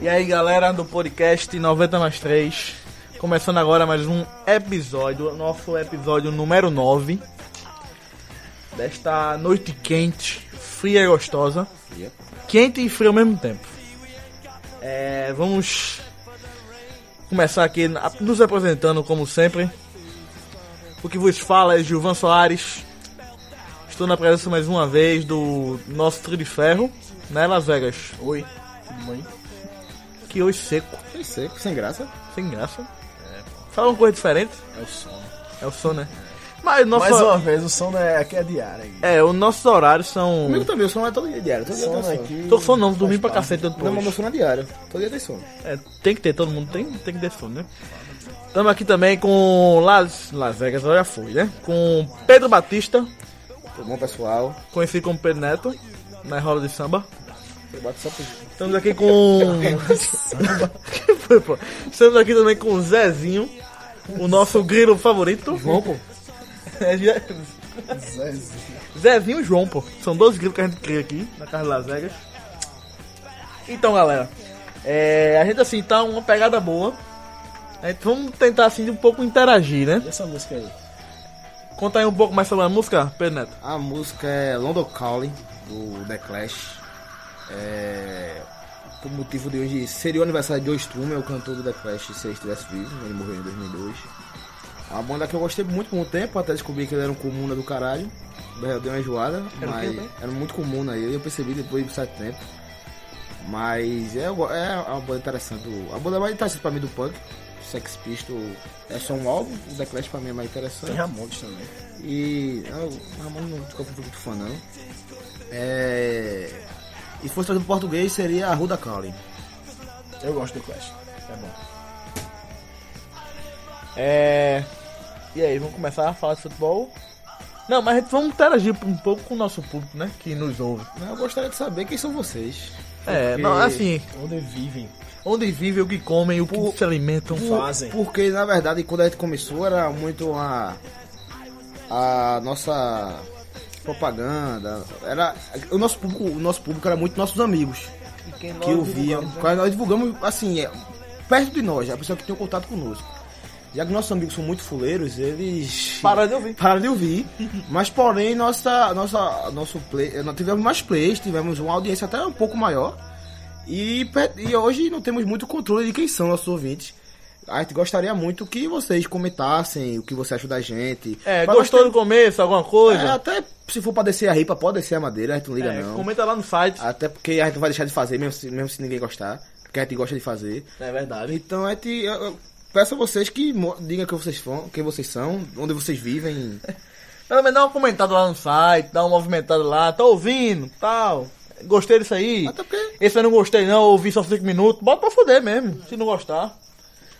E aí galera do podcast 90 mais 3, começando agora mais um episódio, nosso episódio número 9 desta noite quente, fria e gostosa. Quente e fria ao mesmo tempo. É, vamos começar aqui na- nos apresentando como sempre. O que vos fala é Gilvan Soares. Estou na presença mais uma vez do nosso trio de ferro, né, Las Vegas? Oi, tudo bem? Que hoje seco, Foi seco, sem graça. sem graça. Fala uma coisa diferente, É o som. é o som, né? Mas, nosso, Mais uma vez, o som é, aqui é diário. Aqui. é, os nossos horários são. Comigo também, o som é todo dia diário. Todo dia Som tem som. aqui. Tô com sono, não, dormi pra cacete depois. Não, mas meu som é diário. Todo dia tem som. É, tem que ter, todo mundo tem, tem que ter sono, né? Estamos aqui também com Las, Las Vegas, já foi, né? Com Pedro Batista, Tudo bom, pessoal? conhecido como Pedro Neto, na roda de samba. Eu bato só pro... Estamos aqui com. que foi, pô? Estamos aqui também com o Zezinho, o nosso grilo favorito. João, pô. É, Ze- Zezinho e João, pô. São dois grilos que a gente cria aqui na Casa de Las Vegas. Então, galera, é, a gente assim tá uma pegada boa. A gente- vamos tentar assim um pouco interagir, né? E essa música aí? Conta aí um pouco mais sobre a música, Pedro Neto. A música é London Calling, do The Clash. É... Por motivo de hoje, seria o aniversário de Joe Strummer, o cantor do The Clash, se ele estivesse vivo. Ele morreu em 2002. A banda que eu gostei muito por um tempo, até descobri que ele era um comuna do caralho. Eu dei uma enjoada, Era o quê, mas né? era muito comum aí. Eu percebi depois de um certo tempo. Mas é, eu- é uma banda interessante. do- A banda mais interessante pra mim do punk. Sex Pistol é só um álbum. O The Clash pra mim é mais interessante. Tem Ramones também. E. Ah, o Ramon não ficou muito fã, não. É. E se fosse traduzido em português, seria a Ruda Cowley. Eu gosto do Clash. É bom. É. E aí, vamos começar a falar de futebol? Não, mas a gente- vamos interagir um pouco com o nosso público, né? Que nos ouve. Mas Eu gostaria de saber quem são vocês. É, não, assim, Onde vivem, onde vivem, o que comem, o que Por- se alimentam. fazem. Porque, na verdade, quando a gente começou, era muito a. a nossa propaganda. Era. O nosso público, o nosso público era muito nossos amigos. que ouviam. Quando Nós divulgamos, assim, é, perto de nós, a pessoa que tem contato conosco. Já que nossos amigos são muito fuleiros, eles. Para de ouvir. Para de ouvir. Mas porém, nossa, nossa, nosso play, eh, nós tivemos mais plays, tivemos uma audiência até um pouco maior. E, pe- e hoje não temos muito controle de quem são nossos ouvintes. A gente gostaria muito que vocês comentassem o que você acha da gente. É, Pra gostou do nós começo, alguma ter- é, coisa? até se for pra descer a ripa, pode descer a madeira, a gente não liga É, não. comenta lá no site. Até porque a gente não vai deixar de fazer, mesmo se, mesmo se ninguém gostar. Porque a gente gosta de fazer. É verdade. Então a gente. eu- eu peço a vocês que mo- digam quem vocês, fo- quem vocês são, onde vocês vivem. Pelo menos dá uma comentada lá no site, dá uma movimentada lá, tá ouvindo, tal. Gostei disso aí. Até porque. Esse eu não gostei não, ouvi só 5 minutos. Bota pra foder mesmo, se não gostar.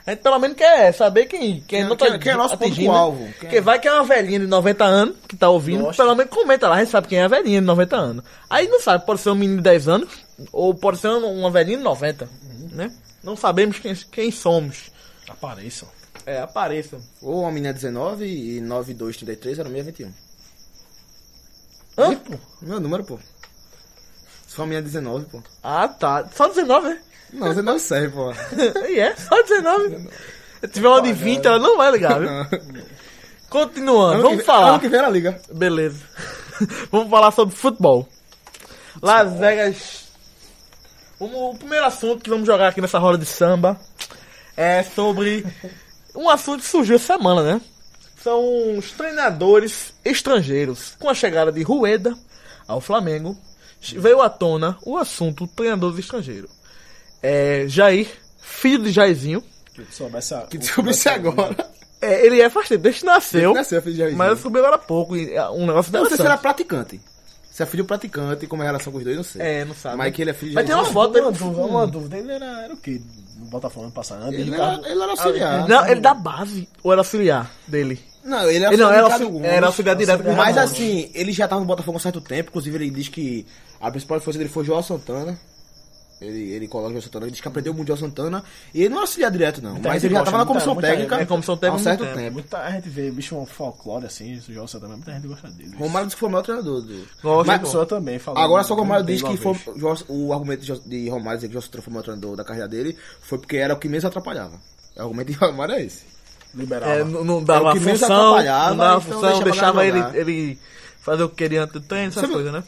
A gente pelo menos quer saber quem, quem, Quem- não tá quem- quem é nosso atingindo, público-alvo. né? Quem- Porque vai que é uma velhinha de 90 anos que tá ouvindo, Gosta. pelo menos comenta lá, a gente sabe quem é a velhinha de 90 anos. Aí não sabe, pode ser um menino de 10 anos, ou pode ser uma velhinha de 90, Uhum. né? Não sabemos quem, quem somos. Apareçam. É, apareça. Ou uma menina 19 né, e 9233 era 621. Hã? Meu número, pô. Só uma menina 19, pô. Ah, tá. Só 19, né? Não, 19 serve, pô. E é, só 19. Se tiver uma de 20, ela não vai ligar, viu? Continuando, Ano vamos que- falar. Ano que vem ela liga. Beleza. vamos falar sobre futebol. Las Vegas. Vamos- o primeiro assunto que vamos jogar aqui nessa roda de samba é sobre um assunto que surgiu essa semana, né? São os treinadores estrangeiros. Com a chegada de Rueda ao Flamengo, veio à tona o assunto treinadores estrangeiros. É, Jair, filho de Jairzinho. Que soubesse a... Que descobri isso agora. É, ele é faz tempo, desde que nasceu. Nasceu, filho de Jairzinho. Mas eu soube agora há pouco. e é Um negócio Não sei se interessante. era praticante. Se é filho praticante, como é a relação com os dois, não sei. É, não sabe. Mas que ele é filho de Mas tem uma Jairzinho. foto dele. Uma dúvida, uma dúvida. Ele era, era o quê? No Botafogo ano passado? Né? Ele Ele era, um ele era auxiliar. Não, ele da base. Ou era auxiliar dele? Não, ele é Ele não, auxiliar era, de auxi- Gomes. era auxiliar direto com o Mas Ramon. assim, ele já tava no Botafogo há um certo tempo, inclusive ele diz que a principal força dele foi João Santana. Ele, ele coloca o Santana, ele diz que aprendeu o Mundial Santana. E ele não é auxiliar direto, não. mas gente ele já gosta, tava na muita- comissão muita- técnica. é, comissão técnica há um há muito certo tempo. tempo. Muita gente vê, bicho, um folclore assim, isso Joel Santana, muita gente gosta dele. Romário disse que foi o maior treinador. Do... Gosto, Mas- é bom. Pessoa também falou. Agora só que o Romário Tem diz que uma foi, vez. o Jorge- o argumento de Jo- de Romário dizer que o Jorge Santana foi o maior treinador da carreira dele foi porque era o que menos atrapalhava. O argumento de Romário é esse. Liberal. É, não, não dava É o que menos função, atrapalhava, não dava então função, deixava deixava ele, jogar. ele fazer o que queria antes do treino, essas Sabe- coisas, né?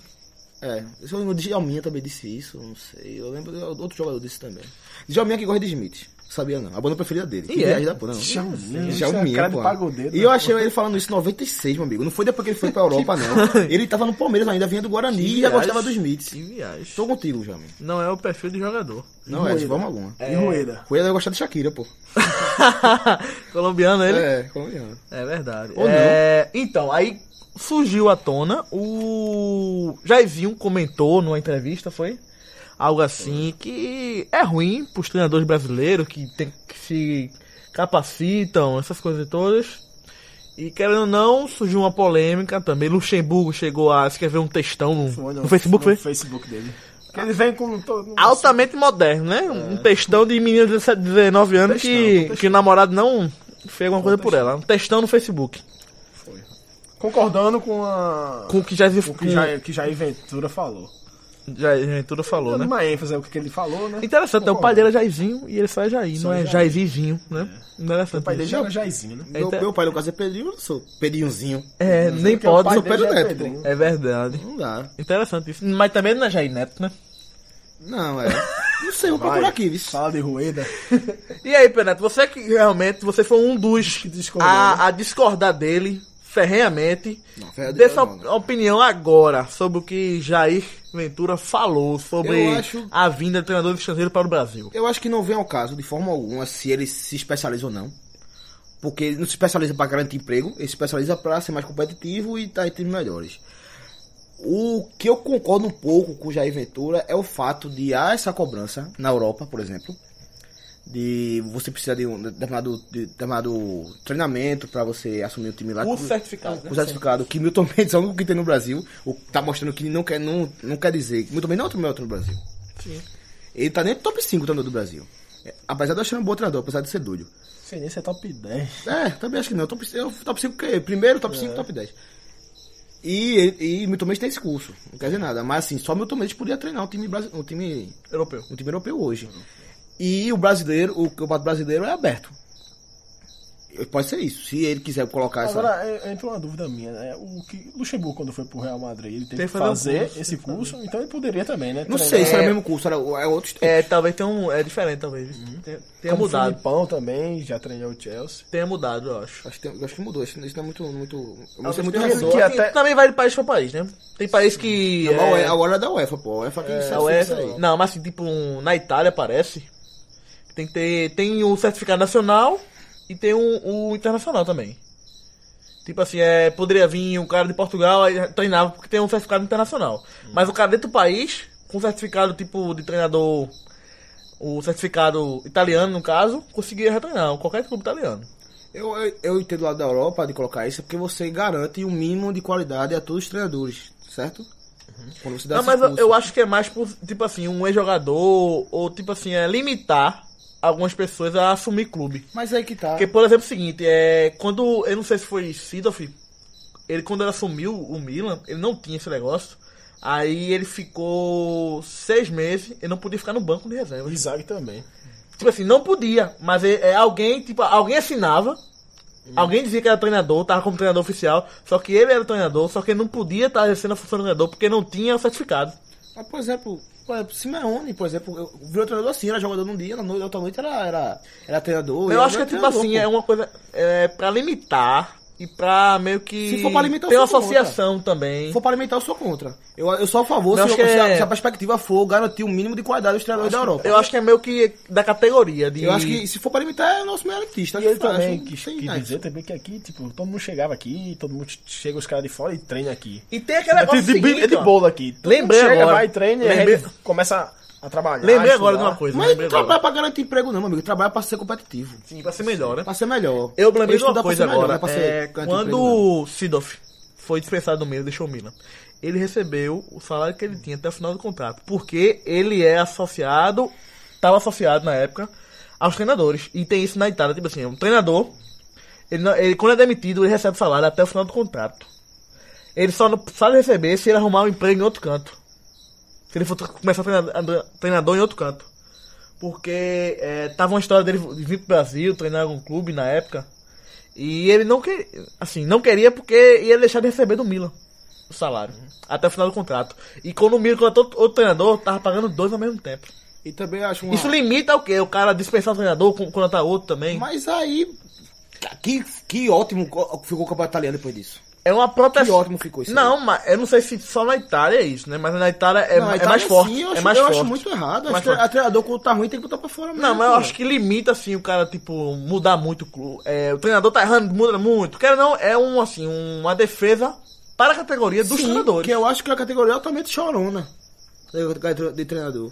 É, se eu não disse, Alminha também disse isso, não sei. Eu lembro de outro jogador disse também. Djalminha que gosta de Smith. Sabia não. A banda preferida dele. E é? viagem da porra, não. Djalminha, isso é Djalminha, cara de pô. pagodeiro, E né, eu achei ele falando isso em 96, meu amigo. Não foi depois que ele foi pra Europa, não. Ele tava no Palmeiras ainda, vinha do Guarani e já viagem. gostava do Smith. Que viagem. Tô contigo, Djalminha. Não é o perfil de jogador. Não é, de forma alguma. E Rueda. Coelho ia gostar de Shakira, pô. Colombiano ele? É, É, colombiano. verdade. Ou não. É, Então, aí surgiu à tona, o Jairzinho comentou numa entrevista, foi? Algo assim, que é ruim pros treinadores brasileiros que, tem, que se capacitam, essas coisas todas. E querendo ou não, surgiu uma polêmica também. Luxemburgo chegou a escrever um textão no, no Facebook, no foi? Facebook dele. Que ele vem com todo. altamente moderno, né? Um textão de menina de 17, 19 anos Textão, que, textão. que o namorado não fez alguma coisa por ela. Um textão no Facebook. Foi. Concordando com a. Com o que Jair, Com o que Jair, que Jair Ventura falou. Jair Ventura falou, Dando né? uma ênfase ao que ele falou, né? Interessante, né? o Concordando. pai dele é Jairzinho e ele só é Jair, não é Jair. É. Jairzinho, né? Interessante. O pai dele isso. já era Jairzinho, né? Meu, Então- meu pai, no caso, é Pedrinho, eu não sou Pedrinhozinho. É, nem Porque o pode. pai sou dele Pedro já é Neto. Pedrinho. É verdade. Não dá. Interessante isso. Mas também não é Jair Neto, né? Não, é. Não sei, vou Vai, procurar aqui, viu? Fala de Rueda. E aí, Pedro Neto, você que realmente você foi um dos Que discordou, né? a, a discordar dele ferrenhamente. Não, ferrenhamente Dê sua não, né? opinião agora sobre o que Jair Ventura falou sobre Eu acho- a vinda de treinadores estrangeiros para o Brasil. Eu acho que não vem ao caso, de forma alguma, se ele se especializa ou não. Porque ele não se especializa para garantir emprego, ele se especializa para ser mais competitivo e estar tá entre os melhores. O que eu concordo um pouco com o Jair Ventura é o fato de há essa cobrança na Europa, por exemplo, de você precisar de um determinado, de determinado treinamento para você assumir o time lá. O certificado, né? O certificado, que Milton Mendes é o único que tem no Brasil, o que tá mostrando que não quer, não, não quer dizer. Milton Mendes não é outro melhor no Brasil. Sim. Ele tá dentro do top 5 treinador do Brasil. É, apesar de eu achar um bom treinador, apesar de ser doido. Sei nem se é top 10. É, também acho que não. Top, eu- top 5 que Primeiro, top 5, top 10. E, e, e Milton Mendes tem esse curso. Não quer dizer nada. Mas assim, só Milton Mendes podia treinar um time, brasi- um time, Europeu. um time europeu hoje. E o brasileiro, o campeonato brasileiro é aberto. E Pode ser isso. Se ele quiser colocar essa. Agora, é- entra uma dúvida minha, né? O que Luxemburgo, quando foi pro Real Madrid, ele teve Tem que que fazer um fazer curso, esse curso, então ele poderia também, né? Não Treinar. sei se era o mesmo curso, era, é outro É, talvez tenha um. É diferente, talvez. Tenha, tenha Como mudado. Filipão também, já treinou o Chelsea. Tenha mudado, eu acho. Acho que, tem- acho que mudou. Isso, isso não é muito. muito isso é Talvez muito tenha redondo. mudado. que até- Assim, Também vai de país para país, né? Tem país que. Agora é- é- Agora é da UEFA, pô. A UEFA que A sabe UEFA- isso aí. Não, mas assim, tipo, um- na Itália parece. Tem que ter. Tem um certificado nacional e tem um, um internacional também. Tipo assim, é, poderia vir um cara de Portugal, aí já treinava porque tem um certificado internacional. Hum. Mas o cara dentro do país, com certificado tipo de treinador. O certificado italiano, no caso, conseguia retreinar qualquer clube italiano. Eu, eu, eu entendo do lado da Europa de colocar isso porque você garante um mínimo de qualidade a todos os treinadores, certo? Quando você dá Uhum. Não, mas esse eu, curso. eu acho que é mais por, tipo assim, um ex-jogador, ou tipo assim, é limitar algumas pessoas a assumir clube. Mas aí que tá. Porque, por exemplo, é o seguinte, é, quando, eu não sei se foi Sidoff, ele quando ele assumiu o Milan, ele não tinha esse negócio. Aí ele ficou seis meses, ele não podia ficar no banco de é O reserva. Isaac também. Tipo assim, não podia, mas é, é alguém, tipo, alguém assinava, Uhum. alguém dizia que era treinador, tava como treinador oficial, só que ele era treinador, só que ele não podia estar exercendo a função de treinador porque não tinha o certificado. Mas, por exemplo, por exemplo, Simeone, por exemplo, eu, virou treinador assim, era jogador num dia, na noite, na outra noite era, era, era treinador. Eu era acho que é tipo treinador, assim, pô. é uma coisa é, pra limitar e pra meio que. Se for pra limitar, eu tem uma sou contra. associação também. Se for para alimentar, eu sou contra. Eu, eu sou a favor Eu se, acho eu- que se a, é- se a perspectiva for garantir o mínimo de qualidade aos treinadores da Europa. Eu acho que é meio que da categoria de. Eu acho que se for para limitar, é o nosso melhor artista. E ele acho que- também acho que quis, tem quis nada. dizer também que aqui, tipo, todo mundo chegava aqui, todo mundo chega os caras de fora e treina aqui. É E tem aquele negócio de, de, seguinte, de ó. bolo aqui. Todo Lembrei mundo chega, agora. vai, treina e aí Lembrei- ele começa a trabalhar. Lembrei a agora de estudar. uma coisa. Mas lembrei não trabalha agora. para garantir emprego, não, meu amigo. Trabalha para ser competitivo. Sim, pra ser melhor, né? Pra ser melhor. Eu lembrei de Estudar uma pra coisa né? ser melhor, agora. não pra ser é, garantir quando emprego, não. o Sidoff foi dispensado do Milan, deixou o Milan. ele recebeu o salário que ele tinha até o final do contrato. Porque ele é associado, estava associado na época, aos treinadores. E tem isso na Itália, tipo assim, um treinador, ele, não- ele, quando é demitido, ele recebe salário até o final do contrato. Ele só não sabe receber se ele arrumar um emprego em outro canto. Se ele for tr- começar a treinar, andra- treinador em outro canto. Porque eh, tava uma história dele vir pro Brasil, treinar em algum clube na época. E ele não queria, assim, não queria porque ia deixar de receber do Milan o salário. Até o final do contrato. E quando o Milan contratou outro treinador, tava pagando dois ao mesmo tempo. E também acho uma... Isso limita o quê? O cara dispensar o treinador, con- contratar outro também. Mas aí. Que, que ótimo co- ficou o campeonato italiano depois disso. É uma proteção. Que ótimo ficou isso aí. Não, mas eu não sei se só na Itália é isso, né? Mas na Itália é, Não, ma- a é Itália, mais forte. sim, eu é acho, mais eu forte. É acho muito errado. Mais Acho que forte. a treinador quando tá ruim tem que botar pra fora mesmo. Não, mas eu pô. acho que limita, assim, o cara, tipo, mudar muito o clube. É, o treinador tá errando, muda muito. Quer ou não, é um, assim, uma defesa para a categoria dos Sim, treinadores. Que eu acho que é a categoria altamente chorona de de treinador.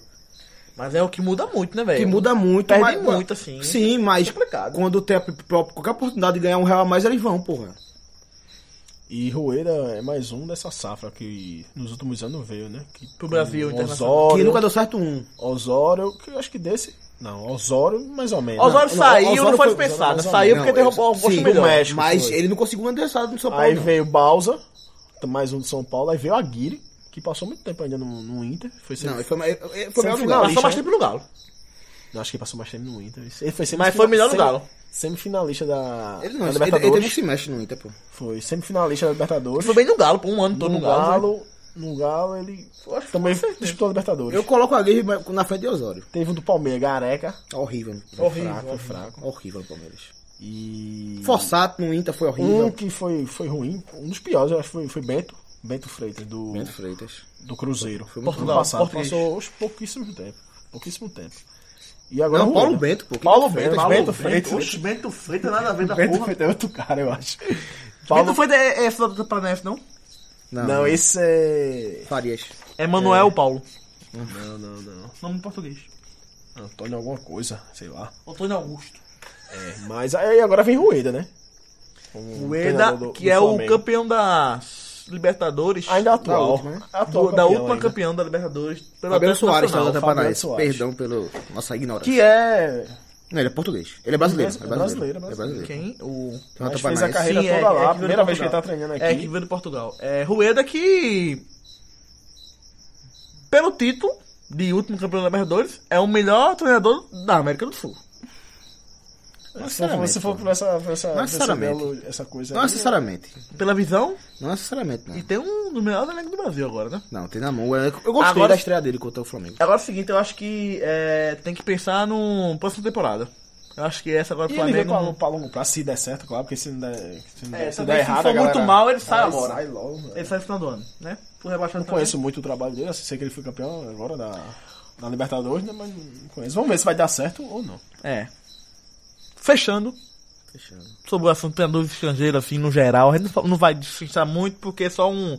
Mas é o que muda muito, né, velho? Que muda muito. Perde mas- muito, assim. Sim, mas Complicado. quando tem a, p- p- qualquer oportunidade de ganhar um real a mais, eles vão, porra. E Roeira é mais um dessa safra que nos últimos anos veio, né? Que, Pro Brasil, internacional. Osório, Que nunca deu certo um. Osório, que eu acho que desse... Não, Osório mais ou menos. né? Osório Não, não, saiu, Osório não foi foi- dispensado. Osório- Saiu Não, porque derrubou o sim, gosto melhor. do México. Mas foi. ele não conseguiu um endereçado no São Paulo. Aí não. veio Balsa, mais um de São Paulo. Aí veio Aguirre, que passou muito tempo ainda no, no Inter. Foi sem... Não, ele foi, ele foi, é melhor no Sem final. Galo. Passou Lixo, mais né? tempo no Galo. Eu acho que passou mais tempo no Inter. Ele foi semifinal- Mas foi melhor no semi- Galo. Semifinalista da, Ele É não, da ele, ele, Libertadores. ele não se mexe no Inter, pô. Foi semifinalista da Libertadores. Foi bem no Galo, por um ano todo no, no Galo. velho. Galo, no Galo ele acho que também com certeza. disputou a Libertadores. Eu coloco a Aguirre na frente de Osório. É Teve um do Palmeiras, Gareca. Horrível. Horrível. Fraco, fraco. Horrível o Palmeiras. E. Forçato no Inter foi horrível. Um Hum. que foi, foi ruim, um dos piores, eu acho que foi, foi Bento. Bento Freitas, do, Bento Freitas. do Cruzeiro. muito bom. Portugal, passado. Português. Passou uns pouquíssimo tempo. Pouquíssimo tempo. E agora Não, o Paulo né? Rueda. Bento, pô. Que Paulo Bento Bento, Freitas, Bento Paulo Freitas. Oxe, Bento Freitas, nada a ver da Bento porra. Freitas é outro cara, eu acho. Paulo... Bento Paulo... Freitas é, é esse do Paranaense, não? Não, Não, esse é. Farias. É Manuel Paulo. Não, não, não. Nome em português. Antônio alguma coisa, sei lá. Antônio Augusto. É, mas aí agora vem Rueda, né? O Ueda, treinador do- que do é o Flamengo. campeão da Libertadores. Ainda atual. Da última, né? Atual do- da campeão última ainda. campeão da Libertadores. Pelo Fabiano Atlético Soares, Nacional. tá Fabiano Paranaense. Soares. Perdão pelo nossa ignorância. Que é. Não, ele é português. Ele é brasileiro. É É brasileiro. brasileiro, É brasileiro. Quem? O... Jonathan Mas fez a Paranaense. carreira Sim, toda é- é lá, que a veio primeira do vez que ele tá Portugal. treinando aqui. É, que veio do Portugal. É, Rueda que... Pelo título de último campeão da Libertadores, é o melhor treinador da América do Sul. Se for- se for por essa, por essa, Não por esse necessariamente. belo- essa coisa Não aí, necessariamente. Pela visão, Não necessariamente, e não. tem um dos melhores elencos do Brasil agora, né? Não, tem na mão. Eu eu gostei Agora- da estreia dele contra o Flamengo. Agora é o seguinte, eu acho que é, tem que pensar no próximo temporada. Eu acho que essa agora E o ele vem pra, Flamengo... pra longo prazo, se der certo, claro, porque se não der, se não É, der, se também der se errado, for a galera- muito mal, ele sai Aí agora. Sai logo, velho. Ele sai no final do ano, né? Foi rebaixado Não conheço muito o trabalho dele, eu sei que ele foi campeão agora da, da Libertadores, né, mas não conheço. Vamos ver se vai dar certo ou não. É. Fechando. Sobre o assunto treinadores estrangeiros, assim, no geral, a gente não- não vai destrinchar muito, porque é só um,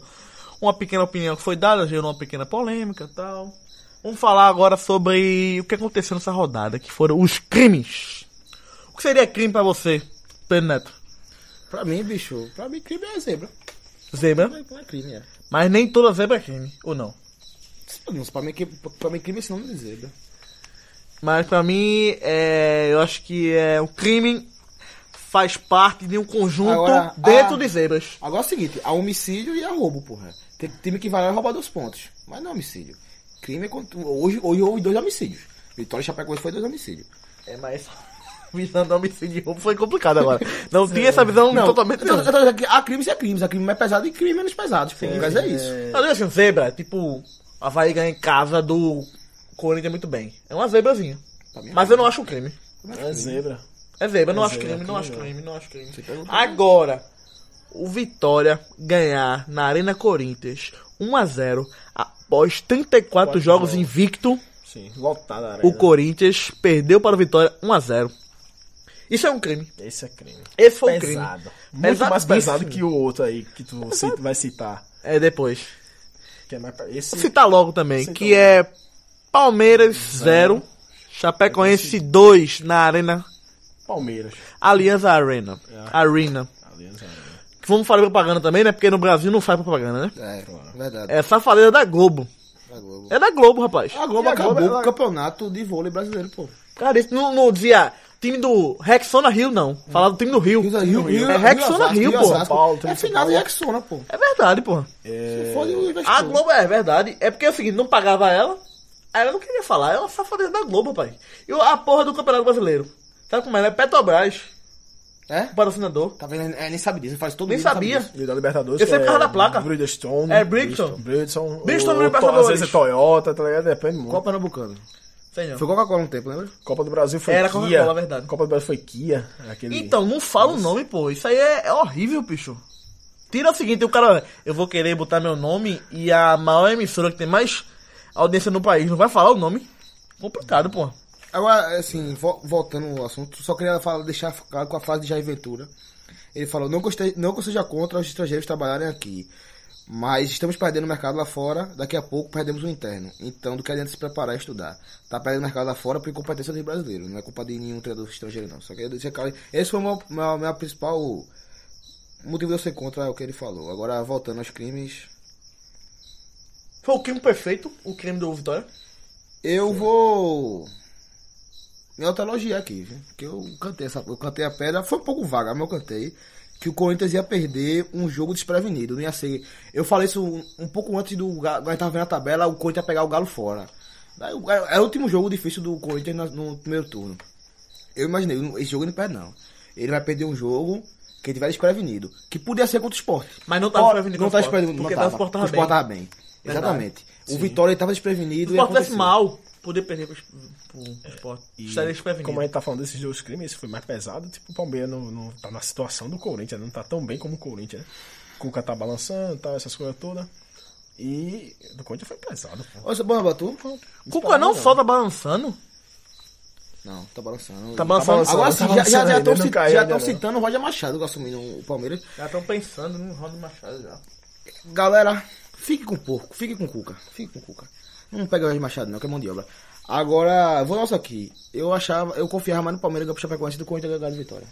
uma pequena opinião que foi dada, gerou uma pequena polêmica e tal. Vamos falar agora sobre o que aconteceu nessa rodada, que foram os crimes. O que seria crime pra você, Pedro Neto? Pra mim, bicho, pra mim crime é zebra. Não Zebra? é- não é crime, é. Mas nem toda zebra é crime, ou não? Não, pra mim, que- pra mim crime é sinônimo de zebra. Mas pra mim, é, eu acho que é, o crime faz parte de um conjunto Agora, dentro a- de zebras. Agora é o seguinte, há homicídio e há roubo, porra. Tem time que vai lá e rouba dois pontos. Mas não é homicídio. Crime é contra... Hoje, hoje houve dois homicídios. Vitória e Chapecoense foi dois homicídios. É, mas visão do homicídio e roubo foi complicado agora. Não tinha essa visão totalmente. eu tô- Não. eu tô dizendo que há crimes e há crimes. Há crime mais pesado e crime menos pesado. Sim, mas é isso. Eu digo assim, zebra, tipo, a Havaí ganha em casa do Corinthians muito bem. É uma zebrazinha. Pra mim é Mas eu não acho um crime. É zebra. É zebra, não acho zebra, crime, não crime acho não. crime, não acho crime. pergunta- Agora, o Vitória ganhar na Arena Corinthians 1x0 após 34 jogos jogos. invicto. Sim, lotada a arena. O Corinthians perdeu para o Vitória 1x0. Isso é um crime. Esse é crime. Esse foi um pesado. crime. Muito mais pesado Pesadíssimo. que o outro aí que tu cita- vai citar. É depois. Que é mais, pe- Vou esse citar logo também, Cita que logo. é Palmeiras 0, Chapecoense 2 na Arena, Palmeiras. É. Alianza Arena. Arena. Aliança. Que vamos falar de propaganda também, né? Porque no Brasil não faz propaganda, né? É, verdade. É safadeira da Globo. Da Globo. É da Globo, rapaz. A Globo E a acabou Globo, com ela- o campeonato de vôlei brasileiro, pô. Cara, isso não, não dizia time do Rexona Rio, não. Falar do time do Rio. é Rexona Rio, pô. São Paulo, tem É São Paulo. final de Rexona, pô. É verdade, porra. Se É, for de um A investidor. Globo é verdade. É porque é o seguinte, não pagava ela, aí ela não queria falar. É uma safadeira da Globo, rapaz. E a porra do Campeonato Brasileiro. Sabe como é? né? Petrobras, É? o patrocinador. Tá vendo? É, nem sabe disso, faz todo Nem mundo sabe sabia. disso. E o da Libertadores. Eu sempre é falo da placa. Bridgestone. É Bridgestone. Bridgestone. Bridgestone ou- ou- Libertadores. Às vezes é Toyota, tá ligado? Depende muito. Qual Pernambucano? Senhor. Foi Coca-Cola um tempo, lembra? Copa do Brasil foi Era Kia. Coca-Cola, é verdade. Copa do Brasil foi Kia. é Aquele... Então, não fala o nome, pô. Isso aí é, é horrível, bicho. Tira o seguinte, o cara, eu vou querer botar meu nome e a maior emissora que tem mais audiência no país não vai falar o nome. Complicado, pô. Agora, assim, vo- voltando ao assunto, só queria falar, deixar claro com a frase de Jair Ventura. Ele falou, não, gostei, não que eu seja contra os estrangeiros trabalharem aqui, mas estamos perdendo o mercado lá fora, daqui a pouco perdemos o interno. Então, do que adianta se preparar e estudar? Tá perdendo o mercado lá fora por incompetência dos brasileiros, não é culpa de nenhum treinador estrangeiro, não. Só queria deixar claro, esse foi o meu, meu, meu principal motivo de eu ser contra o que ele falou. Agora, voltando aos crimes, Foi o crime perfeito, o crime do Vitória. Eu vou. Me autoelogiar aqui, viu? Porque eu cantei essa. Eu cantei a pedra, foi um pouco vaga, mas eu cantei. Que o Corinthians ia perder um jogo desprevenido. Não ia ser. Eu falei isso um, um pouco antes do Galo. Quando a gente tava vendo a tabela, o Corinthians ia pegar o Galo fora. Daí, o- era era o último jogo difícil do Corinthians na- no primeiro turno. Eu imaginei, esse jogo ele não perde, não. Ele vai perder um jogo que ele tiver desprevenido. Que podia ser contra o Sport. Mas não tava desprevenido Não contra tá o Sport, desprevenido, não porque tava. o Sport tava O Sport bem. tava bem. Exatamente. O Vitória estava Se o desprevenido. e Sport tivesse aconteceu. mal, poder perder pro, pro, pro Sport. E Estaria desprevenido. como a gente tá falando desses dois crimes, esse foi mais pesado. Tipo, o Palmeiras não, não tá na situação do Corinthians, né? não tá tão bem como o Corinthians, né? Cuca tá balançando, tá, essas coisas todas. E do Corinthians foi pesado, pô. Ô, seu Borba, tu? Cuca não só tá balançando. Não, tá balançando. Tá balançando. balançando. Agora sim, já- já Tá balançando já ainda, estão não caiu ainda, não. citando o Roger Machado assumindo o Palmeiras. Já estão pensando no Ronaldo Machado já. Galera, fique com o porco, fique com o Cuca, fique com o Cuca. Não pega o Roger Machado não, que é mão de obra. Agora, vou nosso aqui. Eu achava, eu confiava mais no Palmeiras que pro Chapecoense do que Corinthians ganhar de vitória.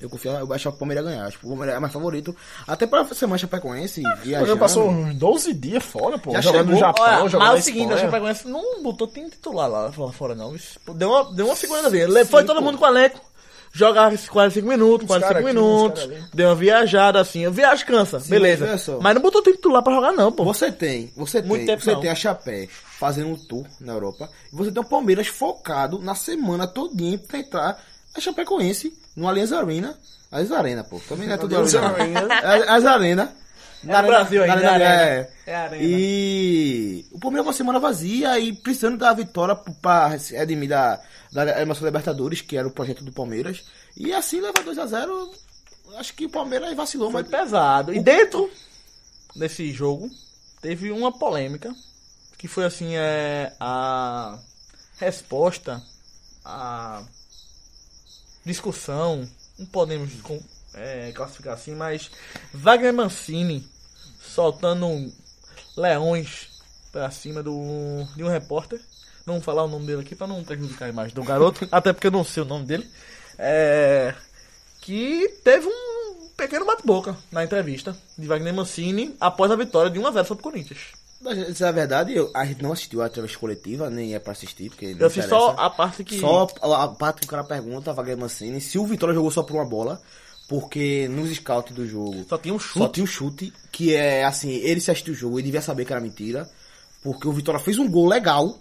Eu confiava, eu achava que o Palmeiras ia ganhar. Acho que o Palmeiras é mais favorito. Até pra semana Chapecoense O viajando. Corinthians passou uns 12 dias fora, Ah, pô. Já jogando no chegou? Japão, Olha, jogando mas é na o seguinte, a Espanha. Chapecoense não botou time titular lá, lá fora, não. Isso, pô, Deu uma, deu uma seguradazinha. Foi todo mundo com o elenco. Jogava esses 45 minutos, Uns 45 cara aqui, uns minutos. cara ali. Deu uma viajada assim. A viagem cansa, beleza. mas olha só. Mas não botou time titular pra jogar, não, pô. Você tem, você Muito tem, tempo você não. tem a Chapé fazendo um tour na Europa. E você tem o Palmeiras focado na semana todinha pra entrar a Chapecoense no Allianz Arena. Allianz Arena, pô. Também não é tudo Allianz Allianz Arena. Arena. não. É Allianz Arena. no Brasil ainda, na é Arena, Arena. É Arena. E o Palmeiras com a semana vazia e precisando da vitória pro- pra se redimir da, da Emoção Libertadores, que era o projeto do Palmeiras. E assim leva 2x0. Acho que o Palmeiras vacilou, Foi mas pesado. E dentro desse jogo, teve uma polêmica, que foi assim, é, a resposta, a discussão, não podemos com- é, classificar assim, mas Wagner Mancini soltando um leões pra cima do, de um repórter. Não vou falar o nome dele aqui pra não prejudicar a imagem do garoto, até porque eu não sei o nome dele. É, que teve um pequeno bate-boca na entrevista de Wagner Mancini após a vitória de 1x0 sobre o Corinthians. Mas, Isso é verdade, eu, a gente não assistiu a entrevista coletiva, nem é pra assistir, porque não Eu fiz só interessa. a parte que. Só a, a parte que o cara pergunta, a Wagner Mancini, se o Vitória jogou só por uma bola, porque nos scouts do jogo Só tinha um só chute. tinha o chute, que é assim, ele se assistiu o jogo e devia saber que era mentira, porque o Vitória fez um gol legal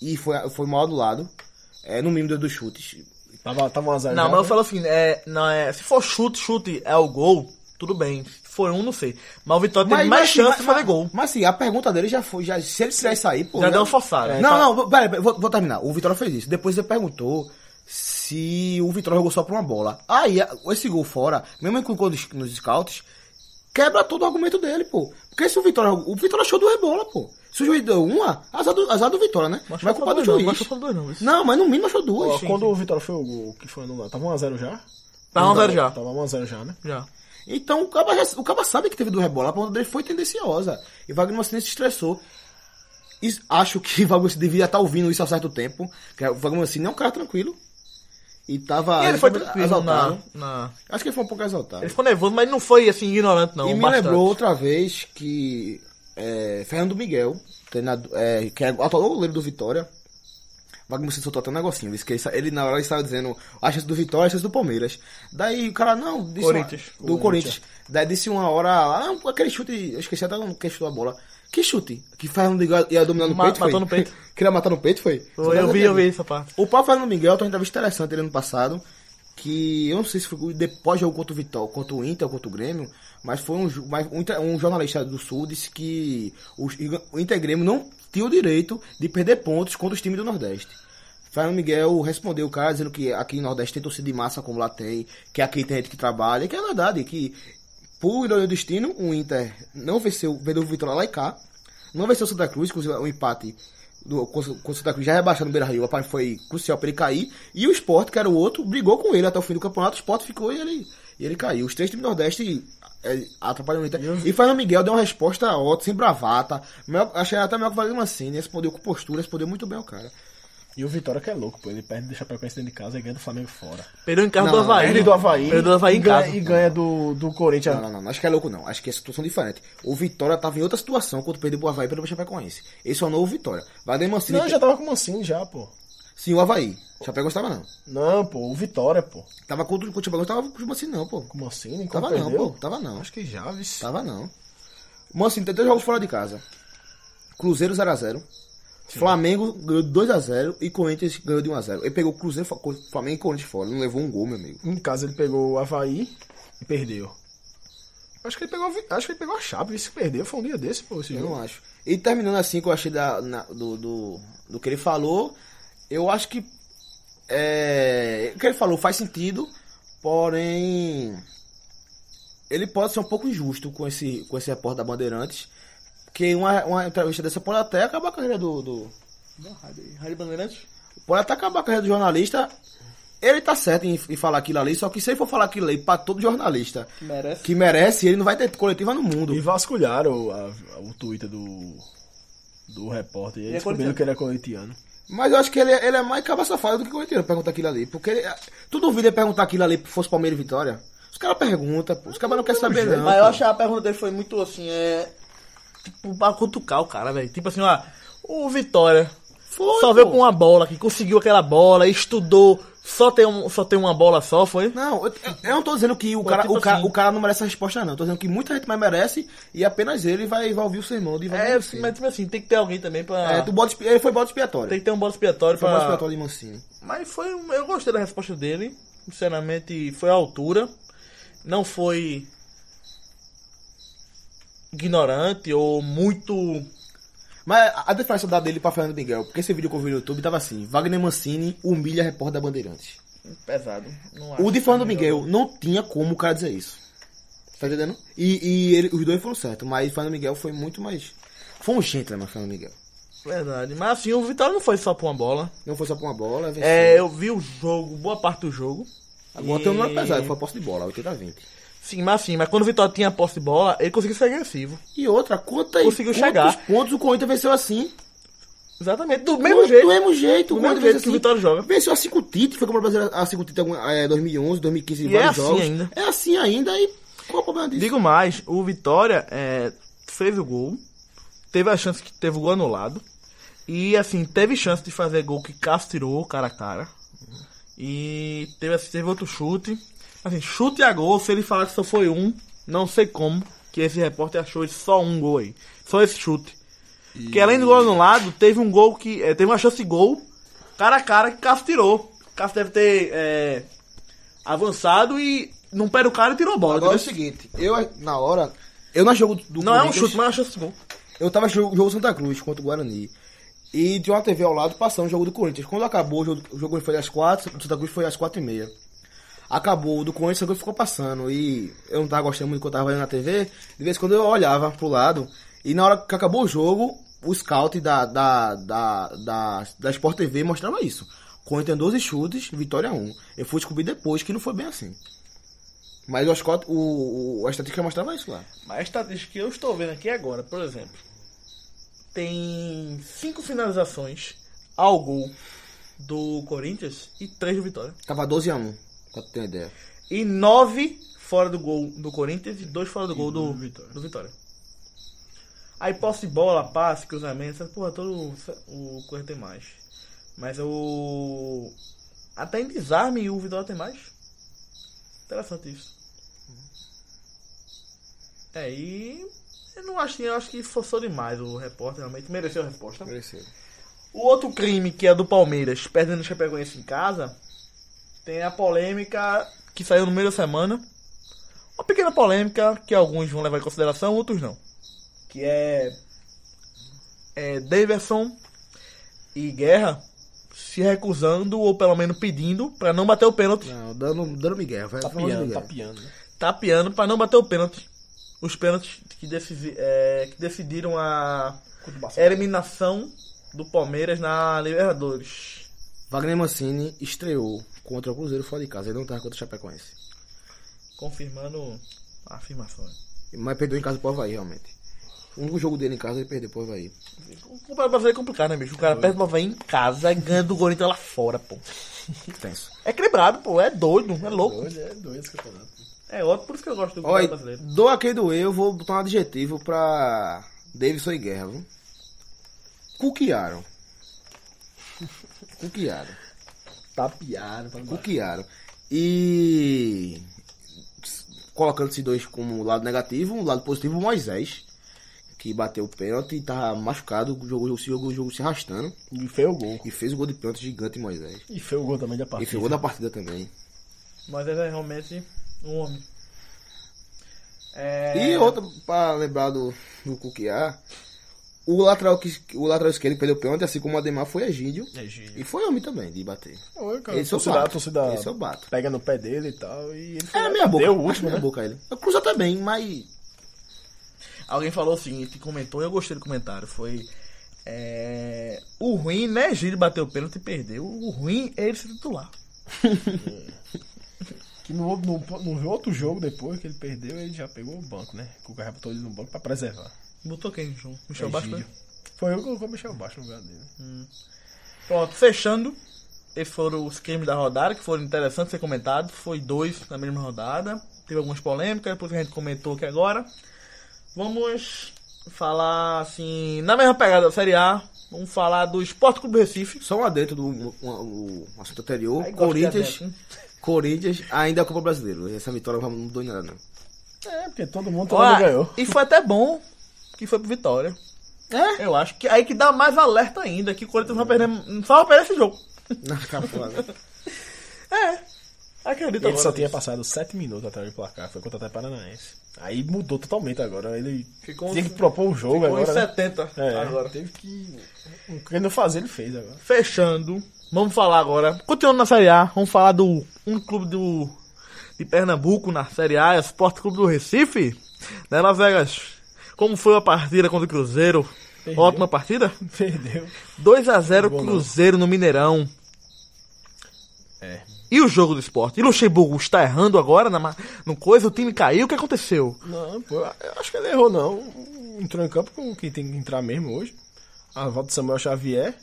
e foi, foi mal anulado, é, no mínimo deu dos chutes. Tava, tava um azar. Não, já, mas eu né? falo assim, é, não, é, se for chute, chute é o gol, tudo bem. Se for um, não sei. Mas o Vitória teve mais assim, chance mas- de fazer gol. Mas assim, a pergunta dele já foi, já, se ele tirar isso aí, pô... Já né? deu uma forçada. tá, não, não, peraí, peraí, vou, vou terminar. O Vitória fez isso. Depois ele perguntou se o Vitória jogou só por uma bola. Aí, a- esse gol fora, mesmo que o gol dos- nos scouts, quebra todo o argumento dele, pô. Porque se o Vitória. O Vitória achou duas bolas, pô. Se o juiz deu uma, azar do, azar do Vitória, né? Mas Vai chutou culpar do dois não, juiz. mas chutou dois não, isso. Não, mas no mínimo achou duas. Ó, Quando o Vitória foi o gol que foi anulado, tava 1x0 já? né? Tá 1x0 já. Tava 1x0 já, né? Já. Então o Caba, já- o Caba sabe que teve duas rebolas, a pergunta dele foi tendenciosa. E Wagner Mancini se estressou. tá E acho que o Wagner Mancini devia estar ouvindo isso há certo tempo. que O Wagner Mancini é um cara é tranquilo. E tava. E ele foi tava tranquilo né? exaltado. na, na... Acho que ele foi um pouco exaltado. Ele ficou nervoso, mas não foi assim ignorante, não. e me bastante. lembrou outra vez que é, Fernando Miguel, treinador, é, que é atual goleiro do Vitória, Wagner Muniz soltou até um negocinho. Disse que ele, sa- ele, na hora ele estava dizendo a chance do Vitória, a chance do Palmeiras. Daí o cara, não, disse uma- Corinthians. do Corinthians. Daí disse uma hora, ah, aquele chute, eu esqueci até um- quem chutou a bola. Que chute? Que Fernando Miguel ia dominar no Ma- peito, matou foi? no peito. Queria matar no peito, foi? Só Foi, Eu dessa vi, eu vez. vi essa parte. O Paulo Fernando Miguel tem uma entrevista interessante dele ano passado, que eu não sei se foi depois do jogo contra o Vital, contra o Inter ou contra o Grêmio, mas foi um, ju- mas um, inter- um jornalista do Sul disse que os- o Inter e Grêmio não tinha o direito de perder pontos contra os times do Nordeste. Fernando Miguel respondeu o cara dizendo que aqui no Nordeste tem torcida de massa como lá tem, que aqui tem gente que trabalha, que é verdade, que por ironia do destino, o Inter não venceu, venceu o Vitória lá e cá, não venceu o Santa Cruz, inclusive o empate do, com com o Santa Cruz já rebaixado no Beira-Rio, rapaz, foi crucial para ele cair, e o Sport, que era o outro, brigou com ele até o fim do campeonato, o Sport ficou e ele, e ele caiu. Os três times do Nordeste é, atrapalham o Inter. E Fernando Miguel deu uma resposta ótima, sem bravata, melhor- achei até melhor que o Wagner Mancini, respondeu com postura, respondeu muito bem ao cara. E o Vitória que é louco, pô. Ele perde do Chapecoense dentro de casa e ganha do Flamengo fora. Perdeu em casa Não, do Havaí. Perde do Havaí. Perdeu do Havaí e em ganha- casa. E ganha do, do Corinthians. Não, não, não. Acho que é louco, não. Acho que é situação diferente. O Vitória tava em outra situação quando perdeu o Havaí pelo Chapecoense. Esse é o novo Vitória. Wagner Mancini. Não, eu já tava com o Mancini já, pô. Sim, o Havaí. O Chapecoense tava não. Não, pô, o Vitória, pô. Tava contra o Chapecoense, tava com o Mancini, tipo assim, não, pô. Com o Mancini, quando Tava não, perdeu. Tá. pô. Tava não. Acho que já, vice. Tava não. Mancini tem dois jogos fora de casa. Cruzeiro 0x0. Flamengo ganhou de 2x0 e Corinthians ganhou de 1x0. Ele pegou Cruzeiro, Fa- Flamengo e Corinthians fora. Ele Não levou um gol, meu amigo. Em casa ele pegou o Havaí e perdeu. Acho que ele pegou, a Vi- acho que ele pegou a Chape, vice que perdeu. Foi um dia desse, pô, esse Eu jogo. não acho. E terminando assim que eu achei da- na- do, do, do que ele falou, eu acho que é, o que ele falou faz sentido, porém ele pode ser um pouco injusto com esse, com esse repórter da Bandeirantes, porque uma, uma entrevista dessa pode até acabar a carreira do... do Rádio Bandeirantes? pode até acabar a carreira do jornalista. Ele tá certo em, em falar aquilo ali, só que se ele for falar aquilo ali pra todo jornalista Merece. que merece, ele não vai ter coletiva no mundo. E vasculharam a- o Twitter do, do repórter. E aí Ele é descobriram que ele é corintiano. Mas eu acho que ele, ele é mais caba safado do que corintiano perguntar aquilo ali. Porque ele, tu duvida ele perguntar aquilo ali fosse Palmeiras e Vitória? Os caras perguntam, pô. Os caras não querem saber, não. Mas eu pô. acho que a pergunta dele foi muito assim, é. Tipo, pra cutucar o cara, velho. Tipo assim, ó. O Vitória Foi, só pô. veio com uma bola, que conseguiu aquela bola, estudou, só tem, um, só tem uma bola só, foi? Não, eu, eu- eu não tô dizendo que o, cara, tipo o, cara, assim. o cara não merece essa resposta, não. Eu tô dizendo que muita gente mais merece e apenas ele vai, vai ouvir o sermão de Ivan É, Mancini. mas tipo assim, tem que ter alguém também pra. É, do bode, expi- ele foi bode expiatório. Tem que ter um bolo expiatório Foi bode pra. expiatório de Mancini. Mas foi. um- Eu gostei da resposta dele. Sinceramente, foi à altura. Não foi. ignorante ou muito. Mas a, a diferença da dele pra Fernando Miguel, porque esse vídeo que eu vi no YouTube tava assim: Wagner Mancini humilha a repórter da Bandeirantes. pesado. Não É O de Fernando Miguel não tinha como o cara dizer isso. Tá entendendo? E, e ele- os dois foram certos, mas Fernando Miguel foi muito mais. Foi um gentleman, Fernando Miguel. Verdade. Mas assim, o Vitória não foi só pra uma bola. Não foi só pra uma bola, venceu. É, eu vi o jogo, boa parte do jogo. Agora tem um número pesado, foi a posse de bola, 80 a 20. Sim, mas assim, mas quando o Vitória tinha a posse de bola, ele conseguiu ser agressivo. E outra, conta aí. Conseguiu quantos chegar. pontos o Corinthians venceu assim? Exatamente, do mesmo Do- jeito. Do mesmo jeito. Do o mesmo Corinthians jeito venceu que o Vitória joga. Venceu a cinco títulos, foi como brasileiro a cinco títulos é, em 2011, 2015, E é vários assim jogos. ainda. É assim ainda, e qual o problema disso? Digo mais, o Vitória é, fez o gol, teve a chance que teve o gol anulado. E assim, teve chance de fazer gol que Cássio tirou cara a cara. E teve, assim, teve outro chute. Assim, chute a gol, se ele falar que só foi um, não sei como, que esse repórter achou esse só um gol aí. Só esse chute. Porque além do gol anulado, teve um gol que. eh, teve uma chance de gol cara a cara que Cássio tirou. Cássio deve ter eh, avançado e não pera o cara e tirou a bola. Agora é o entendeu? seguinte, eu na hora. Eu não jogo do Não é um Corinthians- chute, mas é uma chance de gol. Eu tava no jogo, jogo Santa Cruz contra o Guarani. E tinha uma TV ao lado passando o jogo do Corinthians. Quando acabou, o jogo, o jogo foi às quatro, o Santa Cruz foi às quatro e meia. Acabou o do Corinthians, o Santa Cruz ficou passando. E eu não tava gostando muito do que eu tava vendo na TV. De vez em quando eu olhava pro lado. E na hora que acabou o jogo, o scout da, da, da, da, da Sport TV mostrava isso. Corinthians 12 chutes, vitória 1. Eu fui descobrir depois que não foi bem assim. Mas o, scout- o, o- a estatística mostrava isso lá. Mas a estatística que eu estou vendo aqui agora, por exemplo, tem cinco finalizações ao gol do Corinthians e 3 do Vitória. Tava 12 a 1 pra tu ter uma ideia. E 9 fora do gol do Corinthians e 2 fora do gol do, do Vitória. Aí posse de bola, passe, cruzamento, essa porra todo o Corinthians tem mais. Mas o. Até em desarme o Vitória tem mais. Interessante isso. É, e. Eu não acho, eu acho que forçou demais o repórter, realmente. Mereceu a resposta. Mereceu. O outro crime, que é do Palmeiras, perdendo o Chapecoense em casa, tem a polêmica que saiu no meio da semana. Uma pequena polêmica que alguns vão levar em consideração, outros não. Que é. É Davidson e Guerra se recusando, ou pelo menos pedindo, pra não bater o pênalti. Não, dando, dando Miguel, vai falando de Tapeando, Miguel. tapeando. né? Tapeando pra não bater o pênalti. Os pênaltis que, decisi- é, que decidiram a Contra o Barcelona. eliminação do Palmeiras na Libertadores. Wagner Mancini estreou contra o Cruzeiro fora de casa. Ele não tava contra o Chapecoense. confirmando a afirmação. né? Mas perdeu em casa pro Havaí, realmente. O único jogo dele em casa ele perdeu pro Havaí. O Campeonato Brasileiro é complicado, né, bicho? O cara perde o Havaí em casa e ganha do Corinthians lá fora, pô. Tenso. É equilibrado, pô. É doido, é louco. Hoje é doido esse campeonato. É ótimo, por isso que eu gosto do Olha, Campeonato Brasileiro. dou aquele do eu, vou botar um adjetivo pra Davidson e Guerra, viu? Cuquearam. Cuquearam. Tapearam, pra baixo. Cuquearam. E. Colocando esses dois como lado negativo, um lado positivo, o Moisés, que bateu o pênalti e tava machucado, jogou o jogo, o jogo se arrastando. E fez o gol. E fez o gol de pênalti gigante, Moisés. E fez o gol também da E partida. fez o gol da partida também. Mas ele é realmente um homem. É... E outra, pra lembrar do, do Cuquiar, o lateral, que, o lateral esquerdo que perdeu o pênalti, assim como o Ademar, foi Egídio. É gírio. E foi homem também, de bater. Oi, cara. Esse eu torcida, bato. torcida Esse é eu bato. pega no pé dele e tal. E ele foi Era lá, meia É boca. Deu o último, meia né? boca ele. Eu cruza também, mas Alguém falou o seguinte, comentou, e eu gostei do comentário. Foi. é, O ruim, né, Gil bateu o pênalti e perdeu. O ruim é ele se titular. Que no, no, no outro jogo depois que ele perdeu, ele já pegou o banco, né? O cara botou ele no banco pra preservar. Botou quem, João? Michel Egídio. Bastos? né? Foi eu que colocou o Michel Baixo no lugar dele. Pronto, fechando. Esses foram os crimes da rodada, que foram interessantes de ser comentados. Foi dois na mesma rodada. Teve algumas polêmicas, depois a gente comentou aqui agora. Vamos falar, assim, na mesma pegada da Série A. Vamos falar do Esporte Clube do Recife. só um adentro do um, um- o assunto anterior. Aí gosto Corinthians. de adentro, né? Corinthians ainda é o Copa Brasileiro. Essa vitória não mudou em nada, não. É, porque todo mundo, todo Ó, mundo ganhou. e foi até bom que foi pro Vitória. É? Eu acho que aí que dá mais alerta ainda, que o Corinthians vai perder, só vai perder esse jogo. Na capa, né? É, acredito Ele só agora tinha nisso. passado 7 minutos atrás do placar, foi contra o Atlético Paranaense. Aí mudou totalmente agora. Ele Ficou tinha uns- que propor o jogo Ficou em agora. Né? 70 É, agora. teve que. O que ele não fazer, ele fez agora. Fechando, vamos falar agora. Continuando na Série A, vamos falar do um clube do de Pernambuco na Série A, é o Sport Clube do Recife, né, Las Vegas? Como foi a partida contra o Cruzeiro? Perdeu. Ótima partida. Perdeu. 2 a 0 Bom, não. Cruzeiro no Mineirão. É. E o jogo do esporte? E Luxemburgo está errando agora na ma- no coisa? O time caiu? O que aconteceu? Não, pô, eu acho que ele errou, não. Entrou em campo com quem tem que entrar mesmo hoje. A volta de Samuel Xavier.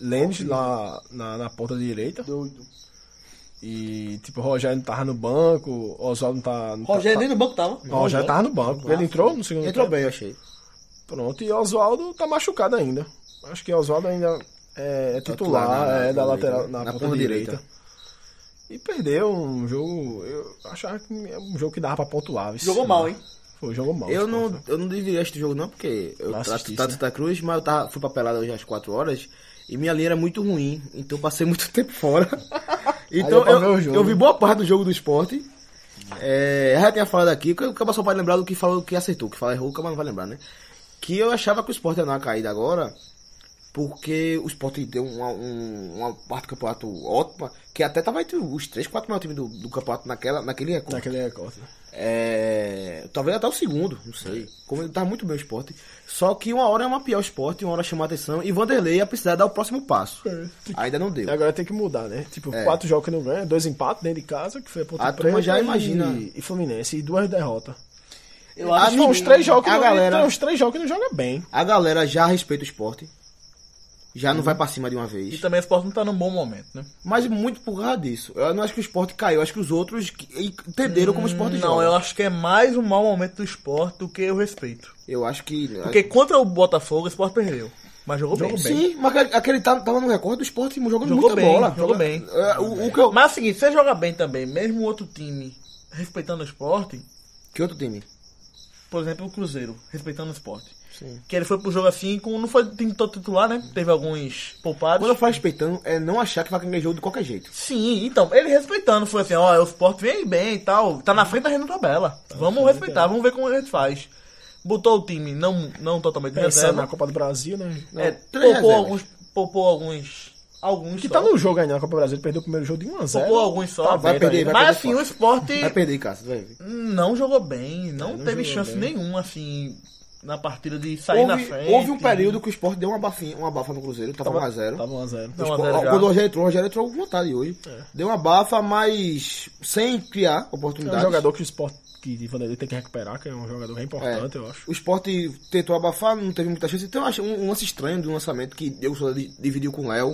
Lendes lá na, na ponta direita. Doido. E, tipo, o Rogério não tava no banco. Oswaldo não tá. Não tá, no banco tava. tá, o Rogério tava no banco. Ele entrou no segundo Entrou tempo. bem, eu achei. Pronto, e Oswaldo tá machucado ainda. Acho que Oswaldo ainda é, é titular, Titular na- na é da direita, lateral, né? na, ponta, direita. E perdeu um jogo. Eu achava que é um jogo que dava pra pontuar. vice. Jogou mal, hein? Foi, jogou mal. Eu esse não, ponto. eu não deveria assistir o jogo, não, porque eu Não tava assistisse, tava né? Santa Cruz, mas eu tava, fui pra pelada hoje às 4 horas e minha linha era muito ruim, então eu passei muito tempo fora. deu Então pra ver eu, o jogo. eu vi boa parte do jogo do esporte. É, eu já tinha falado aqui, porque o Caba só vai lembrar do que falou, do que acertou, o que falou errou, o Caba não vai lembrar, né? Que eu achava que o esporte ia dar uma caída agora, porque o esporte deu uma, um- uma parte do campeonato ótima, que até tava entre os 3, 4 maiores times do, do campeonato naquela, naquele recorde. Naquele recorte. né? É, talvez até o segundo, não sei. Como ele tá muito bem o esporte. Só que uma hora é uma pior esporte, uma hora chama a atenção. E Vanderlei ia precisar dar o próximo passo. Ainda não E deu. agora tem que mudar, né? Tipo, quatro jogos que não ganha, dois empates dentro de casa, que foi a ponta A turma já imagina. E, e Fluminense, e duas derrotas. Eu Acho que foi uns Ah, três jogos que né? a não, galera- É tem uns três jogos que não joga bem. A galera já respeita o esporte. já Uhum. não vai pra cima de uma E vez. também o esporte não tá num bom momento, né? Mas muito por causa disso. Eu não acho que o esporte caiu, eu acho que os outros que- entenderam como o esporte Não, joga. eu acho que é mais um mau momento do esporte do que o respeito. Eu acho que. Porque contra o Botafogo, o esporte perdeu. Mas jogou, bem. Sim, mas aquele- aquele tá- tava no recorde do esporte jogando Jogou muita bem, bola. jogou bem. É, o, o que, eu- Mas é o seguinte, você joga bem também, mesmo o outro time respeitando o esporte, que outro time? por exemplo, o Cruzeiro, respeitando o esporte. Sim. Que ele foi pro jogo assim, com, não foi time todo titular, né? Teve alguns poupados. Quando eu falo respeitando, é não achar que vai ganhar jogo de qualquer jeito. Sim, então, ele respeitando, foi assim, ó, o Sport vem aí bem e tal, tá na frente da Renan Tabela. Vamos respeitar, vamos ver como a gente faz. Botou o time não, não totalmente de Pensando na reserva. Copa do Brasil, né? É, três poupou reservas. alguns, poupou alguns, alguns Que só. tá então. no jogo ainda na Copa do Brasil, ele perdeu o primeiro jogo de 1x0. poupou alguns só. Tá vai bem, perder, tá vai Mas perder assim, o Sport Vai perder, tá Cássio, vai ver. não jogou bem, não, não teve jogou chance bem. nenhuma, assim, na partida de sair Tá na Houve, frente. né? houve um período que o esporte deu uma bafinha, uma bafa no Cruzeiro, tava, Tava- 1x0. Tava 1x0. Não, Tipo, um a zero já. É. Quando o Rogério entrou, o Rogério entrou com vontade hoje. Deu uma bafa, mas sem criar É um oportunidade. jogador que o Sport que o Vanderlei tem que recuperar, que é um jogador bem importante, eu acho. O esporte tentou abafar, não teve muita chance. Então, eu achei um, um lance estranho de um lançamento que Diego Souza di- dividiu com o Léo.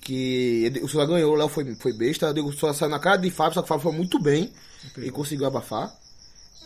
Que ele- o Souza ganhou, o Léo foi, foi besta. O Diego Souza saiu na cara de Fábio, só que o Fábio foi muito bem e conseguiu abafar.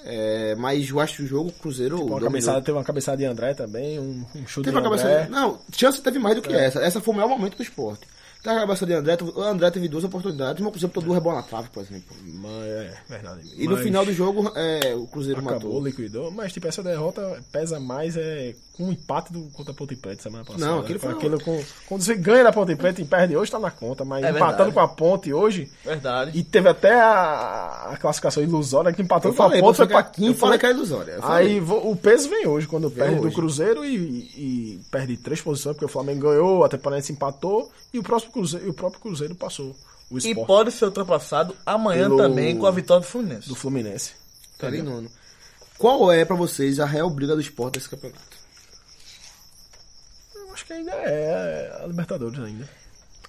É, mas eu acho que o jogo, o Cruzeiro. Tipo, Uma dominou. cabeçada, teve uma cabeçada de André também, um, um chute Teve uma de André. É. cabeça. Não, chance teve mais do que essa. Essa foi o maior momento do esporte. Teve a cabeça de André, o André teve duas oportunidades, uma por exemplo, duas rebola na trave, por exemplo. Mas, é, verdade. E no final do jogo, é, o Cruzeiro Acabou, matou. liquidou. Mas, tipo, essa derrota pesa mais é, com o empate do, contra a Ponte Preta semana passada. Não, aquele foi- um- aquilo com, Quando você ganha da Ponte Preta e perde hoje, tá na conta. Mas É empatando verdade. com a Ponte hoje... Verdade. E teve até a, a classificação ilusória que empatou Eu com a falei, Ponte, você foi pra que, eu quinta. né? falei que era ilusória. eu falei. Aí vo- o peso vem hoje, quando perde do hoje. Cruzeiro e, e perde três posições, porque o Flamengo ganhou, a Temperanense empatou e o, próximo cruzeiro, e o próprio Cruzeiro passou E o esporte pode ser ultrapassado amanhã Pelo- também com a vitória do Fluminense. do Fluminense. Tá ali nono. Qual é pra vocês a real briga do esporte desse campeonato? Eu acho que ainda é a Libertadores ainda.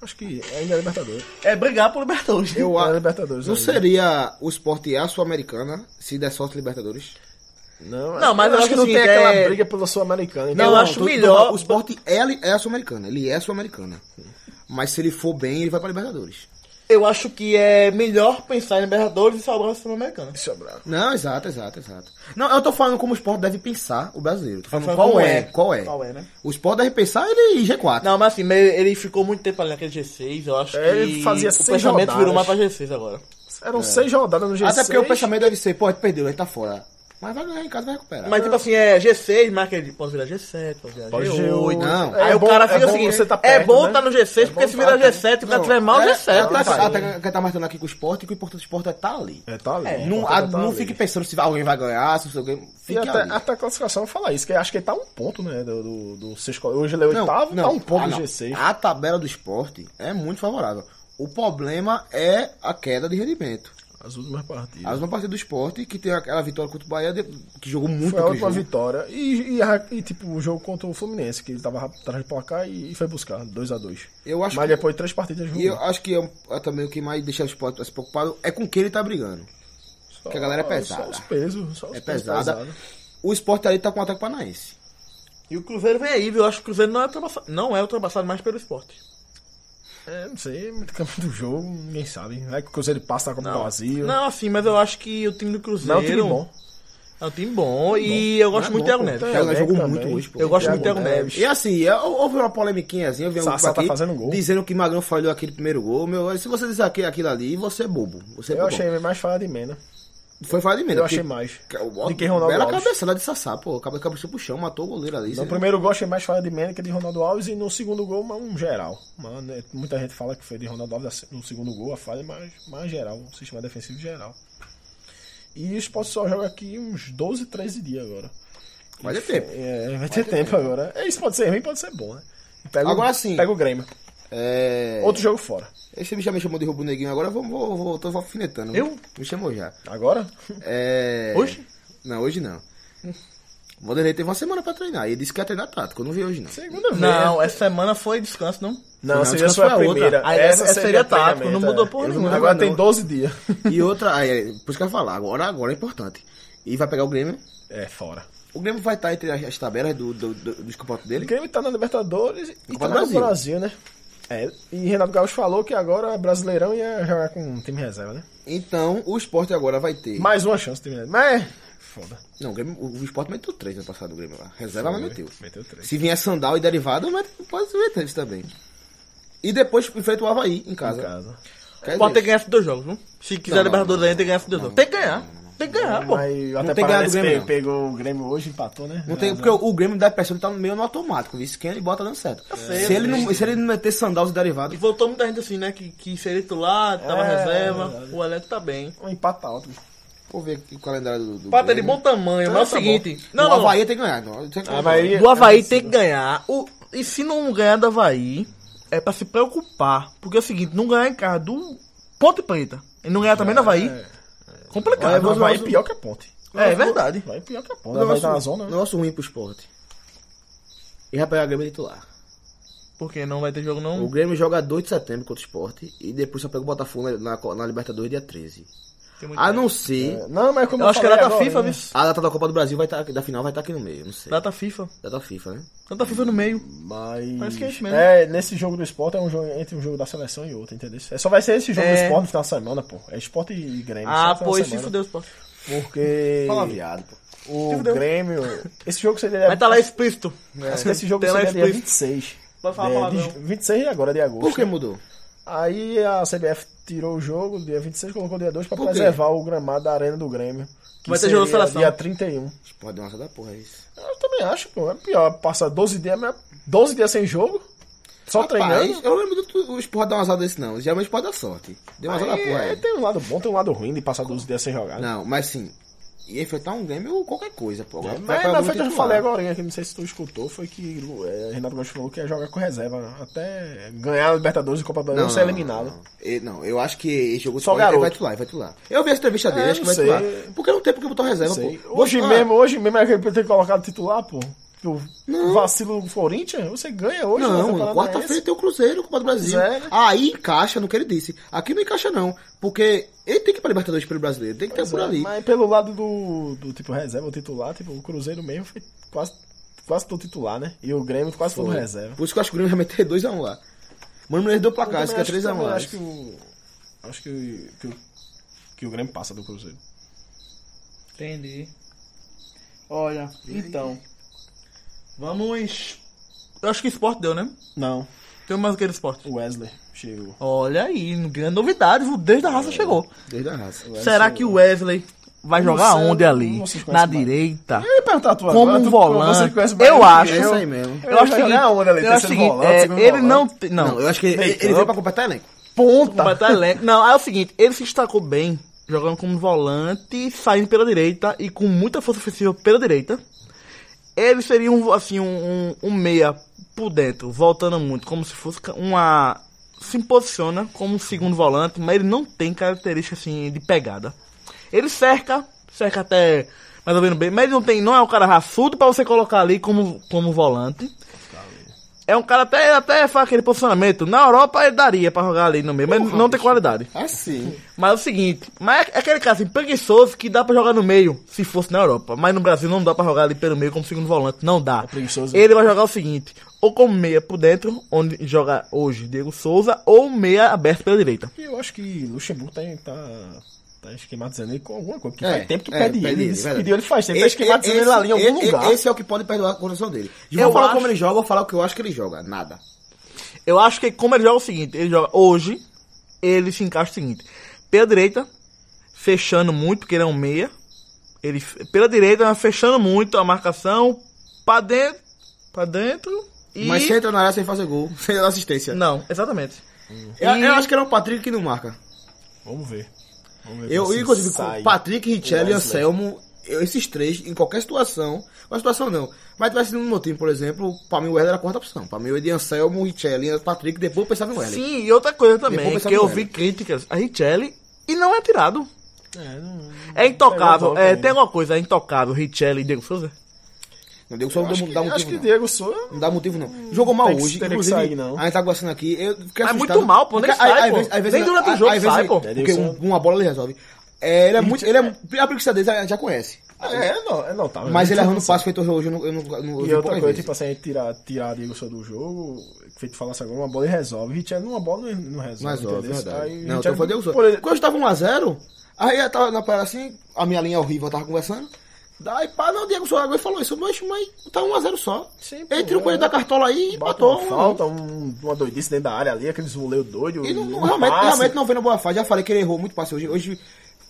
Acho que ainda é a Libertadores. É brigar por Libertadores. Eu é a acho. Libertadores Não ainda. seria o esporte a Sul-Americana se der sorte Libertadores? Não, Não, mas eu acho que não tem assim, aquela é- briga pela Sul-Americana. Eu Então, acho tô- tô- melhor- O esporte é, ali- é a Sul-Americana. Ele é Sul-Americana. Mas se ele for bem, ele vai pra Libertadores. Eu acho que é melhor pensar em Libertadores e salvar o Sul-Americano. deixa eu abrir. Não, exato, exato, exato. Não, eu tô falando como o esporte deve pensar o brasileiro. Tô falando Falando qual como é, é. qual é. Qual é, né? O esporte deve pensar ele em G4. Não, mas assim, meio- ele ficou muito tempo ali naquele G6, eu acho É, que ele fazia o seis pensamento rodadas. virou mais pra G6 agora. Eram seis rodadas no G6. É. Até porque o pensamento deve ser, pô, a gente perdeu, a gente tá fora. Mas vai ganhar em casa, vai recuperar. Mas tipo assim, é G6, mas aquele pode virar G7, pode virar Pode G8. G8. Não. Aí É o bom- cara é fica o bom assim, seguinte, você tá é perto, bom né? tá no G6, porque se virar G7 e o cara tiver mal, é, G7. é, tá, cara. até quem tá marcando aqui com o esporte, que o importante do esporte é tá ali. É, tá ali. não Tá a- ali. não fique pensando se alguém vai ganhar, se alguém. E Fique até, ali. até a classificação fala isso, que acho que ele tá um ponto, né? Do, do, do sexto, hoje ele é oitavo, tá um ponto ah, do não. G6. A tabela do esporte é muito favorável. O problema é a queda de rendimento. As últimas partidas. A última partida do esporte, que tem aquela vitória contra o Bahia, de- que jogou muito Foi a aquele última jogo. vitória. E, e, a- e, tipo, o jogo contra o Fluminense, que ele tava rápido atrás do placar e, e foi buscar, 2x2. Eu acho Mas que- depois três partidas E eu acho que é um- é também o que mais deixa o esporte se preocupado é com quem ele tá brigando. Só- que a galera é Só pesada. os pesos, só os É pesos pesada. pesados. O esporte ali tá com o ataque paranaense. E o Cruzeiro vem aí, viu? Eu acho que o Cruzeiro não é ultrapassado, não é ultrapassado mais pelo esporte. É, não sei, muito campo do jogo, ninguém sabe. Vai que o Cruzeiro passa na Copa do Não, Brasil. não, assim, mas eu acho que o time do Mas é Cruzeiro um time bom. É um time bom e eu gosto É muito do bom, Thiago pô. Neves. Thiago Thiago Neves jogou também. muito hoje, Então, pô. Eu gosto muito do Thiago Thiago Neves. Neves. E assim, eu- houve uma polemiquinhazinha, eu vi um Sassá grupo tá aqui, fazendo gol. dizendo que Magrão falhou aquele primeiro gol. Meu, se você disser aqui- aquilo ali, você é bobo. Você é Eu bobo. achei mais falha de Mena. Foi falha de mim, né? Eu achei Porque- mais. O, De que Ronaldo bela Alves. cabeçada de Sassá, pô. Acabou cabeça pro chão, matou o goleiro ali. No Você- primeiro gol achei mais falha de Mena que de Ronaldo Alves e no segundo gol mas um geral. Mas, né, muita gente fala que foi de Ronaldo Alves assim, no segundo gol a falha, mas mais geral, um sistema defensivo geral. E o Sport só joga aqui uns 12, 13 dias agora. Vai ter tempo. É, vai ter tempo agora. É, Isso pode ser ruim, pode ser bom, né? E Pega Agora o, sim. Pega o Grêmio. É... Outro jogo fora. Esse bicho já me chamou de roubo neguinho agora, eu vou, vou, vou, tô alfinetando. Eu? Me chamou já. Agora? É... Hoje? Não, hoje não. O Vanderlei teve uma semana pra treinar e ele disse que ia treinar tático. Eu não vi hoje, não. Segunda vez. Não, essa semana foi descanso, não? Não, Não, seria descanso só a foi a outra. primeira. Aí essa seria tático, treinamento, não mudou é. porra Eles nenhuma. Agora Não. tem 12 dias. E outra, aí, é, por isso que eu ia falar, agora, agora é importante. E vai pegar o Grêmio É, fora. O Grêmio vai estar entre as, as tabelas do, do, do, dos campeonatos O dele? Grêmio tá na Libertadores e Copa do tá no Brasil. Brasil. né? É, e Renato Gaúcho falou que agora é Brasileirão e ia jogar com um time reserva, né? Então, o esporte agora vai ter. Mais uma chance, time reserva. Mas, foda. Não, o, Grêmio, o, o esporte meteu três no passado, o Grêmio lá. Reserva, mas meteu. Meteu três. Se vier Sandal e derivado, mas pode meter isso também. E depois enfrenta o Havaí em Em casa. casa. Quer Pode ter dizer, que ganhar esses dois jogos, viu? Se quiser É Não, não, Libertadores não, ainda, tem que ganhar esses dois jogos. Tem que ganhar. Tem que Tá ganhar, pô. Mas não até tem ganhado o Paranaense Grêmio, pe- pegou o Grêmio hoje, empatou, né? não tem, porque o Grêmio dá a impressão que tá meio no automático. Isso quem ele bota dando certo. se, ele não, se ele não meter Sandal e derivado, E voltou muita gente assim, né? Que, que seria titular, tava É, reserva. verdade. O elenco tá bem. Um empate tá ótimo. vou ver aqui o calendário do. do Pata de Grêmio. bom tamanho, mas é o tá seguinte. Não, o não, não. Havaí tem que ganhar. então, Não, tem que ganhar. Havaí- Do Havaí É, tem que ganhar. O, e se não ganhar do Havaí, é pra se preocupar. Porque é o seguinte, não ganhar em casa do Ponte Preta e não ganhar também do Havaí, complicado. Vai, vai, é, pior que a ponte. verdade. Vai pior que a Um ponte. Vai negócio, estar na zona. né? negócio ruim pro esporte. E vai pegar o Grêmio titular. Porque não vai ter jogo O não. Grêmio joga 2 de setembro contra o esporte e depois só pega o Botafogo na, na, Co- na Libertadores dia 13. Tem muito A tempo. não ser. Não, mas como Eu acho que é falei data agora, FIFA, né? viu? A data da Copa do Brasil vai tá, da final vai estar aqui no meio, não sei. Data FIFA. Data FIFA, né? Data FIFA no meio. Mas. Parece que é isso mesmo. É, nesse jogo do esporte é um jogo entre um jogo da seleção e outro, entendeu? É, só vai ser esse jogo É. do esporte no final de semana, pô. É esporte e Grêmio. Ah, só no final pô, de esse semana. fudeu, pô. Porque. Fala viado, Tipo, pô. O fudeu. Grêmio. Esse jogo seria. Mas tá lá explícito. Acho que esse jogo Tem lá seria dia explícito. 26. Pode falar É, palavrão. de- 26 de agora de agosto. Por que mudou? Aí a CBF tirou o jogo, dia 26 colocou dia 2 pra Por quê? preservar o gramado da arena do Grêmio. que Vai ter jogo da seria seleção. Dia 31. Pode dar uma da porra, é isso. Eu também acho, pô. É pior passar 12 dias, mas 12 dias sem jojogo, só treinando. Rapaz, eu lembro do o esporte dar uma azar desse, não. Geralmente pode dar sorte. Deu uma azar da Aí, porra é, aí. tem um lado bom, tem um lado ruim de passar 12 dias sem jogar. né? Não, mas sim. E enfrentar um Grêmio ou qualquer coisa, pô. Vai- É, vai mas pra na algum frente eu titular. falei agora, que não sei se tu escutou, foi que é, Renato Gaúcho falou que ia jogar com reserva né? até ganhar a Libertadores e Copa do Brasil não, ser é eliminado. Não, E- não, eu acho que esse jogo Só do esporte garoto. vai titular, vai titular. Eu vi essa entrevista dele, É, acho que vai não sei. titular. Porque não tem porque botar reserva, Sei. pô. Ah, Hoje Bolsonaro- mesmo, hoje mesmo é aquele pra ter colocado titular, pô. O vacilo do Corinthians, você ganha hoje. Não, né? mano, quarta-feira tem o Cruzeiro, Copa do Brasil. Pois é, né? Aí encaixa no que ele disse. Aqui não encaixa, não. Porque ele tem que ir pra Libertadores pelo brasileiro, tem que ter é um por ali. é, Mas pelo lado do, do tipo reserva, o titular, tipo, o Cruzeiro mesmo foi quase, quase todo titular, né? E o Grêmio quase todo reserva. Por isso que eu acho que o Grêmio vai meter 2x1 lá. Mano, Menezes deu Eu placar, isso que é também acho- 3x1 também lá. Acho que o. Acho que, o- que, o- que o Grêmio passa do Cruzeiro. Entendi. Olha, então. Vamos. Eu acho que esporte deu, né? Não, Tem mais o que de esporte. o Wesley chegou. Olha aí, grande novidade, o Deus da raça chegou. Desde a um. raça. Será que o Wesley vai jogar sei, onde ali? não sei se Na conhece mais. direita? Eu ia perguntar a tua Como agora, um tu- volante. você conhece mais Eu do que acho. É isso aí mesmo. Eu acho Ele vai que. jogar onde ali? tá Eu acho Terceiro que. volante, é, segundo ele volante? não. tem- Não, Não, eu acho que ele, Meio ele veio campo. pra completar elenco. Pra Ponta. botar elenco. Não, é o seguinte, ele se destacou bem jogando como volante, saindo pela direita e com muita força ofensiva pela direita. Ele seria um, assim, um, um, um meia por dentro, voltando muito, como se fosse ca- uma... Se posiciona como um segundo volante, mas ele não tem característica, assim, de pegada. Ele cerca, cerca até mais ou menos bem, mas ele não, tem, não é um cara raçudo pra você colocar ali como, como volante. É um cara até, até faz aquele posicionamento. Na Europa ele daria pra jogar ali no meio, mas não tem qualidade. Ah, Assim. Mas é o seguinte, mas é aquele cara assim, preguiçoso que dá pra jogar no meio, se fosse na Europa. Mas no Brasil não dá pra jogar ali pelo meio como segundo volante, não dá. preguiçoso. Ele vai jogar o seguinte, ou como meia por dentro, onde joga hoje Diego Souza, ou meia aberto pela direita. E eu acho que Luxemburgo tá, tá, tá esquematizando ele com alguma coisa. Porque É, faz tempo que é, pede pede ele. ele, Ele se verdade. pediu ele faz tempo. tá Esse- esquematizando ele esse- ali em algum e- e- lugar. Esse é o que pode perdoar a condição dele. Eu Eu vou falar acho- como ele joga, eu vou falar o que eu acho que ele joga. Nada. Eu acho que como ele joga o seguinte, ele joga hoje, ele se encaixa o seguinte, pela direita, fechando muito, porque ele é um meia. Ele f- pela direita, mas fechando muito a marcação pra dentro, pra dentro e Mas se entra na área sem fazer gol, sem dar assistência. não, exatamente. Eu, E- eu acho que era o Patrick que não marca. Vamos ver. Vamos ver Eu, se inclusive, sai. com Patrick, Richelli Wesley. e Anselmo, eu- esses três, em qualquer situação, uma situação não, mas tivesse no meu time, por exemplo, pra mim o Wesley era a quarta opção. Pra mim o Edi Anselmo, Richelli, Patrick, depois eu pensava no Wesley. Sim, e outra coisa Depois também, pensar que eu no vi Eric. críticas a Richelli e não é tirado. É, não- É pegou a intocável, bola é, também. tem alguma coisa, é intocável, Richelli e Diego Souza? Não deu só Acho não que, dá acho motivo que um não. Diego Souza. Não dá motivo não. Jogou mal Tem que- hoje, teria que inclusive, sair, não. é a gente tá conversando aqui, eu fiquei Mas assustado. muito mal, pô, nem Porque sai, aí- aí pô. vezes- aí vezes- Nem durante o aí- jogo aí vezes- sai, pô. é, Porque um- uma bola ele resolve. É, ele é muito, ele é, a preguiça dele a gente já conhece. É, não, é não, tá. Mas ele errando o passe feito hoje, eu não. Eu não, eu não eu E vi outra poucas coisa, vezes. tipo assim, a gente tirar, tirar a Diego do jogo, feito falasse agora, uma bola e resolve. Richard numa bola não, não resolve. Não resolve, é entendeu? verdade. Aí, não, eu tô Richard, falando de Wilson. por exemplo, Quando eu tava 1x0, aí eu tava na parada assim, a minha linha horrível, eu tava conversando. Daí, pá, não, o Diego Soares falou isso, mas, mas tá 1x0 só. Sim, pô, ele tirou o coelho é. da cartola aí e Bota uma matou. falta, um- uma doidice dentro da área ali, aqueles voleios doidos. E não, não- um realmente, passe. realmente não vem na boa fase. Já falei que ele errou muito passe hoje. Hoje,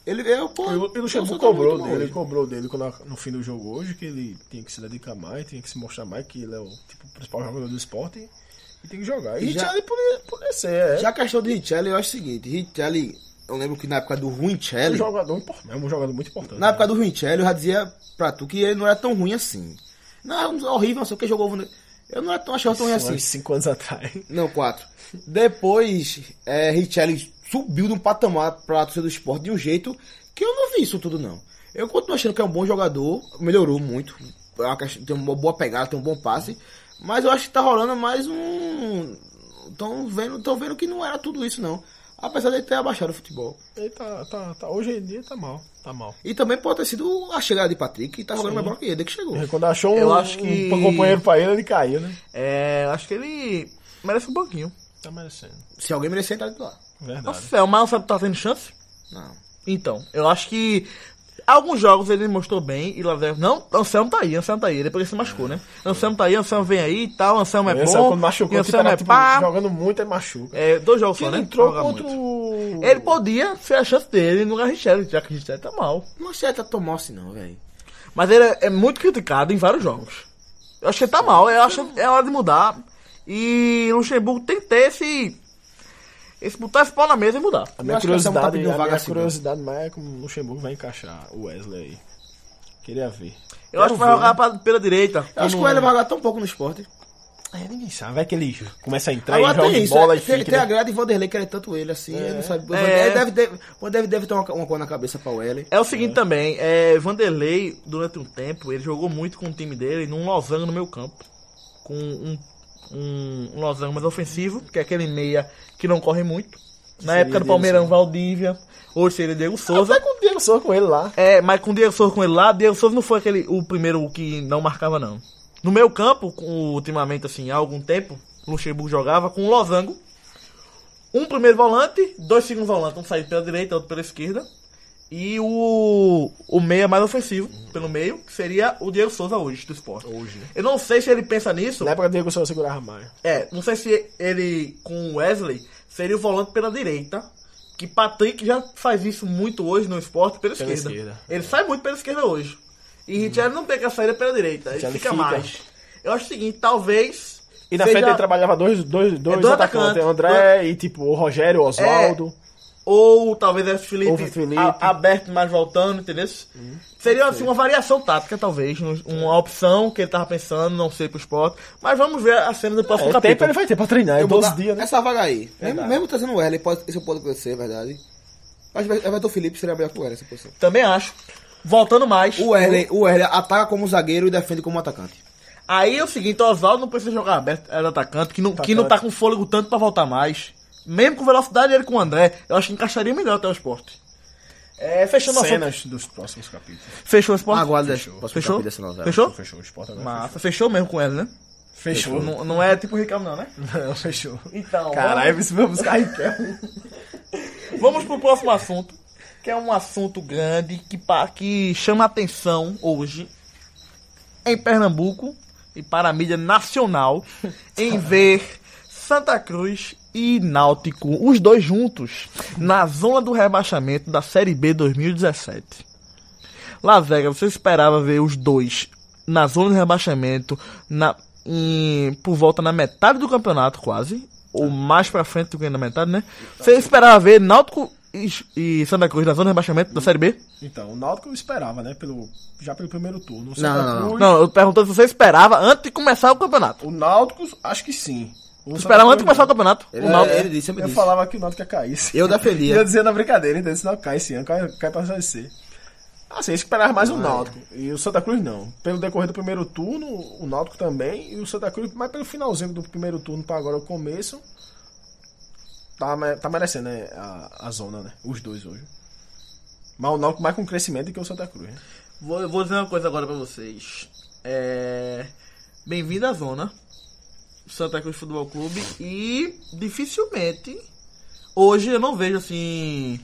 ele eu, pô, E o- e o Luxemburgo eu sou cobrou muito dele, hoje. cobrou dele quando, no fim do jogo hoje, que ele tinha que se dedicar mais, tinha que se mostrar mais, que ele é o tipo, principal jogador do esporte e, e tem que jogar. E Já- Richard poderia, poderia ser, é. Já a questão de Richelli, eu acho o seguinte, Richelli, eu lembro que na época do um Ruincelli, jogador importante, é um jogador muito importante. na época do Ruincelli, eu já dizia pra tu que ele não era tão ruim assim. Não, é horrível, não sei o que jogou. Eu não era tão achava tão ruim assim. Uns cinco anos atrás. Não, quatro. Depois, é, Richelli subiu de um patamar pra torcida do esporte de um jeito que eu não vi isso tudo, não. Eu continuo achando que é um bom jogador, melhorou muito, é uma questão- tem uma boa pegada, tem um bom passe, mas eu acho que tá rolando mais um... Estão vendo, tão vendo que não era tudo isso, não. Apesar de ter abaixado o futebol. Ele tá, tá, tá- hoje em dia tá mal, tá mal. E também pode ter sido a chegada de Patrick, que tá jogando mais bola que ele, desde que chegou. Quando achou um, Eu acho que- um companheiro pra ele, ele caiu, né? É, eu acho que ele merece um banquinho. Tá merecendo. Se alguém merecer, ele tá titular. Verdade. Nossa, o Marlon sabe tá tendo chance? Não. Então, eu acho que alguns jogos ele mostrou bem e lá dentro. Não, Anselmo tá aí, Anselmo tá aí, depois ele se machucou, né? Anselmo tá aí, Anselmo vem aí e tal, Anselmo é Essa, bom. É. quando machucou, e tipo, Anselmo era, é tipo, pá. jogando muito, aí machuca. É, dois jogos Que só, ele né? entrou Joga contra muito. o... Ele podia ser a chance dele no Garrichelle, já que o Garrichelle tá mal. Não sei, tá tão mal assim, não, velho. Mas ele é, é muito criticado em vários jogos. Eu acho que ele tá mal, eu acho que é hora de mudar. E o Luxemburgo tem que ter esse. esse botar esse pau na mesa e mudar. A Eu minha acho que essa curiosidade, é não tá pedindo a vaga minha assim, curiosidade mais é como o Luxemburgo vai encaixar o Wesley aí. Queria ver. né? Eu acho que vai jogar pra- pela direita. Eu acho que o Hélio vai jogar tão pouco no esporte. É, ninguém sabe. Vai que ele começa a entrar e Agora joga tem em isso, bola é, e tem, fica... tem a né? grade Vanderlei querendo tanto ele assim, ele não sabe. É. Ele deve, deve, deve, deve ter uma, uma coisa na cabeça pra o L. É o seguinte também, é, Vanderlei, durante um tempo, ele jogou muito com o time dele num losango no meu campo. Com um, um, um losango mais ofensivo, que é aquele meia que não corre muito. Na época do Diego Palmeirão, Valdívia. Hoje seria Diego Souza. Vai com o Diego Souza com ele lá. É, mas com o Diego Souza com ele lá, Diego Souza não foi aquele, o primeiro que não marcava, não. No meu campo, com- ultimamente, assim, há algum tempo, o Luxemburgo jogava com o Losango. Um primeiro volante, dois segundos volantes, um saído pela direita, outro pela esquerda. E o, o meia mais ofensivo, pelo meio, que seria o Diego Souza hoje, do esporte. Hoje, né? Eu não sei se ele pensa nisso. Na época o Diego Souza segurava mais. É, não sei se ele com o Wesley seria o volante pela direita. Que Patrick já faz isso muito hoje no esporte pela, Pela esquerda. esquerda. é. Ele sai muito pela esquerda hoje. E Richard não pega a saída pela direita. Ele fica, Richarlison fica. mais. Eu acho o seguinte, talvez. E na seja- frente ele trabalhava dois, dois, dois, dois atacantes. atacantes. André e tipo o Rogério, o Oswaldo. É, Ou talvez esse Felipe, Ou o Felipe. Uhum. a- aberto mais voltando, entendeu? Seria assim, uma variação tática, talvez. um- Uma opção que ele tava pensando, não sei pro esporte. Mas vamos ver a cena do próximo É, tempo capítulo. ele vai ter pra treinar. É 12 dias, né? Essa vaga aí. Mesmo, Verdade. mesmo trazendo o L, pode, isso pode acontecer, é verdade. Acho que vai ter o Felipe seria melhor que o L essa posição. Também acho. Voltando mais. O L, o L ataca como zagueiro e defende como atacante. Aí é o seguinte, o Oswaldo não precisa jogar aberto, era atacante, que não, que não tá com fôlego tanto pra voltar mais. Mesmo com velocidade ele com o André, eu acho que encaixaria melhor até o esporte. É, fechando o assunto. Cenas dos próximos capítulos. Fechou o esporte? Aguarda Fechou. Ah, posso Fechou? dessa novela. Fechou? Fechou o esporte agora. Massa, fechou mesmo com ele, né? Fechou. Não, não é tipo o Ricardo não, né? Não, fechou. Então, Caralho, você vai buscar Riquelme. Vamos pro próximo assunto, que é um assunto grande que, pa- que chama atenção hoje em Pernambuco e para a mídia nacional em ver Santa Cruz e Náutico, os dois juntos, na zona do rebaixamento da Série B 2017. Las Vegas, você esperava ver os dois na zona de rebaixamento na, em- por volta na metade do campeonato, quase. Ou mais pra frente do que na metade, né? Você esperava ver Náutico e, e Santa Cruz na zona de rebaixamento da Série B? Então, o Náutico eu esperava, né? Pelo, já pelo primeiro turno. Não, O Santa não, não. Cruz- Não, eu perguntou se você esperava antes de começar o campeonato. O Náutico, acho que sim. O Santa Esperava antes de Cruz, começar o campeonato. Ele, é, o Náutico. ele disse, sempre Eu disse. falava que o Náutico ia cair. sim. Eu E eu é- defendia. dizia na brincadeira, então, se não cai esse ano, cai, cai pra Série C. Assim, eu esperava mais o Náutico. E o Santa Cruz não. Pelo decorrer do primeiro turno, o Náutico também. E o Santa Cruz, mas pelo finalzinho do primeiro turno pra agora o começo, tá, me- tá merecendo né, a, a zona, né? Os dois hoje. Mas o Náutico mais com crescimento do que o Santa Cruz. né? Vou, eu vou dizer uma coisa agora pra vocês. É... Bem-vindo à zona. Santa Cruz Futebol Clube. E dificilmente. Hoje eu não vejo assim.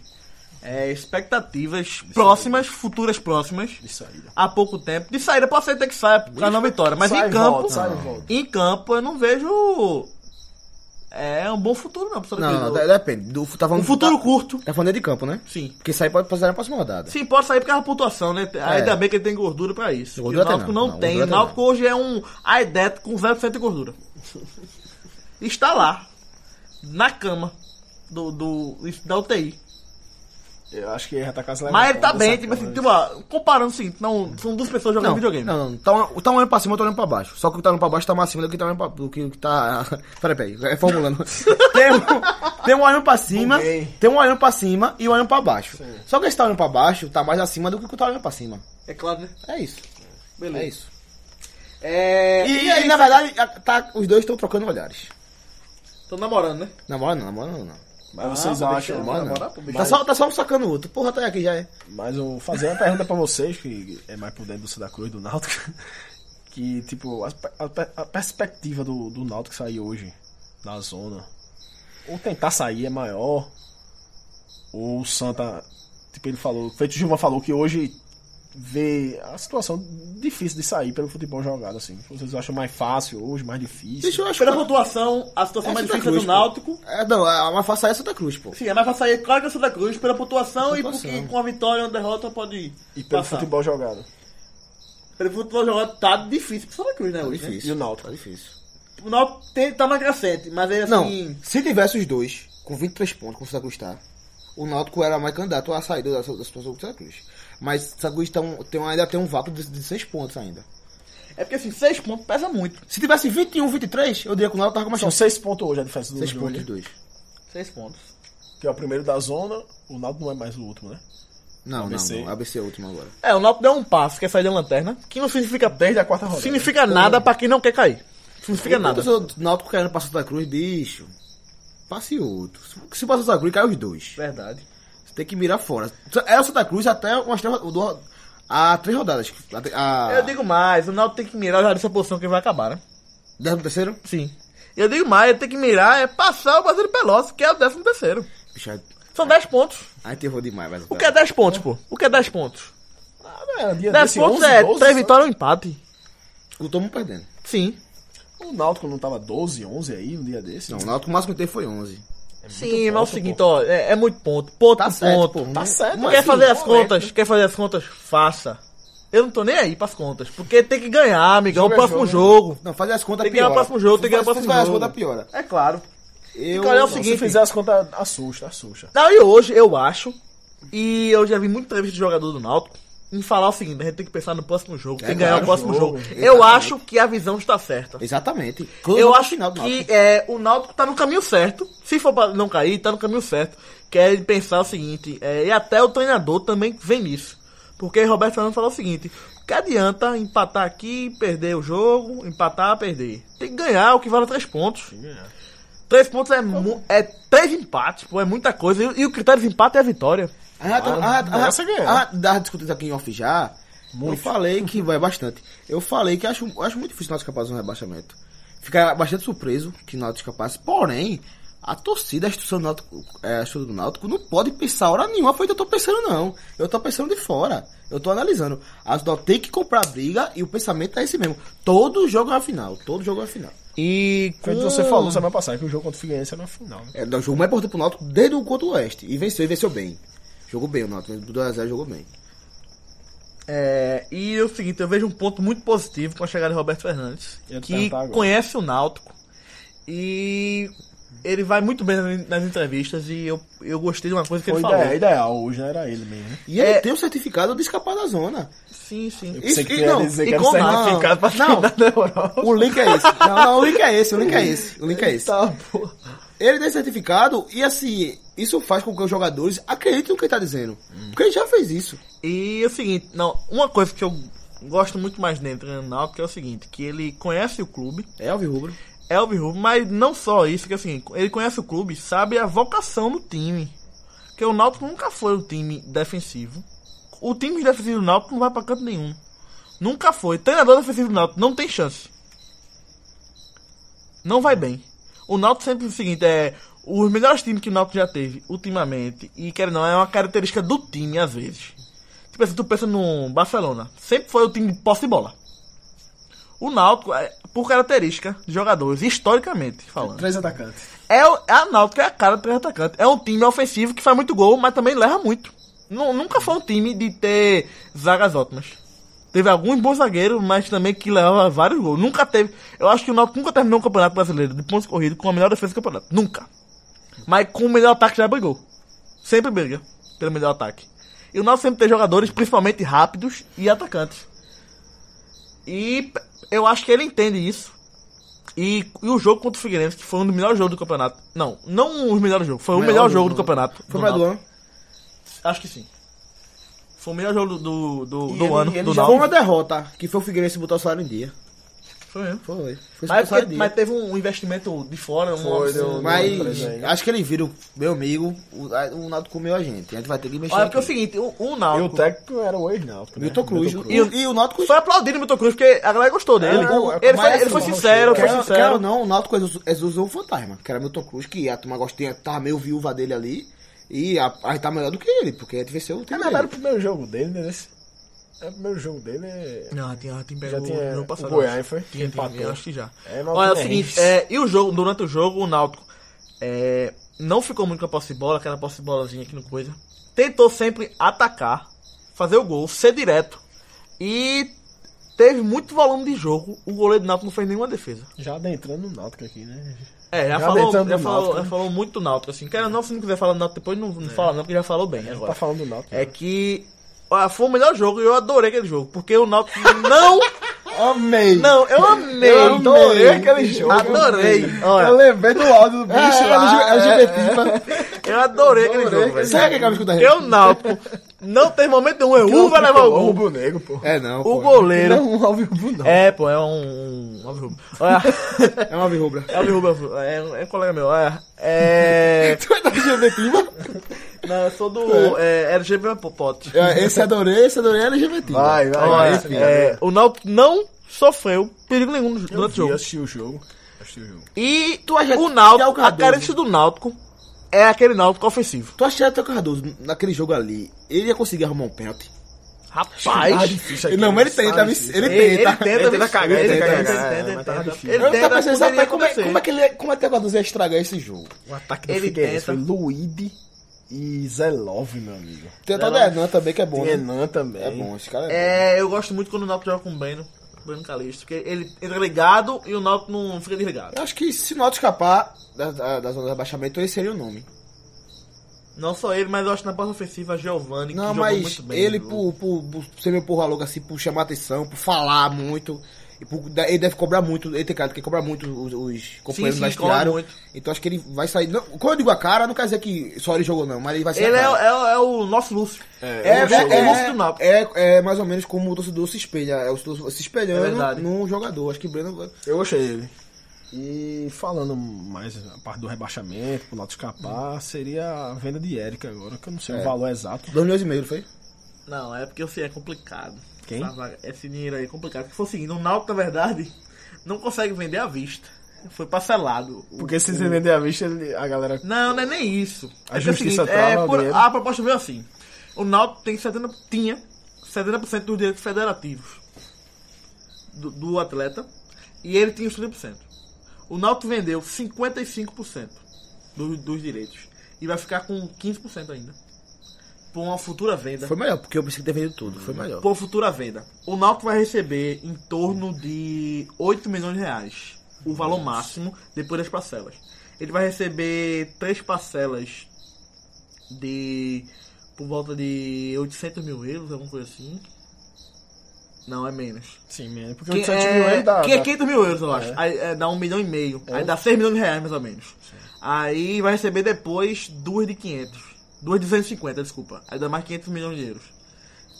é, expectativas próximas, futuras próximas. de saída. Há pouco tempo. De saída pode ser até que saia pra não vitória. Mas Sai em e campo. volta, sai e volta. Em campo eu não vejo. É um bom futuro não, pro Santa Cruz. Não, é, não, de- depende. Do, tá falando, Um futuro tá, curto. tá falando dentro de campo, né? Sim. Porque sair pode passar na próxima rodada. Sim, pode sair por causa da pontuação, né? Ainda bem que ele tem gordura pra isso. E o Gordura É. tem Náutico não. não, Não, tem. gordura O tem Náutico hoje é um aideto com 0% de gordura. Está lá. Na cama. Do, do, da UTI. Eu acho que já tá quase Mas ele tá levantado bem, dessa tipo assim, cama. tipo, ó, comparando assim, não, são duas pessoas jogando Não, videogame. não, não. Tá, um- tá um olhando pra cima, eu tô olhando pra baixo. Só que o que tá olhando pra baixo tá mais acima do que tá olhando pra, do que o que tá. Peraí, peraí, é formulando. tem, um, tem um olhando pra cima, Buguei. tem um olhando pra cima e um olhando pra baixo. Só que esse tá olhando pra baixo tá mais acima do que o que tá olhando pra cima. É claro, né? É isso. Beleza. É isso. É, E, aí, na verdade, a- tá, os dois estão trocando olhares. Tô namorando, né? Namora não, namora não, não. Mas vocês Ah, acham. namora, Namora namora, não. pô, Tá só, tá só um sacando o outro. Porra, tá aqui já é. Mas eu vou fazer uma pergunta pra vocês, que é mais por dentro do Santa Cruz, do Náutico. Que, tipo, a, a- a perspectiva do, do Náutico sair hoje na zona, ou tentar sair é maior, ou o Santa, tipo, ele falou, feito o Gilma falou que hoje vê a situação difícil de sair pelo futebol jogado, assim. Vocês acham mais fácil hoje, mais difícil? Deixa eu achar. Pela pontuação, a situação É mais Santa difícil é Cruz, do pô. Náutico. É, não, a uma faça é Santa Cruz, pô. Sim, é mais pra sair, claro que é o Santa Cruz, pela pontuação, Pontuação. e porque com a vitória ou a derrota pode ir. E pelo futebol jogado. Tá Pelo futebol jogado tá difícil pro Santa Cruz, né? Hoje, né? Difícil. E o Náutico? Tá difícil. O Náutico tem- tá na crescente, mas ele Não, assim. se tivesse os dois com 23 pontos, como o Santa Cruz tá, o Náutico era mais candidato a sair da, da situação do Santa Cruz. Mas o Santa Cruz tá um- tem um- ainda tem um vácuo de, de 6 pontos ainda. É porque assim, seis pontos pesa muito. Se tivesse 21, 23, eu diria que o Náutico tava com mais São chance. seis pontos hoje a diferença do 6 Júnior. pontos, 2. Seis pontos. Que é o primeiro da zona, o Náutico não é mais o último, né? Não, ABC. não, não. ABC é o último agora. É, o Náutico deu um passo, quer sair da lanterna, que não significa Desde a quarta rodada. Significa nada pra quem não quer cair. Significa nada. Se o Náutico querendo passar Santa Cruz, bicho, passe outro. Se- Se passar Santa Cruz, cai os dois. Verdade. Você tem que mirar fora. É o Santa Cruz até umas três, ro- do- a três rodadas. A, a, Ah. Eu digo mais, o Náutico tem que mirar já nessa posição que ele vai acabar, né? Décimo terceiro? Sim. Eu digo mais, ele tem que mirar é passar o Brasileiro Pelotas, que é o décimo terceiro. Bicho, a- São dez pontos. a gente errou demais. Mas O que é 10 pontos, pô? O que é 10 pontos? Ah, não era dia 10 desse, pontos 11, é 12, 3 só- vitórias ou empate. Estamos perdendo. Sim. O Náutico não tava 12, 11 aí, um dia desse? Não, é o Náutico o máximo que teve foi 11. Sim, mas é o ponto, seguinte, ó, é, é muito ponto. Ponto Tá por certo, ponto. pô. Tá certo, Não quer assim, fazer as correto. contas? Quer fazer as contas? Faça. Eu não tô nem aí pras contas. Porque tem que ganhar, amigão. O Jogo é próximo jogo. jogo. Não, fazer as contas Tem que ganhar o próximo jogo, tem que ganhar o próximo fazer jogo. as contas piora. É claro. Eu... que olhar o Não, seguinte- se fizer as contas, assusta, assusta. Não, e hoje, eu acho, e eu já vi muita entrevista de jogador do Náutico, em falar o seguinte, a gente tem que pensar no próximo jogo, tem que ganhar claro, o próximo jogo. jogo. Eu Exatamente. acho que a visão está certa. Exatamente. tá Eu acho final do que Náutico. é, o Náutico tá no caminho certo. Se for pra não cair, tá no caminho certo. Que é ele pensar o seguinte, é, e até o treinador também vem nisso. Porque Roberto Fernando falou o seguinte, o que adianta empatar aqui, perder o jogo, empatar, perder? Tem que ganhar o que vale três pontos. Três pontos é, mu- é três empates, pô, é muita coisa. E, e o critério de empate é a vitória. A gente tá- a- a- a- Ah, Essa ganhou. a- dá discutindo aqui em off já. Eu Muito. falei que vai bastante. Eu falei que acho, acho muito difícil o Náutico escapar de um rebaixamento. Ficar bastante surpreso que o Náutico escapasse. Porém, a torcida, a instituição do Náutico, é, a instituição do Náutico não pode pensar hora nenhuma foi o que eu tô pensando, não. Eu tô pensando de fora. Eu tô analisando. As do tem que comprar briga e o pensamento é esse mesmo. Todo jogo é uma final. Todo jogo é uma final. E Feito que você falou semana passada que o jogo contra o Figueirense é na final, né? É, o jogo mais importante pro Náutico desde o contra o Oeste. E venceu, e venceu bem. Jogou bem o Náutico, 2x0 jogou bem. É, e é o seguinte, eu vejo um ponto muito positivo com a chegada de Roberto Fernandes, Eu ia te que perguntar agora. conhece o Náutico e ele vai muito bem nas- nas entrevistas e eu, eu gostei de uma coisa que Foi ele falou. ideal, ideal, hoje não era ele mesmo, né? E ele É- tem o certificado de escapar da zona. Sim, sim. Eu sei Isso- que e tu ia não, dizer e que era como não? certificado pra Não. final da tá Europa. O link é esse. Não, não, o link é esse, o link é esse. O link é esse. Tá, pô. Ele tem certificado e assim, isso faz com que os jogadores acreditem no que ele tá dizendo. Hum. Porque ele já fez isso. E é o seguinte, não, uma coisa que eu gosto muito mais dentro do Náutico é o seguinte, que ele conhece o clube, É Alves Rubro. é o Rubio, mas não só isso, que assim, ele conhece o clube, sabe a vocação do time. Porque o Náutico nunca foi um time defensivo. o time defensivo do Náutico não vai pra canto nenhum. Nunca foi. Treinador defensivo do Náutico não tem chance. Não vai bem. O Náutico sempre é o seguinte, é os melhores times que o Náutico já teve ultimamente, e quer não, é uma característica do time às vezes. Tipo assim, tu pensa no Barcelona, sempre foi o time de posse de bola. O Náutico, é, por característica de jogadores, historicamente falando. Três atacantes. É, o- é a Náutico é a cara do três atacante. É um time ofensivo que faz muito gol, mas também leva muito. Nu- nunca foi um time de ter zagas ótimas. Teve alguns bons zagueiros, mas também que levava vários gols. Nunca teve. Eu acho que o Náutico nunca terminou o Campeonato Brasileiro de pontos corridos com a melhor defesa do campeonato. Nunca. Mas com o melhor ataque já brigou. Sempre briga pelo melhor ataque. E o Náutico sempre tem jogadores, principalmente rápidos e atacantes. E p- eu acho que ele entende isso. E, e o jogo contra o Figueirense, que foi um dos melhores jogos do campeonato. Não, não os melhores jogos, foi o melhor, jogo do campeonato. do Foi pra do Náutico. ano. Acho que sim. Foi o melhor jogo do, do, E do ele- ano. Ele do já foi uma Náutico. derrota, que foi o Figueirense botar o salário em dia. Foi mesmo. Foi. Foi Mas, botar o salário porque- em mas dia. teve um investimento de fora, um Foi, absurdo. deu- Mas acho que eles viram, meu amigo, o, a- o Naldo comeu a gente. A gente vai ter que mexer. Olha, porque é o aqui. seguinte, o, o E o Náutico técnico era o ex-náutico, né? Milton Cruz. Milton E, o- e o Náutico foi aplaudindo o Milton Cruz, porque a galera gostou dele. É, o- é, ele, foi, mas ele foi o Rocha- sincero, foi Quer, quer ou sincero. não, o Náutico exus- exusou um fantasma, que era Milton Cruz, que a turma gostinha tava meio viúva dele ali. E a, a gente tá melhor do que ele, porque a gente venceu o É, time mas era o dele. primeiro jogo dele, né? Esse- É o primeiro jogo dele. é- Não, tem, tem Já pegou tinha ano o passado. Goiás, eu acho. foi? Tinha, tinha, Empatou. eu acho que já. É, mas Olha, é o tem seguinte, isso. é, e o jogo, durante o jogo, o Náutico é, não ficou muito com a posse de bola, aquela posse de bolazinha aqui no coisa. Tentou sempre atacar, fazer o gol, ser direto. E teve muito volume de jogo, o goleiro do Náutico não fez nenhuma defesa. Já adentrando no Náutico aqui, né? É, já, Já falou, adentrando já, no falou, Náutico, já né? falou muito do Náutico, É. assim. Cara, não, se não quiser falar do Náutico depois, não, não fala não, porque já falou bem né, agora. Tá falando do Náutico. É que ah, foi o melhor jogo e eu adorei aquele jogo, porque o Náutico não... Amei! Não, eu amei. Eu adorei aquele jogo. Adorei. Eu Olha, lembrei do áudio do bicho lá, é, é, LGBT. eu adorei aquele Adorei jogo, aquele velho. Sabe o que acaba escutando? Eu Náutico. Não tem momento nenhum. É U vai levar o o gol. rubro negro, pô. É não, O pô. goleiro. Não, o Alvio não. É, pô, é um. um Alves Rubro. Olha. É uma verrubra. É Alves Rubro, é, um- é um colega meu. Olha. É. Tu é da LGBT, mano? Não, eu sou do. É, LGBT Popote. É, Esse adorei, esse adorei é LGBT. Vai, vai, Olha, vai. é, o Náutico não sofreu perigo nenhum Eu durante o vi, jogo. assisti o jogo. Assisti o jogo. E acha- o é o Náutico, a Cardoso. carência do Náutico é aquele Náutico ofensivo. Tu acha que até o Cardoso, naquele jogo ali, ele ia conseguir arrumar um pênalti? Tá Rapaz, difícil aqui, Não, mas ele tá tenta, difícil. ele ele, ele tenta. tenta, Ele tenta cagar, ele tenta cagar, é, mas tá tenta. difícil. Ele Eu tava tenta, pensando, sabe, poderia como é, acontecer. como é que ele, ia- como é que o Cardoso ia estragar esse jogo? O ataque do Ele Figueirense foi tenta. Luíde e Zé Love, meu amigo. Tem até o Denan também, que é bom, Tem né? Enan também. É bom, esse cara é bom. É, eu gosto muito quando o Náutico joga com o Breno, Breno Calixto, porque ele entra ligado e o Náutico não fica desligado. Eu acho que se o Náutico escapar da, da, da zona de abaixamento, esse seria o nome. Não só ele, mas eu acho que na parte ofensiva, Giovanni, Não, que jogou mas muito bem. ele, no jogo. por, por, por ser meu porra louca, assim, por chamar atenção, por falar muito. e por- ele deve cobrar muito, ele tem cara que cobra muito os, os companheiros sim, mais cobra tiraram. muito. Então acho que ele vai sair. Não, quando eu digo a cara, não quer dizer que só ele jogou, não, mas ele vai ser. Ele a é, cara. é- é o nosso Lúcio. É, é, o nosso- o nosso do Náutico. é, é, é mais ou menos como o torcedor se espelha. É o torcedor se É espelhando verdade. num jogador. Acho que o Breno. Eu gostei dele. E falando mais a parte do rebaixamento, pro Náutico escapar, seria a venda de Érica agora, que eu não sei o valor exato. 2 milhões e meio, não foi? Não, é porque eu sei, é complicado. Quem? Essa vaga- Esse dinheiro aí é complicado. Porque foi o seguinte, o Náutico, na verdade, não consegue vender à vista. Foi parcelado. O- Porque se você vender à vista, ele- a galera. Não, não é nem isso. A é que é justiça o seguinte, é, trava o por- dinheiro. A proposta veio assim. O Náutico tem 70, tinha 70% dos direitos federativos do, do atleta e ele tinha os 30%. O Náutico vendeu 55% do- dos direitos e vai ficar com 15% ainda. Por uma futura venda. Foi melhor, porque eu pensei que ter vendido tudo. Foi melhor. Por futura venda. O Náutico vai receber em torno de 8 milhões de reais. O valor máximo depois das parcelas. Ele vai receber três parcelas de. por volta de 800 mil euros, alguma coisa assim. Não, é menos. Sim, mesmo. Porque Que 800 mil é, ele dá. que é dá- 500 mil euros, eu acho. Aí é, dá um milhão e meio. Aí dá 6 milhões de reais, mais ou menos. Aí vai receber depois duas de 500. Duas de 250, desculpa. Aí dá mais 500 milhões de euros.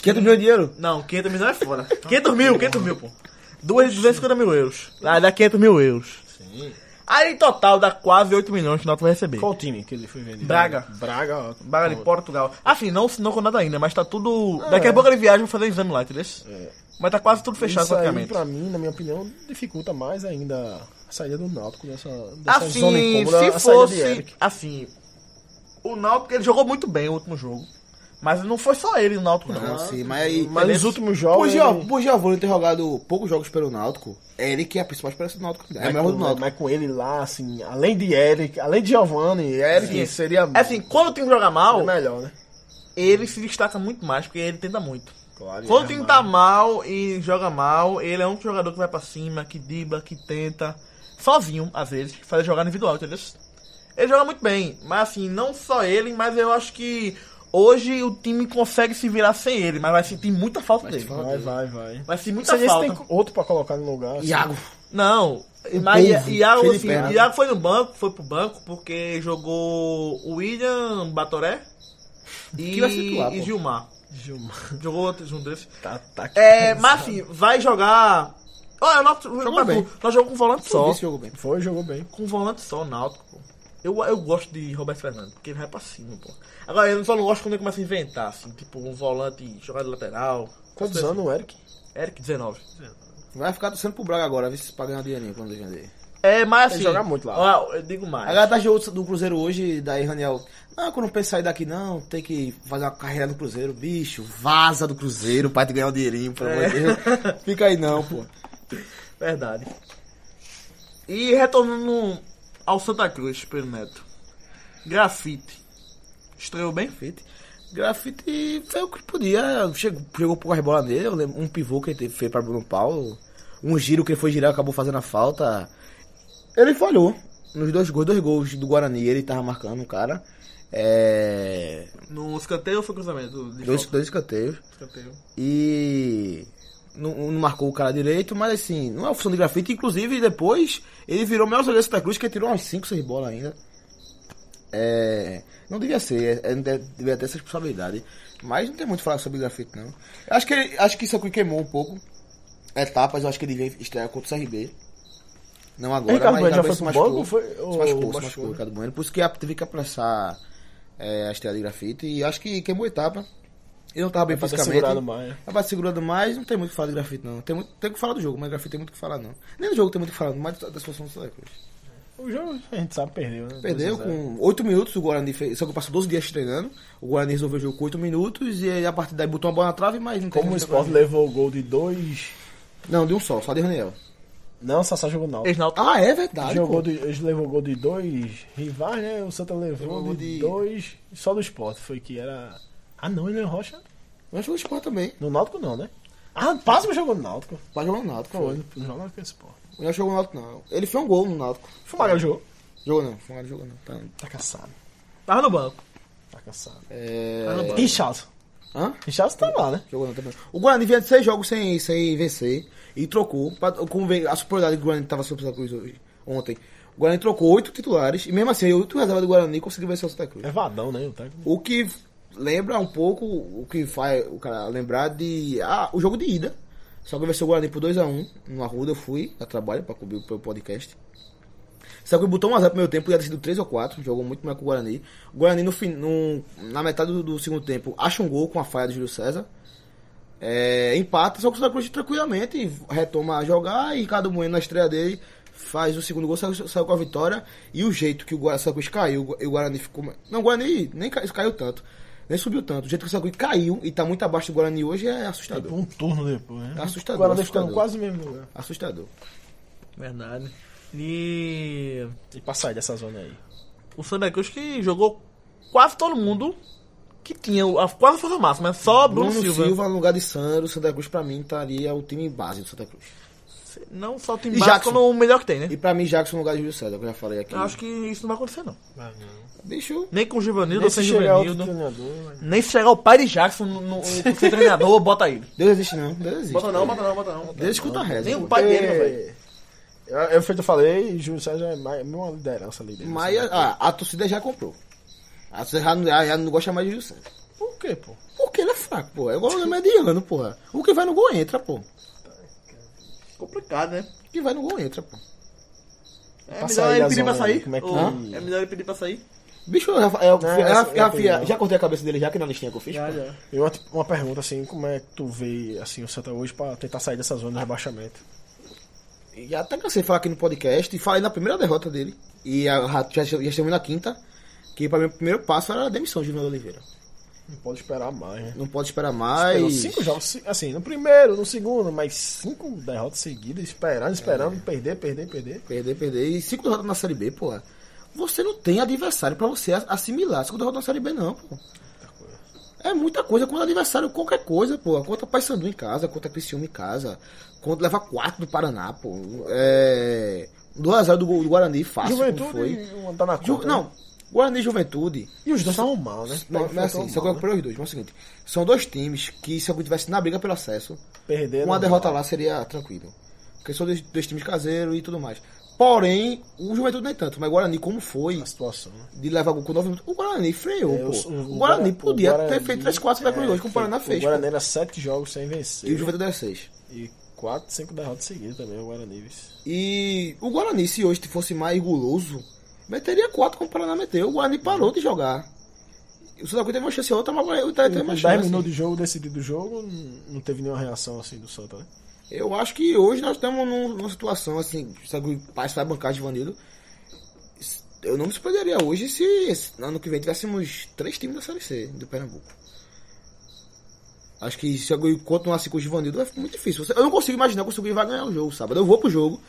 500 milhões de dinheiro? Não, 500 mil não é fora. Tá 500 mil, 500 mil, pô. Duas de 250 mil euros. Ah, dá 500 mil euros. Sim. Aí, em total, dá quase 8 milhões que o Náutico vai receber. Qual o time que ele foi vendido? Braga. Braga. ó. Braga de Pô, Portugal. Assim, não assinou com nada ainda, mas tá tudo... É. Daqui a pouco ele viaja pra fazer exame lá, entendeu? Mas tá quase tudo fechado, Isso aí, praticamente. pra mim, na minha opinião, dificulta mais ainda a saída do Náutico dessa, dessa zona Assim, se incômoda. a saída de fosse... Eric. Assim, o Náutico, ele jogou muito bem o último jogo. Mas não foi só ele, o Náutico, não. Uhum. Não, sim, mas aí. Mas Beleza. nos últimos Por jogos... né? Gio- por Giovanni ter jogado poucos jogos pelo Náutico, Eric é a principal esperança do Náutico. É a Mas melhor do com- Náutico. né, Mas com ele lá, assim, além de Eric, além de Giovanni, Eric Sim. seria É assim, quando o time joga mal, melhor, né? ele se destaca muito mais, porque ele tenta muito. Claro. é Quando o time tá armado. mal e joga mal, ele é um jogador que vai pra cima, que dribla, que tenta, sozinho, às vezes, fazer jogar individual, entendeu? Ele joga muito bem, mas assim, não só ele, mas eu acho que hoje o time consegue se virar sem ele, mas vai sentir muita falta dele. Vai, vai, vai. Vai sentir Não muita sei nem se falta. tem outro pra colocar no lugar. assim. Iago. Não, mas povo, Iago, cheio de assim, perna. Iago foi no banco, foi pro banco, porque jogou o William Batoré e, Que vai situar, e pô. Gilmar. Gilmar. Jogou outro um junto desse. Tá, tá. É, mas assim, vai jogar. Olha, o Náutico Jogou mas, bem. pô, Nós jogamos com volante só. Esse jogo bem. Foi, jogou bem. Com volante só, o Náutico, pô. Eu, eu gosto de Roberto Fernandes, porque ele vai pra cima, pô. Agora, eu só não gosto quando ele começa a inventar, assim, tipo, um volante jogar de lateral. Quantos Assim, anos o Eric? Eric, 19. Vai ficar torcendo pro Braga agora, ver se paga um dinheirinho quando ele vender. É, mas assim. Ele joga muito lá. ó, eu digo mais. A galera tá do, do Cruzeiro hoje, daí Raniel. Não, quando eu penso em sair daqui não, tem que fazer uma carreira no Cruzeiro. Bicho, vaza do Cruzeiro pra te ganhar um dinheirinho, pelo amor de Deus. Fica aí não, pô. Verdade. E retornando ao Santa Cruz, pelo Neto. Grafite. Estreou bem? Grafite. Grafite fez o que podia. Chegou, chegou poucas bolas nele. Eu lembro um pivô que ele teve- fez pra Bruno Paulo. Um giro que ele foi girar acabou fazendo a falta. Ele falhou. Nos dois gols, dois gols do Guarani, ele tava marcando o cara. É, No escanteio ou foi cruzamento? De Dois, falta? dois escanteios. escanteio. E. Não, não marcou o cara direito, mas assim, não é uma função de grafite. Inclusive, depois ele virou o melhor zagueiro do Santa Cruz, que tirou umas 5, 6 bolas ainda. É, não devia ser, é, é, não deve- devia ter essa responsabilidade. Mas não tem muito o que falar sobre grafite, não. Eu Acho que, ele- acho que isso aqui queimou um pouco. Etapas, eu acho que ele devia estrear contra o CRB. Não agora, Ricardo mas Bueno já Ricardo Bueno foi pro se banco ou machucou. foi- Se ou machucou, se machucou, machucou, né? Ricardo Bueno. Por isso que a- teve que apressar é, a estreia de grafite. E acho que queimou a etapa. Ele não tava bem Pra ter fisicamente. segurado mais. A parte segurando mais, não tem muito o que falar de grafite, não. Tem muito tem o que falar do jogo, mas grafite tem muito o que falar, não. Nem do jogo tem muito o que falar, mas da da situação do Santa Cruz. O jogo, a gente sabe, perdeu, né? Perdeu 2 a 0. com 8 minutos, o Guarani fez. Só que passou 12 dias treinando. O Guarani resolveu o jogo com 8 minutos e aí a partir daí botou uma bola na trave, mas não tem Como o muito Sport levou o gol de dois... Não, de um só, só de Raniel. Não, Sassá jogou não. Ex-Náutico. Ah, é verdade. Jogou Jogou de, eles levou gol de dois rivais, né? O Santa levou Levou de, de- dois. Só do esporte foi que era. Ah não, ele é Rocha. Mas jogou Sport também. No Náutico não, né? Ah, Páscoa jogou no Náutico. Mas jogou no Náutico. Foi, Foi. não não jogou com esse porra. Ele não jogou no Náutico, não. Ele fez um gol no Náutico. Fumagalho jogou. Jogou não, foi um jogou não. Tá. Tá cansado. Tava no banco. Tá cansado. É... Tava no banco. Richardson. Hã? Richardson tá lá, né? Jogou não também. O Guarani vinha de seis jogos sem, sem vencer e trocou. pra- Como veio a superioridade que o Guarani estava sobre o Santa Cruz hoje, ontem. O Guarani trocou oito titulares e mesmo assim, oito reservas do Guarani conseguiu vencer o Santa Cruz. É vadão, né? O técnico. O que lembra um pouco o que faz o cara lembrar de. Ah, o jogo de ida. Só que venceu o Guarani por 2x1 no Arruda. Eu fui a trabalho para cobrir o pro podcast. Só que botou um azar pro meu tempo, ia ter sido 3 ou 4, jogou muito mais que o Guarani. O Guarani no, fin- no- na metade do, do segundo tempo acha um gol com a falha do Júlio César. É, empata, só que o Santa Cruz tranquilamente e retoma a jogar e Ricardo Bueno na estreia dele faz o segundo gol, saiu, saiu com a vitória. E o jeito que o Gua- Santa Cruz caiu e o Guarani ficou. ma- Não, o Guarani nem caiu, caiu tanto, nem subiu tanto. O jeito que o Santa Cruz caiu e tá muito abaixo do Guarani hoje é assustador. Um turno depois, né? Assustador, Agora deve assustador. ficando quase no mesmo lugar. Assustador. Verdade. E. E pra sair dessa zona aí. O Santa Cruz que jogou quase todo mundo que tinha, a- quase a força máxima, mas só Bruno, Bruno Silva. Silva. no lugar de Sandro, Santa Cruz pra mim estaria o time base do Santa Cruz. Não só o time E básico, Jackson. como o melhor que tem, né? E pra mim, Jackson no lugar de Júlio César, que eu já falei aqui. Eu acho que isso não vai acontecer, não. Bicho, Nem com o Givanildo, Nem ou se sem chegar outro Givanildo. treinador. né? Nem se chegar o pai de Jackson no, no, no ser treinador, bota ele. Deus existe não, Deus existe. bota não, bota não. Deus escuta a reza. Nem o pai dele, meu velho. Porque- É, Eu, eu feito eu falei, Júlio César é mais, uma liderança ali. dentro. Mas ah, a, torcida já comprou. A torcida já não, já- já não gosta mais de Júlio César. Por quê, pô? Porque ele é fraco, pô. É igual o mediano, porra. O que vai no gol entra, pô. Complicado, né? O que vai no gol entra, pô. É Pra melhor sair ele da pedir pra zona, sair? como é que- Ou é melhor ele pedir pra sair? Bicho, eu, já- eu- Não, eu- essa- eu- eu- eu tenho, eu- já cortei a cabeça dele já que na listinha que eu fiz. Já, pô. já. E uma, uma pergunta assim, como é que tu vê assim, o Santa hoje pra tentar sair dessa zona de rebaixamento? E até cansei de falar aqui no podcast e falei na primeira derrota dele. E a, já, já estamos na quinta. Que pra mim o primeiro passo era a demissão de Juliano Oliveira. Não pode esperar mais, né? Não pode esperar Esperou mais. cinco jogos, ci- assim, no primeiro, no segundo, mas cinco derrotas seguidas, esperando, É. esperando, perder, perder, perder. Perder, perder. E cinco derrotas na Série B, porra. Você não tem adversário pra você assimilar. Cinco derrotas na Série B, não, pô. É muita coisa contra adversário, qualquer coisa, pô. Contra Paysandu em casa, contra Criciúma em casa. Contra levar quatro do Paraná, pô. É... 2x0 do, do Guarani, fácil, como foi. Juventude não tá na Ju- conta. né? Não, Guarani e Juventude E os dois estavam mal, né? Não, Tava mas assim, tão só que eu mal, né? comprei os dois. Mas é o seguinte: são dois times que, se eu estivesse na briga pelo acesso, Perderam. uma derrota lá seria tranquilo. Porque são dois, dois times caseiros e tudo mais. Porém, o Juventude nem tanto, mas o Guarani, como foi A situação, né? de levar gol com 9 minutos, o Guarani freou, É, pô. os- O, Guarani Guara- podia o Guarani- é, ter feito 3, 4 da Cruz 2, como o Paraná fez. O pô. Guarani é era sete jogos sem vencer. E o Juventude era 6. E quatro, cinco derrotas seguidas também, o Guarani. vice. E o Guarani, se hoje fosse mais guloso, meteria 4 como o Paraná meteu. O Guarani parou de jogar. O Santa Cruz teve uma chance e outra, mas o Guarani teve Com uma 10 chance. minutos de jogo, decidido o jogo, n- não teve nenhuma reação assim do Santa, né? Eu acho que hoje nós estamos num- numa situação assim, sabe, o pai sai bancar de Vanilo. Eu não me surpreenderia hoje se esse- ano que vem tivéssemos três times da Série C do Pernambuco. Acho que se eu continuar assim com o Givanildo vai ficar muito difícil. Você- Eu não consigo imaginar que o Sugui vai ganhar o jogo sábado. Eu vou pro jogo,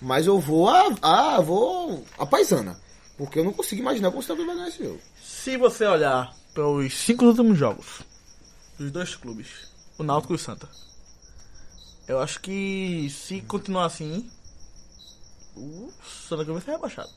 mas eu vou a, a, vou a paisana. Porque eu não consigo imaginar como o Santa Cruz vai ganhar esse jogo. Se você olhar para os cinco últimos jogos dos dois clubes, o Náutico e o Santa, eu acho que se continuar assim, o Santa Cruz vai ser rebaixado.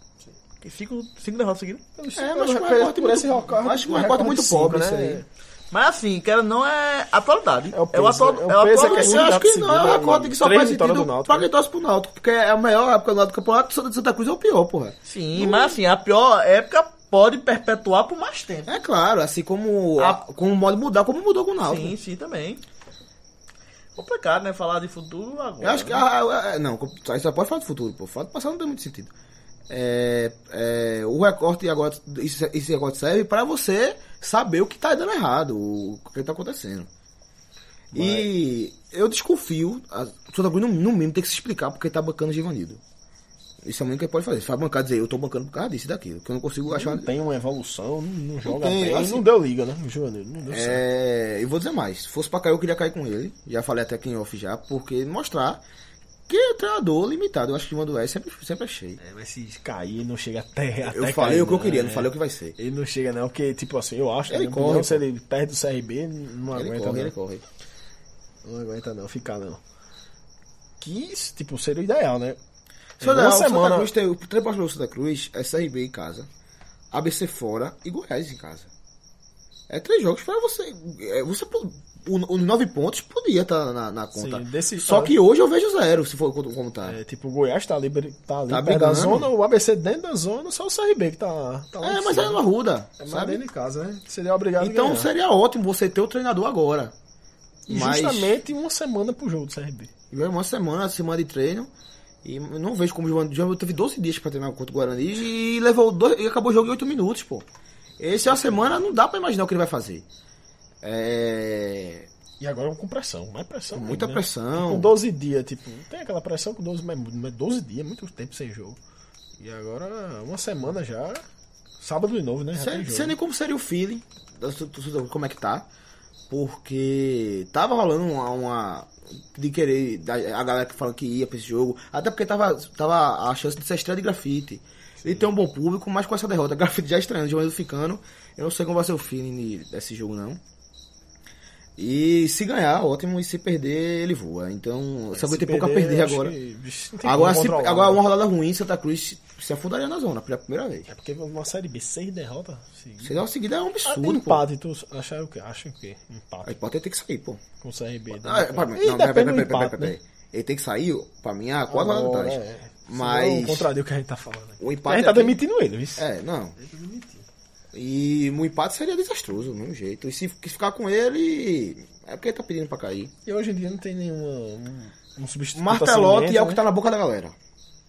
Porque cinco, cinco derrotas seguidas. tá É, mas com Eu um parece- recorte por esse muito- recorde- acho que um um recorte recorde muito de pobre cinco, isso né? aí. Mas assim, cara, não é atualidade. É o peso, atual- é o peso atual- que a Mas gente eu Quatro acho que seguidas não, é uma aí, cota que só três faz vitórias sentido do Náutico, pra né? quem torce pro Náutico, porque é a maior época do Náutico campeonato, Santa- Santa Cruz é o pior, porra. Sim, mas assim, a pior época pode perpetuar por mais tempo. É claro, assim como, Ah. a- como pode mudar, como mudou com o Náutico. Sim, sim, também. Complicado, né? Falar de futuro agora. Eu acho que. é né? a- a- a- não, aí só pode falar do futuro, pô. Falar do passado não tem muito sentido. É, é, o recorte agora, esse, esse recorte serve pra você saber o que tá dando errado, o, que tá acontecendo. E eu desconfio, a- o Santa Cruz no, no mínimo tem que se explicar porque tá bancando o Givanildo. Isso é o mínimo que ele pode fazer. Se vai bancar dizer, eu tô bancando por causa disso e daquilo, que eu não consigo achar. Não tem uma evolução, não, não joga tem, bem. assim- não deu liga, né? O Juvenil não deu certo. É, eu vou dizer mais. Se fosse pra cair, eu queria cair com ele. Já falei até aqui em off já, porque mostrar que é treinador limitado. Eu acho que o Mando é sempre, sempre achei. É, mas se cair, ele não chega até. até eu cair, falei o que eu né? queria, não falei o que vai ser. Ele não chega, não, porque, tipo assim, eu acho, na Ele minha corre, opinião, se pô. ele perde do CRB, não Ele aguenta, né? corre, não. ele corre. Não aguenta, não, ficar, não. Que, tipo, seria o ideal, né? Só Uma da, o Santa semana- Cruz tem o três próximos do Santa Cruz é CRB em casa, ABC fora e Goiás em casa. É três jogos para você. é, você po- o- os nove pontos podia estar na, na conta. Sim, desse- Só ah. que hoje eu vejo zero, se for como como tá. É, tipo, o Goiás tá ali, tá ali Tá perto da brigando. zona, o ABC dentro da zona, só o CRB que tá, tá lá É, em mas cima. é uma ruda. É mais sabe? dentro de casa, né? Seria obrigado a Então ganhar. seria ótimo você ter o treinador agora. E Mas justamente uma semana pro jogo do CRB. tivemos uma semana, semana de treino. E não vejo como o João, o João teve 12 dias pra treinar contra o Guarani e levou dois, e acabou o jogo em 8 minutos, pô. Esse é uma semana, não dá pra imaginar o que ele vai fazer. É. E agora com pressão, mais pressão. ainda, Muita né? pressão. Com 12 dias, tipo, tem aquela pressão com 12, mas mas 12 dias, é muito tempo sem jogo. E agora, uma semana já, sábado de novo, né? Já tem Sei, jogo. sei nem como seria o feeling, da su- su- su- como é que tá. Porque tava rolando uma. uma- de querer. da- a galera que falou que ia pra esse jogo. Até porque tava, tava a chance de ser estreia de grafite. Ele tem um bom público, mas com essa derrota, grafite já estreando, Giovanni ficando. Eu não sei como vai ser o feeling de- desse jogo, não. E se ganhar, ótimo. E se perder, ele voa. Então, essa coisa tem pouco a perder É, acho agora. que, bicho, não tem Agora, como se, controlar, agora, né? uma rodada ruim, Santa Cruz se- se afundaria na zona pela primeira vez. É porque uma série B, seis derrotas seguidas. Se der uma seguida, é um Ah, tem absurdo. pô. empate, tu achar o quê? Acha o quê? Empate Aí pode é ter que sair, pô. com o CRB. Ah, é, né? pra mim, E não, peraí, peraí, depende do peraí, peraí, empate, peraí. né? Ele tem que sair, pra mim, há quatro horas Agora, atrás. é. Mas- Senão contraria o que a gente tá falando. O a empate. gente tá aqui- demitindo tá ele, viu? É, não. E um empate seria desastroso, do mesmo jeito. E se, se ficar com ele. É porque ele tá pedindo pra cair. Tipo E hoje em dia não tem nenhuma. Um, um substituto. Martelote assim, é o né? que tá na boca da galera.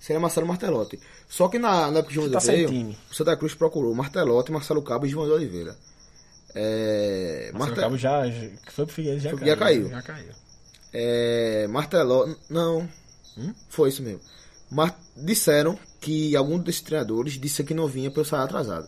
seria Marcelo Martelotti. Só que na, na época que João Tá José sem veio, time. o Santa Cruz procurou Martelotti, Marcelo Cabo e João de Oliveira. É, Marcelo Marte- Cabo já, já que foi pro Figueiredo já, Foi- já caiu, caiu. Já caiu. É, Martelo. Não. Hum? Foi isso mesmo. Mar- Disseram que algum desses treinadores disse que não vinha pra eu sair atrasado.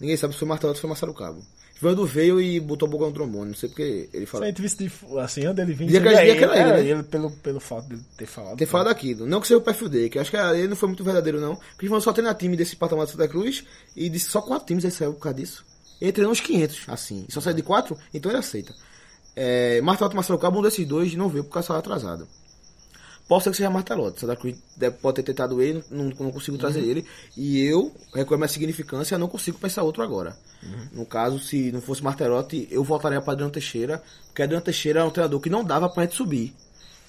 Ninguém sabe se foi Martelo ou se foi Marcelo Cabo. Vando veio e botou a boca no trombone. Não sei porque ele Foi falou. a entrevista de fu- assim, onde ele vinha. Dia que- sempre dia que era ele, né? pelo, pelo fato de ter falado. Ter falado aquilo. Não que seja o perfil dele, que eu acho que ele não foi muito verdadeiro, não. Porque ele falou só treinar time desse patamar de Santa Cruz e disse que só quatro times ele saiu por causa disso. Ele treinou uns 500, assim. E só saiu de quatro, então ele aceita. É, Martelotti e Marcelo Cabo, um desses dois, não veio por causa do salário atrasado. Pode ser que seja Martelotti. Santa Cruz deve- pode ter tentado ele, não, não consigo trazer ele. E eu, reconheço a significância, não consigo pensar outro agora. No caso, se não fosse Martelotti, eu voltaria para Adriano Teixeira, porque Adriano Teixeira é um treinador que não dava pra gente subir.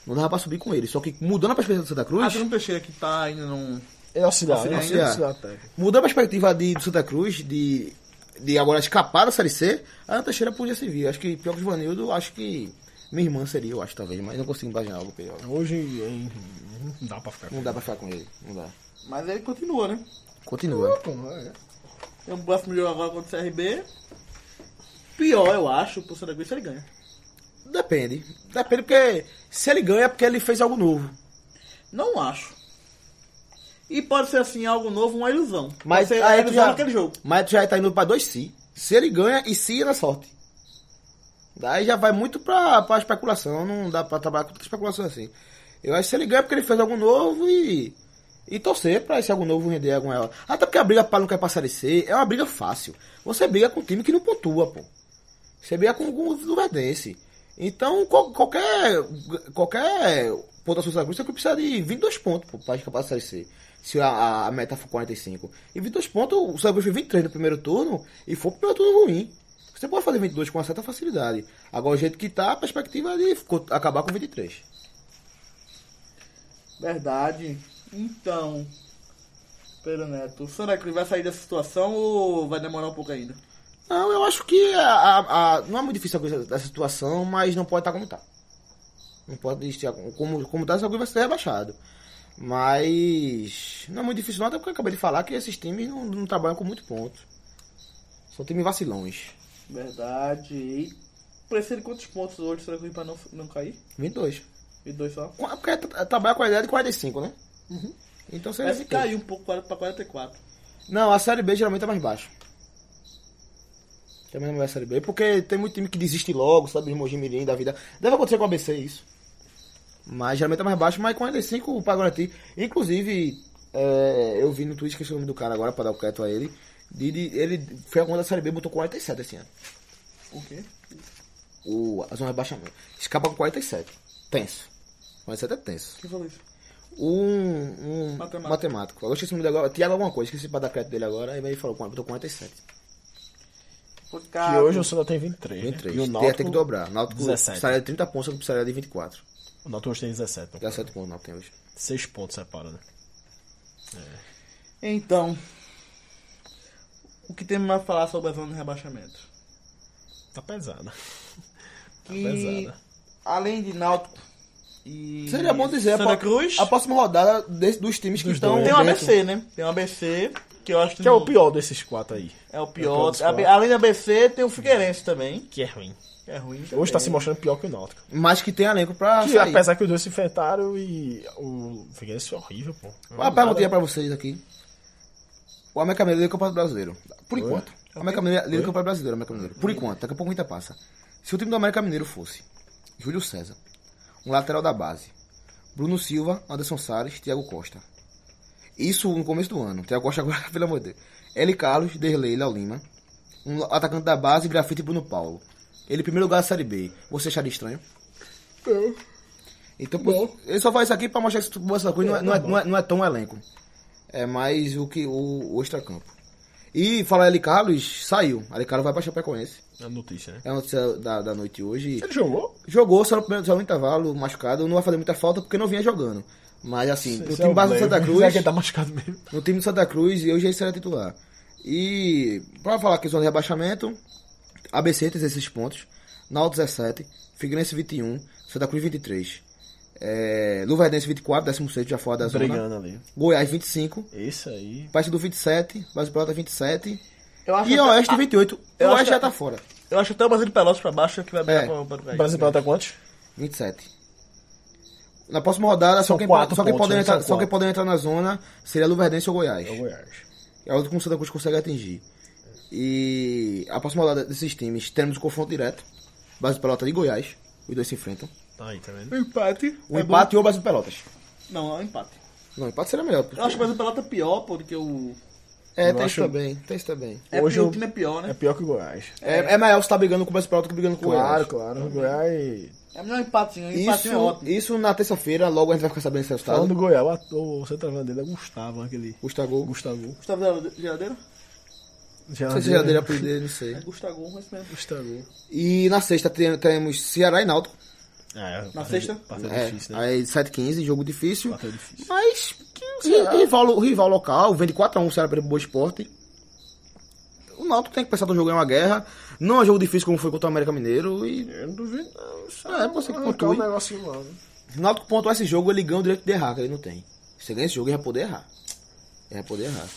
Não dava pra subir com ele. Só que mudando a perspectiva do Santa Cruz. Adriano Teixeira que tá assim, ainda não. É auxiliar, é Auxiliar, auxiliar. auxiliar. auxiliar técnico. Mudando a perspectiva de, do Santa Cruz, de, de agora escapar da Série C, a Ana Teixeira podia servir. Acho que pior que o Vanildo, acho que minha irmã seria, eu acho, talvez, mas não consigo imaginar algo pior. Hoje hein, não dá pra ficar com Não dá pra ficar com ele, não dá. Mas ele continua, né? Continua. Tem um próximo jogo agora contra o CRB. Pior, eu acho, pro Santa Cruz se ele ganha. Depende. Depende porque se ele ganha é porque ele fez algo novo. Não acho. E pode ser assim, algo novo, uma ilusão. Mas pode ser a aí tu ilusão já- naquele jogo. Mas tu já tá indo pra dois si. Se ele ganha e se na sorte. Daí já vai muito pra, pra especulação. Não dá pra trabalhar com tanta especulação assim. Eu acho que se ele ganha é porque ele fez algo novo e. E torcer pra esse algo novo render alguma. Até porque a briga pra não quer passar de ser é uma briga fácil. Você briga com um time que não pontua, pô. Você briga com, com o Luverdense. Então, qual- qualquer, qualquer ponto da Santa Cruz, você precisa de 22 pontos pô, pra escapar da Série C. Se a- a, a meta for 45. E 22 pontos, o Santa Cruz fez 23 no primeiro turno e foi pro primeiro turno ruim. Você pode fazer 22 com uma certa facilidade. Agora, o jeito que tá, a perspectiva é de co- acabar com 23. Verdade. Então, Pedro Neto, o Santa Cruz vai sair dessa situação ou vai demorar um pouco ainda? Não, eu acho que a, a- a- não é muito difícil a coisa da situação, mas não pode estar como está. Não pode estar como como está, essa coisa vai ser rebaixado. Mas não é muito difícil não, até porque eu acabei de falar que esses times não, não trabalham com muito ponto. São times vacilões. Verdade. E precisa de quantos pontos hoje o Santa Cruz pra não, não cair? 22. E dois só? Com- Porque tra- trabalha com a ideia de 45, né? Então seria Deve 22. cair um pouco pra 44. Não, a Série B geralmente é mais baixa. Também não é a Série B, porque tem muito time que desiste logo, sabe? Os Mojimirim da vida. Deve acontecer com o ABC isso. Mas geralmente é mais baixo, mas 45 pra garantir. Inclusive, é, eu vi no Twitch, que é o nome do cara agora, pra dar o crédito a ele. de- de- ele foi a da Série B e botou 47 esse ano. Por quê? O, a zona de rebaixamento. Escapa com 47. Tenso. 47 é tenso. Quem falou isso? Um, um Matemático. matemático. Agora eu esqueci o nome dele agora. Tiago alguma coisa, esqueci pra dar crédito dele agora. E ele falou, "Pô, botou 47. Por E Ah, causa- hoje o Santa tem 23. né? 23. E o Tem- Náutico tem que dobrar. O Náutico 17. precisaria de 30 pontos, só que precisaria de 24. O Náutico hoje tem 17. Então, 17 pontos o Náutico tem hoje. 6 pontos separa, né? Então, o que temos mais a falar sobre a zona de rebaixamento? Tá pesada. Que, pesada. além de Náutico e Seria bom dizer, Santa a, pro- Cruz, a próxima rodada desse- dos times que Dos estão. dois. tem o dentro. ABC, né? Tem o ABC, que eu acho que, Que é o não- pior desses quatro aí. É o É o pior. pior dos quatro. A- Além do ABC, tem o Figueirense também. Que é ruim. que É ruim. também. Hoje tá se mostrando pior que o Náutico. Mas que tem elenco pra. Que, sair. apesar que os dois se enfrentaram e o Figueirense foi horrível, pô. Uma perguntinha pra vocês aqui. O América Mineiro é campeão brasileiro. Por enquanto. O América Mineiro é campeão brasileiro, o América Mineiro. Por enquanto, daqui a pouco muita passa. Se o time do América Mineiro fosse Júlio César, um lateral da base, Bruno Silva, Anderson Salles, Thiago Costa. Isso no começo do ano. Thiago Costa agora, pelo amor de Deus. L. Carlos, Derlei, Léo Lima. Um atacante da base, Grafite e Bruno Paulo. Ele em primeiro lugar da Série B. Você acharia estranho? Então, pô, ele só faz isso aqui pra mostrar que essa coisa não é, não é, não é- não é tão elenco. É mais o que o, o extracampo. E falar L. Carlos, saiu. L. Carlos vai pra Chapecoense. É notícia, né? É a notícia da, da noite hoje. Ele jogou? Jogou, só no primeiro só no intervalo, machucado. Não vai fazer muita falta porque não vinha jogando. Mas assim, no time base do Santa Cruz. É que ele tá machucado mesmo. No time do Santa Cruz, eu já seria titular. E pra falar que zona de rebaixamento, um, ABC tem 16 pontos, Náutico 17, Figueirense 21, Santa Cruz 23. É, Luverdense 24, 16 já fora da zona. brigando ali. Goiás 25. Esse aí. Paysandu 27. Brasil Pelota 27. Eu acho E até- Oeste 28. O eu acho Oeste já que- tá fora. Eu acho até o Brasil de Pelotas pra baixo que vai brigar É. pra, pra brigar. Brasil Pelota quantos? 27. Na próxima rodada, São só, quem, quatro só, quem pontos, pode né? entrar, São só quem quatro. pode entrar na zona seria Luverdense ou Goiás. É o Goiás. É outro que o Santa Cruz consegue atingir. E a próxima rodada desses times, teremos o confronto direto. Brasil de Pelotas e Goiás. Os dois se enfrentam. Tá aí, tá vendo? O empate. O empate ou o Brasil de Pelotas. Não, é um empate. Não, o empate seria melhor. porque- Eu acho que o Brasil de Pelotas é pior, porque o. É, eu tem acho- isso também. Tem isso também. É Hoje pior, eu- o time é pior, É né? pior que o Goiás. É, é maior você tá brigando com o Brasil de Pelotas que brigando com o Goiás. Claro, claro. O Goiás. É melhor um empatezinho. Um Isso, empatezinho é ótimo. isso na terça-feira, logo a gente vai ficar sabendo esse Falando resultado. do Goiás, o ator, o centroavante dele é Gustavo, aquele. Gustavo. Gustavo. Gustavo Gelade- Geladeira? Não sei se já dele a apelido dele, não sei. É Gustavo, mas mesmo. Gustavo. E na sexta tem- temos Ceará e Náutico. É, Na sexta? Partida É, difícil, né? aí 7-15, jogo Tá difícil. Partida difícil. Mas que o Ceará- rival, o rival local, vende 4x1 o Ceará pelo Boa Esporte. O Náutico tem que pensar que o jogo é uma guerra. Não é um jogo difícil como foi contra o América Mineiro. E Eu não duvido, não. Isso Ah, é você que arrancar pontui. um negocinho lá, né? o Náutico pontuar esse jogo, ele ganha o direito de errar, que ele não tem. Se ele ganha esse jogo, ele vai poder errar. Ele vai poder errar.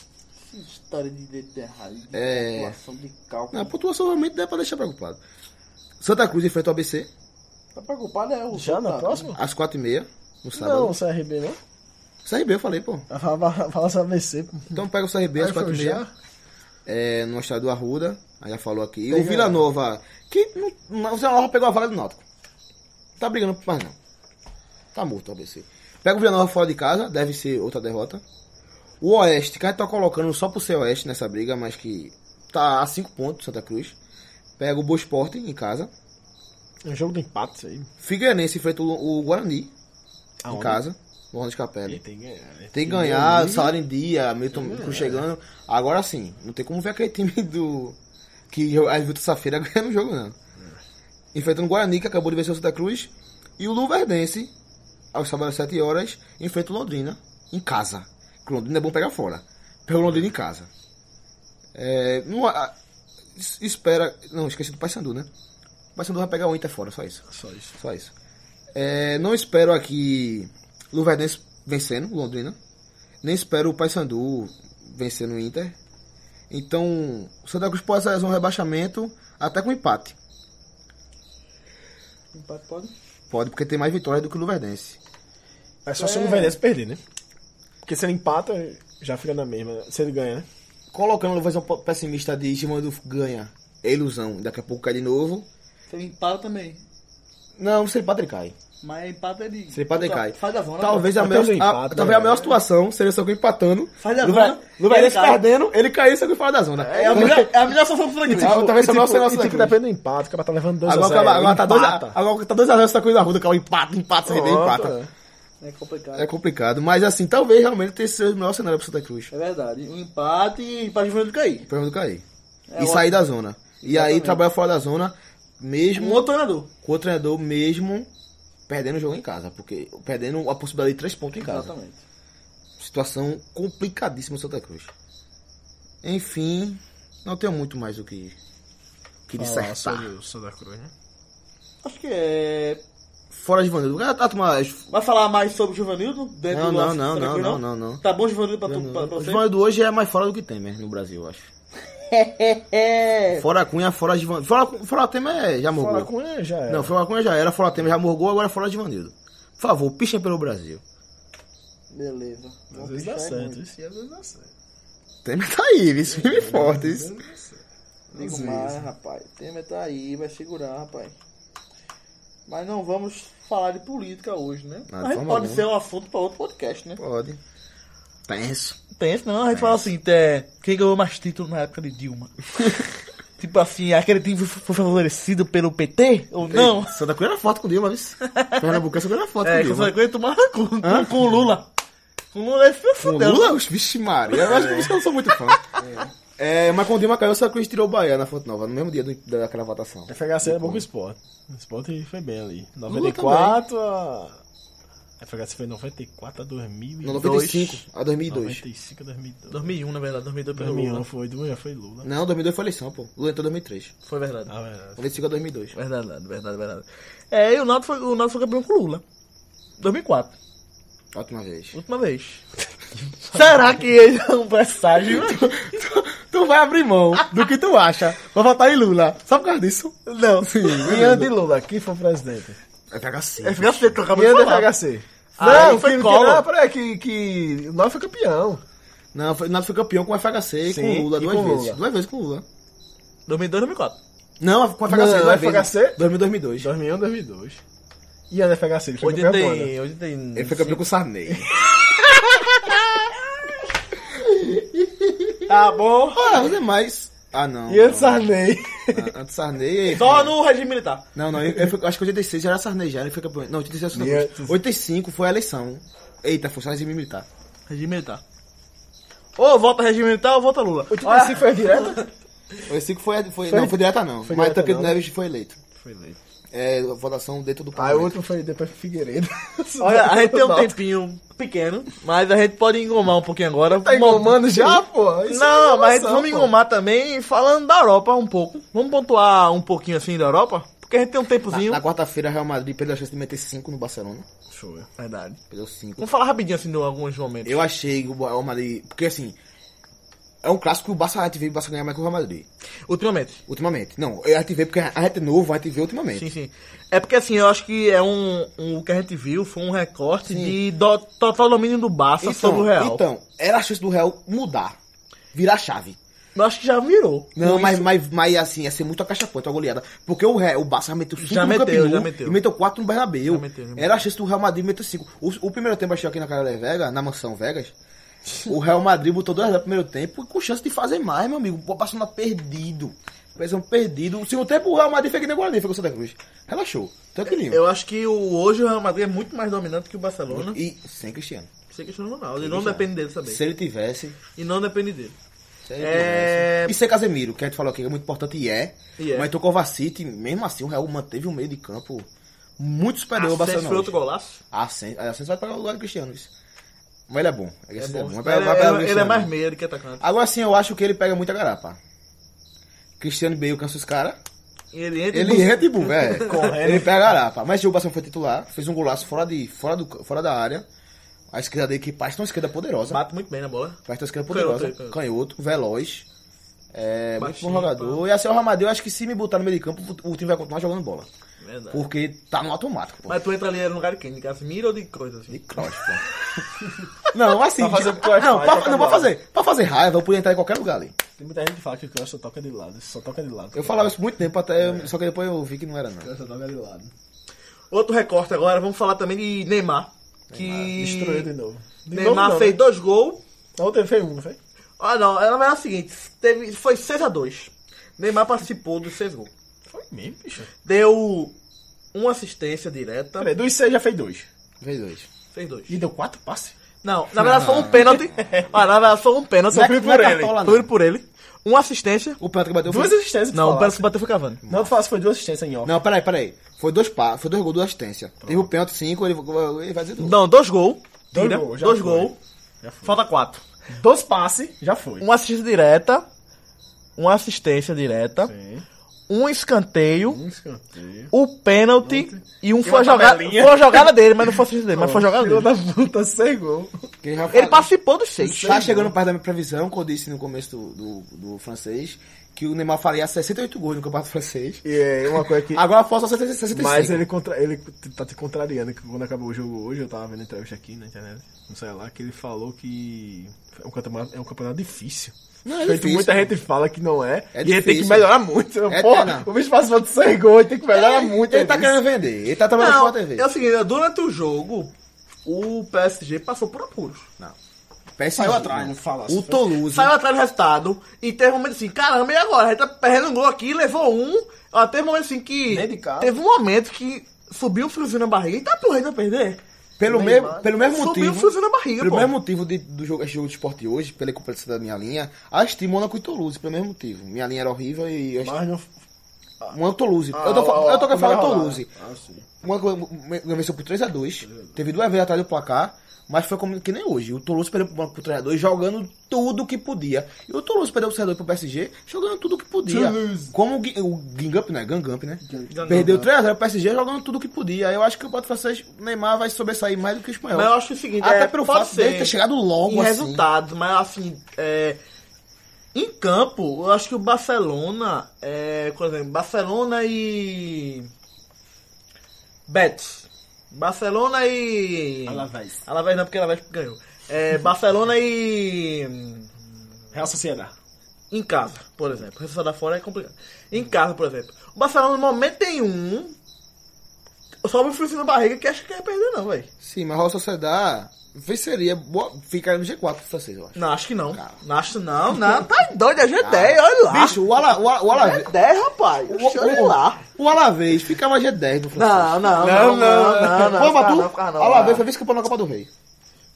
Que história de dedo errado. De É. calculação, de cálculo. Não, a pontuação realmente dá pra deixar preocupado. Santa Cruz enfrenta o ABC Tá preocupado é o. Já na resultado, né? próxima? às 4h30 no sábado. Não, o CRB não. CRB, eu falei, pô. Fala- Fala se AVC. pô. Então pega o CRB Aí às foi 4h30. já? é, no estádio do Arruda, aí já falou aqui. E o Pega- Vila Nova, que não, não- o Vila Nova pegou a vaga do Náutico. Tá brigando mais não. Tá morto o ABC. Pega o Vila Nova fora de casa, deve ser outra derrota. O Oeste, que a gente tá colocando só pro ser Oeste nessa briga, mas que tá a 5 pontos, Santa Cruz. Pega o Boa Esporte em casa. É um jogo de empate isso aí. Figueirense enfrenta o, o Guarani em Aonde? casa, no Ronald Capelli. Ele tem que ganhar. né? Tem que ganhar, salário em dia, Milton Cruz chegando. Agora sim, não tem como ver aquele time do. que jo- aí viu terça-feira ganhando o jogo, não. Enfrentando o Guarani, que acabou de vencer o Santa Cruz. E o Luverdense, aos sábados às 7 horas, enfrenta o Londrina, em casa. Que o Londrina é bom pegar fora. Pega o Londrina em casa. É, não, a- es- espera. Não, esqueci do Paysandu, né? O Paysandu vai pegar o Inter fora, só isso. Só isso. Só isso. É, não espero aqui Luverdense vencendo o Londrina. Nem espero o Paysandu vencendo o Inter. Então, o Santa Cruz pode fazer um rebaixamento até com empate. né? Empate pode. Pode, porque tem mais vitórias do que o Luverdense. É só se o Luverdense perder, né? Porque se ele empata, já fica na mesma. né? Se ele ganha, né? Colocando uma visão pessimista de Gimando ganha, é ilusão. Daqui a pouco cai de novo. Se ele empata também. Não, se ele empata, ele cai. Mas empate é de. Se ele empata, ele cai. Faz a zona. Talvez a Até melhor, o empate, a- né, talvez a melhor velho? situação seria o Santa Cruz empatando. Faz a Luver- zona, Luverdense ele cai. perdendo, ele caiu e saiu fora da zona. É a melhor, é a melhor solução pro Santa Cruz. Ah, talvez E, seja o nosso tipo, negócio e, tipo, da depende do empate, o cara tá levando 2 Agora, a 0 acaba- agora tá 2 a empata. agora tá 2 a 0 essa coisa da Ruda, que é o empate, empate, você vê, empata. Pronto, Ah, É complicado. É complicado, mas assim, talvez realmente tenha sido o melhor cenário pro Santa Cruz. É verdade. Um empate e pra Juventude cair. Pra não cair. É e sair da zona. E aí trabalhar fora da zona, mesmo Um outro treinador. com o treinador, mesmo perdendo o jogo em casa. Porque perdendo a possibilidade de 3 pontos em casa. Exatamente. Situação complicadíssima do Santa Cruz. Enfim, não tenho muito mais o que, o que é. Falar sobre dissertar. o Santa Cruz, né? Acho que é. Fora de Vandu. Ah, tá, turma, Vai falar mais sobre o Juvanildo? Dentro Não, do não, assunto não, Santa Cruz, não, não, não, não. Tá bom, Juvanildo, pra, tu, pra, pra O você? Givan do hoje é mais fora do que Temer no Brasil, eu acho. É, Fora Cunha, fora Givanildo. Fora, fora Temer já morgou. Fora com ele já é. Não, fora Cunha já era, fora Temer já morgou, agora é fora Givanildo. Por favor, pichem pelo Brasil. Beleza. Vamos às vezes dá fechar, hein, certo. mano? Isso é às vezes dá certo. Temer tá aí, vice firme e forte. Isso. Digo mais, rapaz. O Temer tá aí, vai segurar, rapaz. Mas não vamos falar de política hoje, né? Ah, a gente toma pode bom. ser um assunto pra outro podcast, né? Pode. é Penso. Tem esse não, a gente fala assim, é, quem ganhou mais título na época de Dilma? tipo assim, aquele time foi- foi favorecido pelo PT ou não? Ei, Santa Cruz era foto com o Dilma, vice. Pernambucano, Santa Cruz era foto com É, o com Dilma. frequência tomava com, com, com o Lula. Com o Lula ele se Com fudeu. né? Lula, os vixe Maria. Eu acho que por isso que eu não sou muito fã. É, mas quando o Dilma caiu, o Santa Cruz tirou o Bahia na Fonte Nova, no mesmo dia do- daquela votação. FHC era é bom com o Sport. O Sport foi bem ali. 94 a... FHC foi 94 a 2002. No 95 a 2002. 95 a 2002. 2001, na verdade, 2002 pelo 2001 Lula. foi, Dilma já foi Lula. Não, 2002 foi eleição, pô. Lula entrou em 2003. Foi verdade. Ah, verdade. 95 a 2002. É, Verdade, verdade, verdade. É, e o Náutico foi, o Náutico foi campeão com o Lula. 2004. Ótima vez. Última vez. Será que ele é um presságio? Tu vai abrir mão do que tu acha pra votar em Lula. Só por causa disso. Não. Ian de Lula, quem foi presidente? É É FHC. fica cedo que eu acabei Ian de do falar. FHC. Ah, não, ele foi que, que, Collor. não, peraí, que, que o Nova foi campeão. Não, foi, nós foi campeão com o FHC e Sim, com o Lula e duas com o vezes. Lula. Duas vezes com o Lula. 2002, 2004. Não, com o FHC Não, duas vezes. FHC? 2000, 2002. 2001, 2002. Ian do FHC, ele foi Hoje campeão né? quando? tem... Hoje tem... Ele foi campeão com o Sarney. Tá bom. Ah, mas é mais. Ah, não. Ian não. Sarney. Ah, Antes Sarney. Só no regime militar. Não, não, ele- ele foi- acho que 86 já era Sarney já, ele foi campeão. Não, 86 foi Ian- campeão. 85 foi a eleição. Eita, foi só regime militar. Regime militar. Ou volta regime militar ou volta Lula. Olha, 85 foi direto? 85 foi, foi, Não, foi direta não. Foi Mas direta, Tancredo não. Neves foi eleito. Foi eleito. É, votação dentro do Aí Ah, o parlamento. outro foi depois pro Figueiredo. olha, a gente tem um Nota. tempinho pequeno, mas a gente pode engomar um pouquinho agora. Tá engomando já, pô? Isso Não, é mas engomar, vamos pô. engomar também falando da Europa um pouco. Vamos pontuar um pouquinho assim da Europa? Porque a gente tem um na tempozinho. Tá, na quarta-feira, Real Madrid perdeu a chance de meter 5 no Barcelona. Show. Verdade. Perdeu 5. Vamos falar rapidinho assim de alguns momentos. Eu achei que o Real Madrid. Porque assim. É um clássico que o Barça a gente vê o Barça ganhar mais que o Real Madrid. Ultimamente. Ultimamente. Não, a gente vê porque a gente é novo, a gente vê ultimamente. Sim, sim. É porque assim, eu acho que é um, um- o que a gente viu foi um recorte de do- total domínio do Barça sobre o Real. Então, era a chance do Real mudar. Virar a chave. Eu acho que já virou. Não, mas, mas, mas assim, ia ser muito a caixa ponta, a goleada. Porque o, Real, o Barça já meteu 5 Já no meteu, Camp Nou já meteu. e meteu 4 no Bernabéu. Já meteu, já meteu. Era a chance do Real Madrid meter 5. O, o primeiro tempo eu achei aqui na Caralé Vega, na mansão Vegas. O Real Madrid botou 2 no primeiro tempo e com chance de fazer mais, meu amigo. O Barcelona perdido. Pressão perdido. O segundo tempo o Real Madrid fez que nem o Guarani, foi com o Santa Cruz. Relaxou. Tranquilinho. Eu acho que o, hoje o Real Madrid é muito mais dominante que o Barcelona. E sem Cristiano. Sem Cristiano Ronaldo. E não depende dele também. Se ele tivesse. E não depende dele. se ele É. tivesse- E sem né? Casemiro, que a gente falou aqui que é muito importante e é. E é. Mas então Kovacic, mesmo assim, o Real manteve o meio de campo muito superior ao Ascenso Barcelona. foi outro hoje. golaço. Ascenso, é, Ascenso vai pegar o lugar do Cristiano. isso. Mas ele é bom. Ele é, bom. bom. Vai Ele, pegar- vai pegar ele- ele o é Cristiano. mais meia do que atacante. Agora sim, eu acho que ele pega muita garapa. Cristiano Bale cansa os caras. E Ele entra e Ah, Ele busca. entra e bum, velho. Ele pega a garapa. Mas o Barcelona foi titular. Fez um golaço fora, de, fora, do, fora da área. A esquerda dele, que parte uma esquerda poderosa. Bate muito bem na bola. Faz tua esquerda Canhoto, poderosa. canhoto. Canhoto, veloz. É, Baixinho, muito bom jogador. E assim, o Ramadeu, acho que se me botar no meio de campo, o time vai continuar jogando bola. Verdade. Porque tá no automático, pô. É. Mas tu entra ali era no lugar de quem? De Casemiro ou de coisa assim? De cross, pô. não, assim. Pra fazer de- pro Wi-Fi, não, pra, toca não, pra bola. fazer. Pra fazer raiva, eu podia entrar em qualquer lugar ali. Tem muita gente que fala que o Crush só toca de lado. Só toca de lado. Eu falava isso muito tempo, até, É. eu- só que depois eu vi que não era, não. Crush só toca de lado. Outro recorte agora, vamos falar também de Neymar. Que. Destruiu de novo. De Neymar novo, não, fez né? dois gols. A outra fez um, não foi? Ah, não, ela vai a seguinte: teve, foi 6x2. Neymar participou dos seis gols. Foi mesmo, bicho. Deu uma assistência direta, Peraí, dos seis já fez dois. Vez dois. fez dois. E deu quatro passes? Não, na verdade foi um pênalti. Ah, na verdade foi um pênalti. Sofri por ele. Sofri por ele. Uma assistência. O pênalti que bateu Duas foi... assistências, tu Não, o falasse. pênalti que bateu foi cavando. Não, tu falasse, foi duas assistências em off. Não, peraí, peraí. Foi dois pa... foi dois gols, duas assistências. Teve o pênalti, cinco, ele, ele vai dizer tudo. Não, dois gols. Dois Tira. gols, já Dois foi. gols. Já foi. Falta quatro. Dois passes, já foi. Uma assistência direta. Uma assistência direta. Sim. Um escanteio. Um escanteio. O pênalti. E um foi uma a jogada. tabelinha. Foi a jogada dele, mas não foi a assistência dele, mas foi a jogada Filho dele. da puta, sem gol. Porque já Ele falei. participou dos seis. Tá chegando perto da minha previsão, que eu disse no começo do, do, do francês, que o Neymar faria 68 gols no campeonato francês. E é uma coisa que... Agora falta só 65. Mas ele, contra... ele tá te contrariando, que quando acabou o jogo hoje, eu tava vendo entrevista aqui na internet, não sei lá, que ele falou que é um campeonato, é um campeonato Ah, difícil. Não, é Feito difícil, Muita pô. gente fala que não é, É e ele tem que difícil. melhorar muito. É, tá, Porra, não. o bicho passou de 100 gols, É, ele tem que melhorar muito. Ele tá nisso. querendo vender, ele tá trabalhando com Não, a TV. é o seguinte, durante o jogo, o PSG passou por apuros. PSG, Saiu atrás, não mano. fala O assim. Toulouse. Saiu atrás do resultado e teve um momento assim, caramba, e agora? A gente tá perdendo um gol aqui, levou um. Ó, teve um momento assim que. Nem de casa. Teve um momento que subiu o friozinho na barriga. Eita porra, a gente vai perder. Pelo, Neymar. mesmo, pelo mesmo Subiu motivo. o friozinho na barriga, pelo pô. mesmo motivo de- do jogo, esse jogo de esporte hoje, pela competição da minha linha, assisti Mônaco e Toulouse, pelo mesmo motivo. Minha linha era horrível e. eu- Mas não... Um Antoluse. Ah, eu tô, fa- a- a- eu tô a querendo falar primeira rodada. Antoluse. Ah, sim. Uma venceu por 3x2. Teve duas vezes atrás do placar. Mas foi como que nem hoje. O Toulouse perdeu pro pro treinador jogando tudo que podia. E o Toulouse perdeu pro treinador pro PSG jogando tudo que podia. Toulouse. Como o, Gui- o Gingamp, né? Gangamp, né? Gangamp. Perdeu 3x0 pro PSG jogando tudo que podia. Eu acho que o Pato Francês, Neymar vai sobressair mais do que o espanhol. Mas eu acho o seguinte, Até é, pelo pode fato ser dele ter chegado logo em assim. resultados, mas assim, é, em campo, eu acho que o Barcelona, é, por exemplo, Barcelona e Betis. Barcelona e... Alavés. Alavés não, porque Alavés ganhou. É, Barcelona e... Real Sociedade. Em casa, por exemplo. Resultado fora é complicado. Em casa, por exemplo. O Barcelona, no momento, tem um. Sobe o friozinho na barriga que acha que ia perder, não, velho. Sim, mas a Real Sociedade venceria. Boa, ficaria no G4 pro francês, eu acho. Não, acho que não. Cara. Não, acho não, não. Tá doido, é G10, olha lá. Bicho, o, Ala, o, Ala, o, Ala, G10, É, rapaz. o, Olha lá. o, o Alavés ficava G10 do francês. Não, não, não, não, não, não. Pô, mas Cara, tu- não, cara, não. Olha lá, veio, foi vice-campeão na Copa do Rei.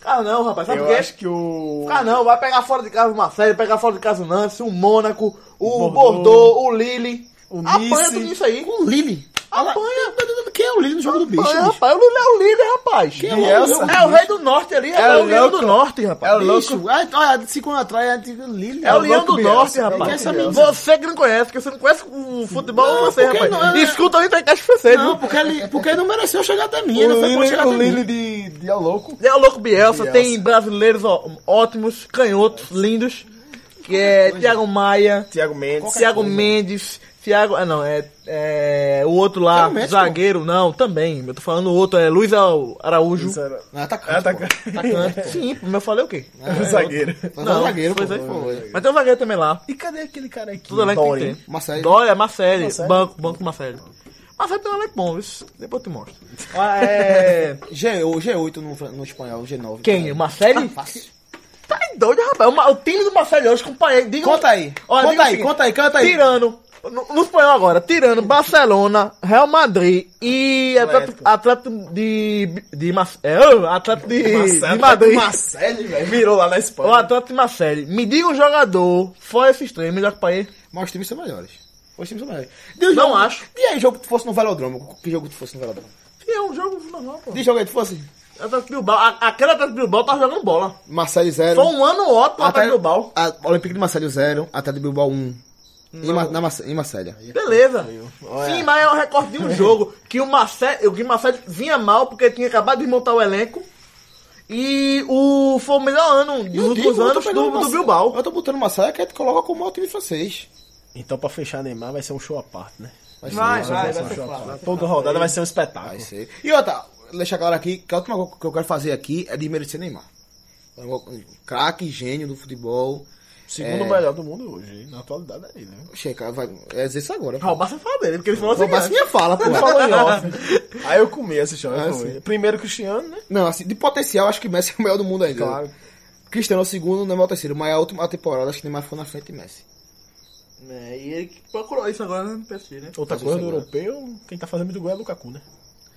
Cara, não, rapaz. Sabe Eu por quê? acho que o. Ah, não, vai pegar fora de casa o Marseille, pegar fora de casa o Nantes, o Mônaco, o Bordeaux. Bordeaux, o Lille. O Apanha Nice. É tudo isso aí. Ah, O Lille. Apanha. Quem é o Lille no jogo do bicho? Apanha, bicho? rapaz. O Lille é o Lille, rapaz. Quem é é, o Lille? o rei do norte ali, rapaz. É o leão do louco. norte, rapaz. É o Bicho, ai, olha, cinco anos atrás, antes do Lille. É o Leão louco do Bielsa, Norte, é o louco rapaz. Bielsa. Você que não conhece, porque você não conhece o futebol francês, porque rapaz. não, é- Escuta o Intercast francês, Não, viu? porque ele, porque ele não mereceu chegar até mim. Ele O não foi um pra Lille, chegar o até mim. Lille de, de Ao Louco. É o louco Bielsa, Bielsa. tem brasileiros ó- ótimos, canhotos, lindos, que é Thiago Maia, Thiago Mendes. Thiago Mendes, Thiago... Ah, não, é, é o outro lá, Thiago Mendes, zagueiro, não, também. Eu tô falando o outro, é Luiz Al- Araújo. Isso era- Não, É, atacante, pô. atacante. Atacante. Sim, mas eu falei o quê? Um zagueiro. É, Mas é um zagueiro, pô. pois é. Mas tem um zagueiro também lá. E cadê aquele cara aqui? Tudo elenco tem que ter. Marcelo. Dória, Marcelo, Marcelo. banco, banco Marcelo. Marcelo tem um elenco bom, isso. Depois eu te mostro. Ah, é... G, o G8 no, fran- no espanhol, G9. Quem? O Marcelo? Fácil. Tá doido, rapaz. O, ma- o time do Marcelo hoje, companheiro. Diga, Conta aí. Olha, conta diga o aí, seguinte, conta aí, canta aí. Tirando. No, no espanhol agora, tirando Barcelona, Real Madrid e Atlético, Atlético de. de Mar- é, ô, Atlético de, de Madrid. Marcelo, velho. Virou lá na Ou Espanha. Atlético de Marseille. Me diga um jogador, fora esses três, melhor que país. Mas os times são melhores. Os times são melhores. Diz Não jogo- acho. E aí, jogo que tu fosse no Velodromo? Que jogo que tu fosse no Velodromo? É um jogo normal, pô. Diz jogo aí que tu fosse. Atlético de Bilbao. a- Aquele Atlético de Bilbao tava jogando bola. Marseille 0. Foi um ano ótimo até Até- o Bilbao. A Olympique de Marseille 0, até de Bilbao 1. Em, Ma- na Marse- em Marselha. Beleza. Sim, mas é um recorde de um jogo que o Marcelo, que o Marcelo vinha mal porque tinha acabado de montar o elenco. E o foi o melhor ano dos Eu digo, últimos eu tô anos do, pegando do Marse- Bilbao. Eu tô botando Marselha que aí tu coloca como o time francês. Então, pra fechar Neymar, vai ser um show à parte, né? Mas Vai, sim, vai, ser vai um ser jogo. claro. Toda rodada vai ser um Vai espetáculo. ser. E outra, deixa claro aqui que a última coisa que eu quero fazer aqui é desmerecer Neymar. É um Craque, gênio do futebol. Segundo É. melhor do mundo hoje. Na atualidade é ele, né? Checa, vai. É dizer isso agora. Roubar essa fala dele, porque ele falou assim. Roubasse minha fala, pô. Falou em off. Aí eu comi esse show. Ah, eu comi. Primeiro Cristiano, né? Não, assim, de potencial, acho que Messi é o melhor do mundo ainda. Claro. Cristiano é o segundo, Neymar é o terceiro. Mas a última temporada, acho que Neymar ficou na frente de Messi. É, e ele que procurou isso agora no PSG, né? Outra Mas coisa do isso agora. europeu, quem tá fazendo muito gol é Lukaku, né?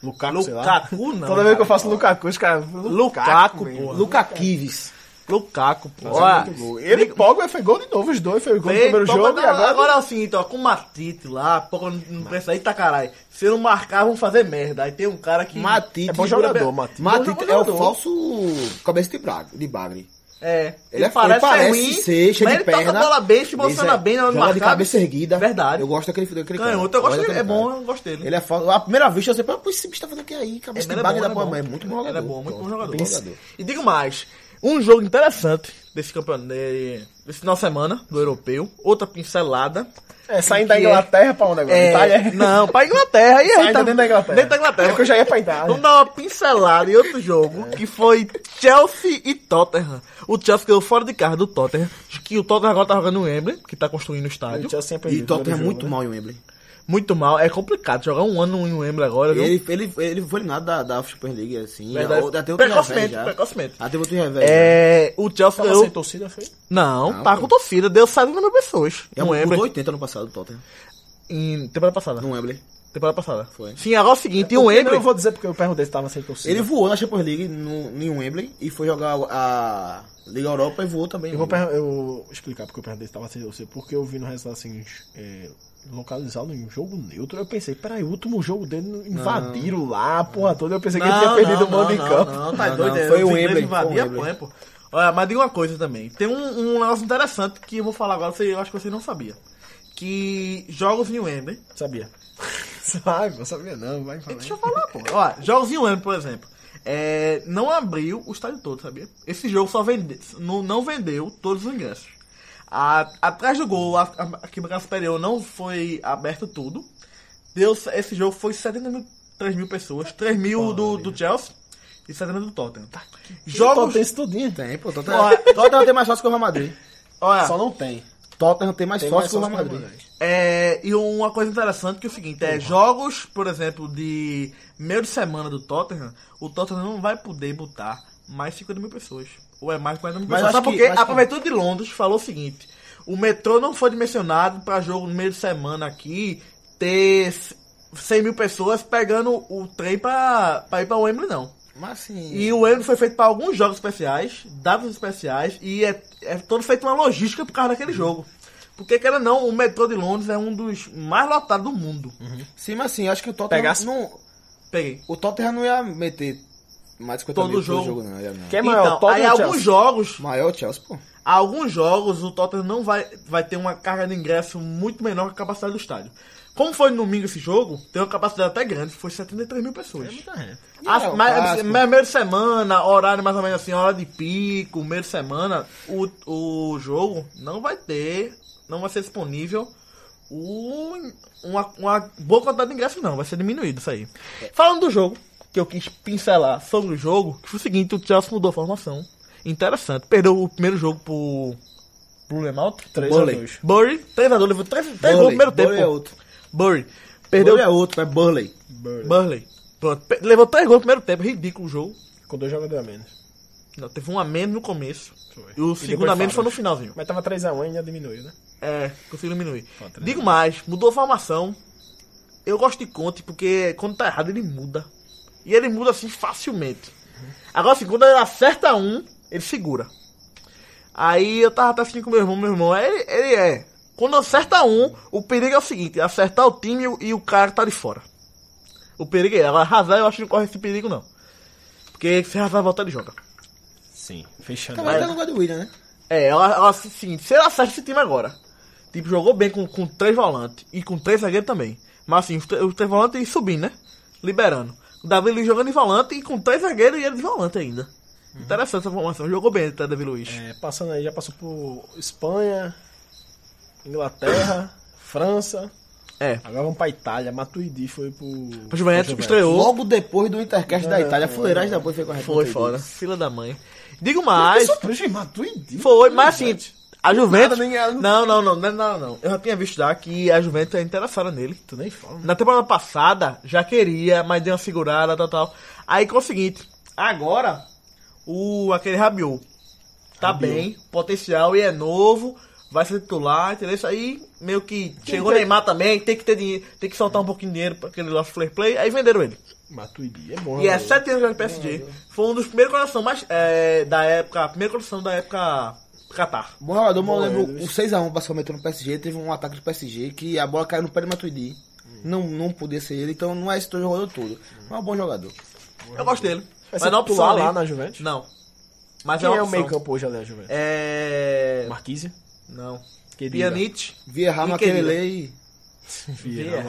Lukaku, sei lá. Lukaku não. Toda vez que cara. eu faço Lukaku, os caras... "Hum, Lukaku, mesmo. porra. Luca Kivis. Lukaku, pô. Fazendo Olha, muito gol. Ele e Pogba foi gol de novo, os dois. Foi gol no Ei, primeiro toma, jogo e não, agora... é o seguinte, ó, com o Matite lá, pô, não- não precisa eita tá caralho. Se não marcar, vão fazer merda. Aí tem um cara que. Matite. É bom segura jogador, bem- Matite. Matite Bom é o jogador. falso cabeça de, braga, de bagre. É. Ele, é, parece, ele parece ser, cheio mas de ele toca perna. a bola bem, se Ele posiciona é- bem na hora de joga de marcar. cabeça erguida. Verdade. Eu gosto daquele, daquele cara. Canhoto, eu gosto gosto dele, é daquele bom, cara. eu gosto dele. Ele é falso. À primeira vista, eu sempre, pô, esse bicho tá fazendo o que aí? Cabeça Ele de é bagre bom, da ele porra, mas é muito bom jogador. Ele é bom, muito bom jogador. Bom jogador. E digo mais, um jogo interessante desse campeonato, de- desse final de semana, do europeu, outra pincelada. É, saindo da Que é- Inglaterra pra onde agora? É, tá Itália? Não, então, pra Inglaterra. E aí, tá Sai dentro da Inglaterra. Dentro da Inglaterra. É que eu já ia pra Itália. Vamos dar uma pincelada em outro jogo, É. que foi Chelsea e Tottenham. O Chelsea quedou fora de casa do Tottenham, que o Tottenham agora tá jogando o Emblem, que tá construindo o estádio. O Chelsea sempre E Tottenham é primeiro muito jogo, né? mal em Wembley. Muito mal, é complicado jogar um ano em Wembley agora, viu? É Ele, ele, ele foi eliminado da, da Super League, assim. Verdade. ou- Até outro Precocemente, revés já. precocemente. Até outro revés. já. É, o Chelsea Tava sem ganhou. torcida, foi? Não, Não, tá pô. com torcida, deu 70 mil pessoas É no um Emblem. 80 no passado, Tottenham. em temporada passada. No Wembley. Temporada passada. Foi. Sim, agora é o seguinte, e o Eu Wembley... não vou dizer porque eu perguntei se tava sem torcida. Ele voou na Champions League no, em Wembley e foi jogar a Liga Europa e voou também. Eu vou, per- eu vou explicar porque eu perguntei se tava sem torcida. Porque eu vi no resultado assim, é, localizado em jogo neutro. Eu pensei, peraí, o último jogo dele não- invadiram lá, a porra toda. Eu pensei que ele tinha perdido o mando em campo. Não, tá Não, doido. não, é, os foi o ingleses Wembley, invadiam foi o a Wembley. Espanha, pô. Olha, mas diga uma coisa também. Tem um, um negócio interessante que eu vou falar agora, você- eu acho que você não sabia. Que jogos em Wembley... Sabia. Sabe, não sabia não, vai falar. Deixa eu falar, pô. Ó, jogos em Wembley, por exemplo. É, não abriu o estádio todo, sabia? Esse jogo só vendeu, não, não vendeu todos os ingressos. A- atrás do gol, a, a, a arquibancada superior não foi aberto tudo. Deu, esse jogo foi 73 mil pessoas, 3 mil do, do Chelsea e 70 do Tottenham. Jogos... Jogos. Tem isso tudinho. Tem, pô. Tottenham, Tottenham tem mais sócio que o Real Madrid. Olha, Só não tem. Tottenham tem mais Tem sócio mais que o Real sócio que Madrid. o Real Madrid. É, e uma coisa interessante que é o seguinte, é jogos, por exemplo, de meio de semana do Tottenham, o Tottenham não vai poder botar mais 50 mil pessoas. Ou é mais 40 mil Mas pessoas. Sabe acho por que- quê? acho que- A Prefeitura de Londres falou o seguinte, o metrô não foi dimensionado para jogo no meio de semana aqui ter 100 mil pessoas pegando o trem para ir para Wembley, não. Mas assim. E o Wembley foi feito para alguns jogos especiais, datas especiais, e é, é todo feito uma logística por causa daquele jogo. Porque, queira ou não, o metrô de Londres é um dos mais lotados do mundo. Sim, mas assim, acho que o Tottenham. Pegasse- Não, Peguei. o Tottenham não ia meter mais de 50 Todo mil jogo. todo jogo, não. Ia, não. Quem é maior, então, Tottenham aí ou alguns Chelsea? jogos, Maior o Chelsea, pô. alguns jogos, o Tottenham não vai, vai ter uma carga de ingresso muito menor que a capacidade do estádio. Como foi no domingo esse jogo, tem uma capacidade até grande, foi 73 mil pessoas. As- É, o mas- clássico. mas meio de semana, horário mais ou menos assim, hora de pico, meio de semana, o, o jogo não vai ter, não vai ser disponível um- uma, uma boa quantidade de ingressos, não. Vai ser diminuído isso aí. Falando do jogo, que eu quis pincelar sobre o jogo, que foi o seguinte, o Chelsea mudou a formação. Interessante. Perdeu o primeiro jogo pro... Pro Lemalto? 3x2. Bury, 3x2, levou 3 gols no primeiro tempo. Burley é outro. Bury. Perdeu Perdeu é outro, é Burley. Burley. Pronto. Pe- Levou três gols no primeiro tempo. Ridículo o jogo. Com dois jogadores a menos. Não, teve um a menos no começo. Foi. E o E segundo depois a menos foi no Fábio. finalzinho. Mas tava 3x1 e já diminuiu, né? É, conseguiu diminuir. Foi três a Digo mais, mudou a formação. Eu gosto de Conte porque quando tá errado ele muda. E ele muda assim facilmente. Agora assim, quando ele acerta um, ele segura. Aí eu tava até assistindo com meu irmão, meu irmão, ele, ele é. Quando acerta um, o perigo é o seguinte, é acertar o time e o- e o cara tá de fora. O perigo é ele. Agora Hazard eu acho que não corre esse perigo não. Porque se Hazard voltar ele joga. Sim. Fechando. Talvez até no lugar do William, né? É, ela, ela assim, se ela acerta esse time agora. Tipo, jogou bem com, com três volantes e com três zagueiros também. Mas assim, os, tre- os três volantes subindo, né? Liberando. O Davi Luiz jogando de volante e com três zagueiros e ele de volante ainda. Uhum. Interessante essa formação. Jogou bem até Davi Luiz. É, passando aí, já passou por Espanha, Inglaterra, França. É. Agora vamos pra Itália. Matuidi foi pro. O Juventus estreou. Logo depois do Intercast da Itália, fuleiragem depois foi com a gente. Foi fora. Fila da mãe. Digo mais. Surpresa, Matuidi? Foi, mas assim, a Juventus. Nada, nem ela é não- Não, não, não, não, é nada, não. Eu já tinha visto já que a Juventus é interessada nele. Tu nem fala. né? Na temporada passada, já queria, mas deu uma segurada, tal, tal. Aí com o seguinte, agora, o aquele Rabiot tá bem, potencial e é novo, vai ser titular, entendeu? Isso aí, meio que chegou o Neymar também, tem que ter dinheiro, tem que soltar um pouquinho de dinheiro pra aquele nosso flare play, aí venderam ele. Matuidi é bom. E é jogador. sete anos já de PSG, foi um dos primeiros coração mais, é, da época, primeiro coração da época Qatar. Bom jogador, mas eu lembro Luiz. o 6x1 basicamente no PSG, teve um ataque do PSG que a bola caiu no pé de Matuidi. Não, não podia ser ele, então não é esse teu jogador todo. Mas é um bom jogador. Eu gosto dele. Vai Mas ser não é opção titular lá ali. na Juventus? Não. Mas Quem é uma é o opção. meio campo hoje ali da Juventus? É... Marquise? Não. Querida. Pjanic, Vieira, E Maquelele e... Vieira,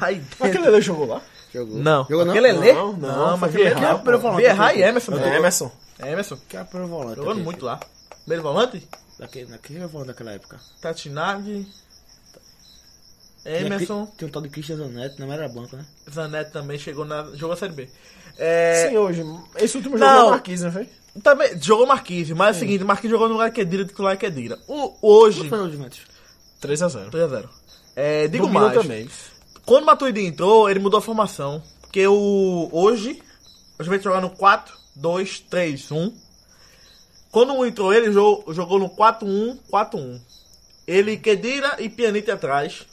Raiden. Aquele ali jogou lá? Jogou. Não. Jogou não? Aquele Lelê? Não, não, Não, foi mas Vieira. Vieira, é pô. Vieira e Emerson. É, Emerson. É, Emerson. Que era primeiro volante. Jogando aquele. muito lá. Primeiro volante? Daquele, daquele volante daquela época. Tatinag. Tinha Emerson. aquele- Tinha um tal de Christian Zanetti, não era banco, né? Zanetti também chegou na... Jogou a Série B. É... Sim, hoje. Esse último jogo Não. é Marquise, não foi? Também, jogou Marquise, mas é o seguinte, Marquise jogou no lugar que é Dira, titular que é Dira. O, hoje, Quanto foi o Juventus? 3x0. 3x0. É, digo Domina mais, também. Quando o Matuidi entrou, ele mudou a formação. Porque o. Hoje, a Juventus jogar no 4, 2, 3, 1. Quando um entrou, ele um, jogou, jogou no 4, 1, 4, 1. Ele, Kedira e Pianite atrás.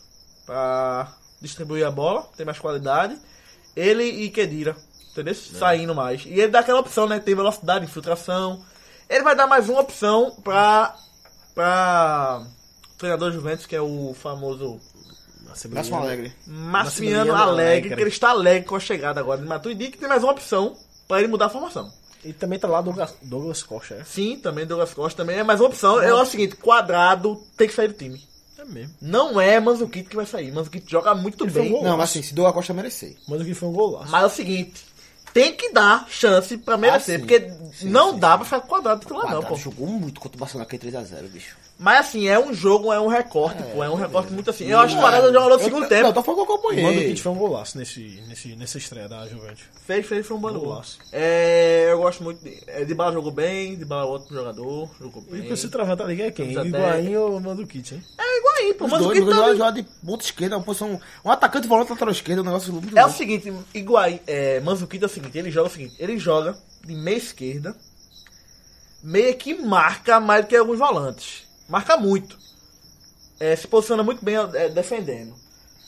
pra distribuir a bola, tem mais qualidade. Ele e Kedira, entendeu? Saindo mais. E ele dá aquela opção, né? Tem velocidade, infiltração. Ele vai dar mais uma opção pra, pra treinador Juventus, que é o famoso Máximo Alegre. Massimiliano Massimiliano Alegre, Alegre. que ele está alegre com a chegada agora de Matuidi, que tem mais uma opção pra ele mudar a formação. E também tá lá Douglas, Douglas Costa, é? Sim, também Douglas Costa também é mais uma opção. É o seguinte, quadrado tem que sair do time. É mesmo. Não é Manzukic que vai sair. Manzukic joga muito Ele bem. foi um gol. Não, mas assim, se dou a Costa merecer. Mas o que foi um golaço. Mas é o seguinte, tem que dar chance pra merecer, sim. porque Sim, não sim, dá sim. pra ficar quadrado titular Ah, não, Quadrado pô. jogou muito contra o Barcelona, que 3x0, bicho. Mas assim, é um jogo, é um recorte, pô, é um recorte muito assim. Eu acho que o Varela jogou no segundo eu, tempo. Não, tô falando que eu O Mano Kit acompanhei. foi um golaço nesse, nesse, nessa estreia da Juventus. Fez, fez, foi um bom gol. Golaço. É, eu gosto muito de... é, Dybala jogou bem, Dybala é outro jogador, jogou E bem. pra se travar, tá ligado? É quem? Vamos até- Higuaín ou Mano Kit, hein? É igual aí, pô. Os Mas o dois, que dois tá... jogadores jogam de ponta esquerda, uma posição. Um atacante volante lateral esquerda, um negócio muito É o louco. seguinte, Higuaín, é, Manzuquita é o seguinte, ele joga o seguinte, ele joga de meia esquerda, meia que marca mais do que alguns volantes. Marca muito. É, se posiciona muito bem é, defendendo.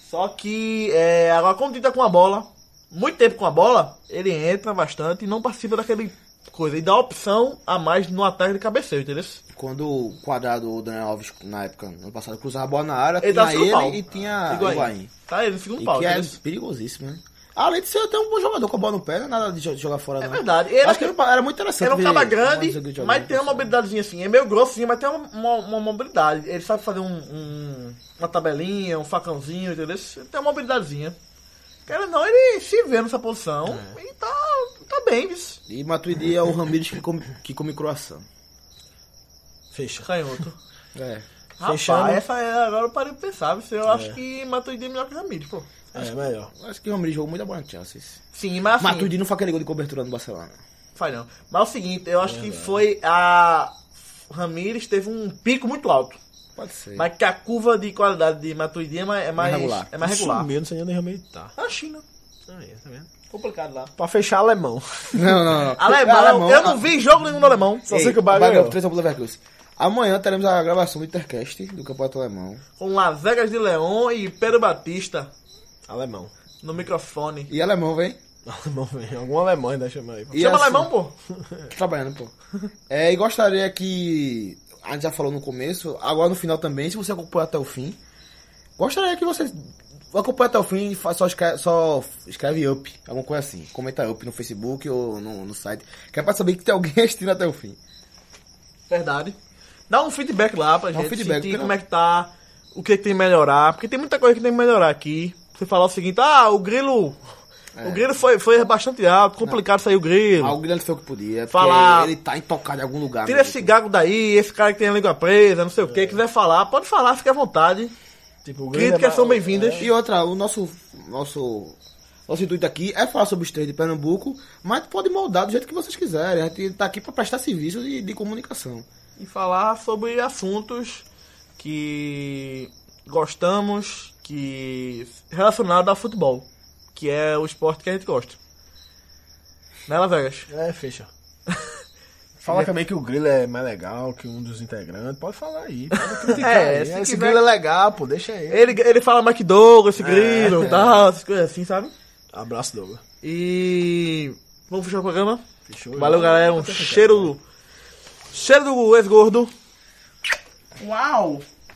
Só que é, agora quando tenta com a bola, muito tempo com a bola, ele entra bastante e não participa daquele coisa. E dá opção a mais no ataque de cabeceio, entendeu? Quando o quadrado o Daniel Alves, na época, no ano passado, cruzava a bola na área, Ele tá tinha no ele pau. e tinha Higuaín. Higuaín. Tá ele no segundo E pau, que é entendeu? perigosíssimo, né? Além de ser até um bom jogador com a bola no pé, não é nada de jo- jogar fora, É não. verdade. Ele- Acho que era era muito interessante. Ele é um ver cara o Manzukic grande, jogando. mas tem uma mobilidadezinha assim. É meio grossinho, mas tem uma, uma- uma mobilidade. Ele sabe fazer um, um- uma tabelinha, um facãozinho, entendeu? Tem uma mobilidadezinha. Cara, não, ele se vê nessa posição e tá, tá bem, bicho. E Matuidi é o Ramires que come, que come croação. Fecha. Canhoto. É. Fechando. Rapaz, essa é, agora eu parei de pensar, bicho. Eu acho que Matuidi é melhor que o Ramires, pô. É, melhor. Acho que o Ramires jogou muito bom no Chelsea. Sim, mas assim... Matuidi não foi aquele gol de cobertura no Barcelona. Faz não. Mas é o seguinte, eu acho que foi a... Ramires teve um pico muito alto. Pode ser. Mas que a curva de qualidade de Matuidi é mais, é mais regular. É mais regular. Sumiu, não sei nem onde tá. Na China. Aí, tá vendo? Complicado lá. Pra fechar, alemão. Não, não, não. Alemão, eu não vi jogo nenhum do alemão. Só sei que o é Bayern ganhou. 3 Leverkusen. Amanhã teremos a gravação do Intercast do Campeonato Alemão. Com Las Vegas de Leão e Pedro Batista Alemão. no microfone. E alemão, vem? Alemão, velho. Algum alemão ainda chama aí. pô. E Chama assim- alemão, pô. É. Trabalhando, pô. É, e gostaria que. A gente já falou no começo, agora no final também, se você acompanhar até o fim. Gostaria que você acompanhe até o fim e fa- só escreve, só escreve up, alguma coisa assim. Comenta up no Facebook ou no, no site. Que é pra saber que tem alguém assistindo até o fim. Verdade. Dá um feedback lá pra Dá um gente. feedback, sentir pelo- como é que tá, o que, que tem que melhorar. Porque tem muita coisa que tem que melhorar aqui. Você falar o seguinte, ah, o grilo. É. O grilo foi, foi bastante alto, complicado sair o grilo. Ah, o Guilherme foi o que podia. porque Falar- Ele tá intocado em algum lugar. Tira meu esse Deus. gago daí, esse cara que tem a língua presa, não sei É. o que, quiser falar, pode falar, fique à vontade. Tipo, o grande Críticas é são ma- bem-vindas. E outra, o nosso, nosso, nosso intuito aqui é falar sobre os três de Pernambuco, mas pode moldar do jeito que vocês quiserem. A gente tá aqui pra prestar serviço de, de comunicação. e falar sobre assuntos que gostamos, que relacionados ao futebol, que é o esporte que a gente gosta. Né, Las Vegas? É, fecha. Fala também que o grilo é mais legal que um dos integrantes. Pode falar aí. Pode criticar É, aí. se Esse quiser- grilo é legal, pô. Deixa aí. Ele, ele fala McDougall, esse grilo e tal, essas coisas assim, sabe? Abraço, Douglas. E. Vamos fechar o programa? Fechou? Valeu, galera. Um Até fechar. cheiro. Cheiro do ex-gordo. Uau!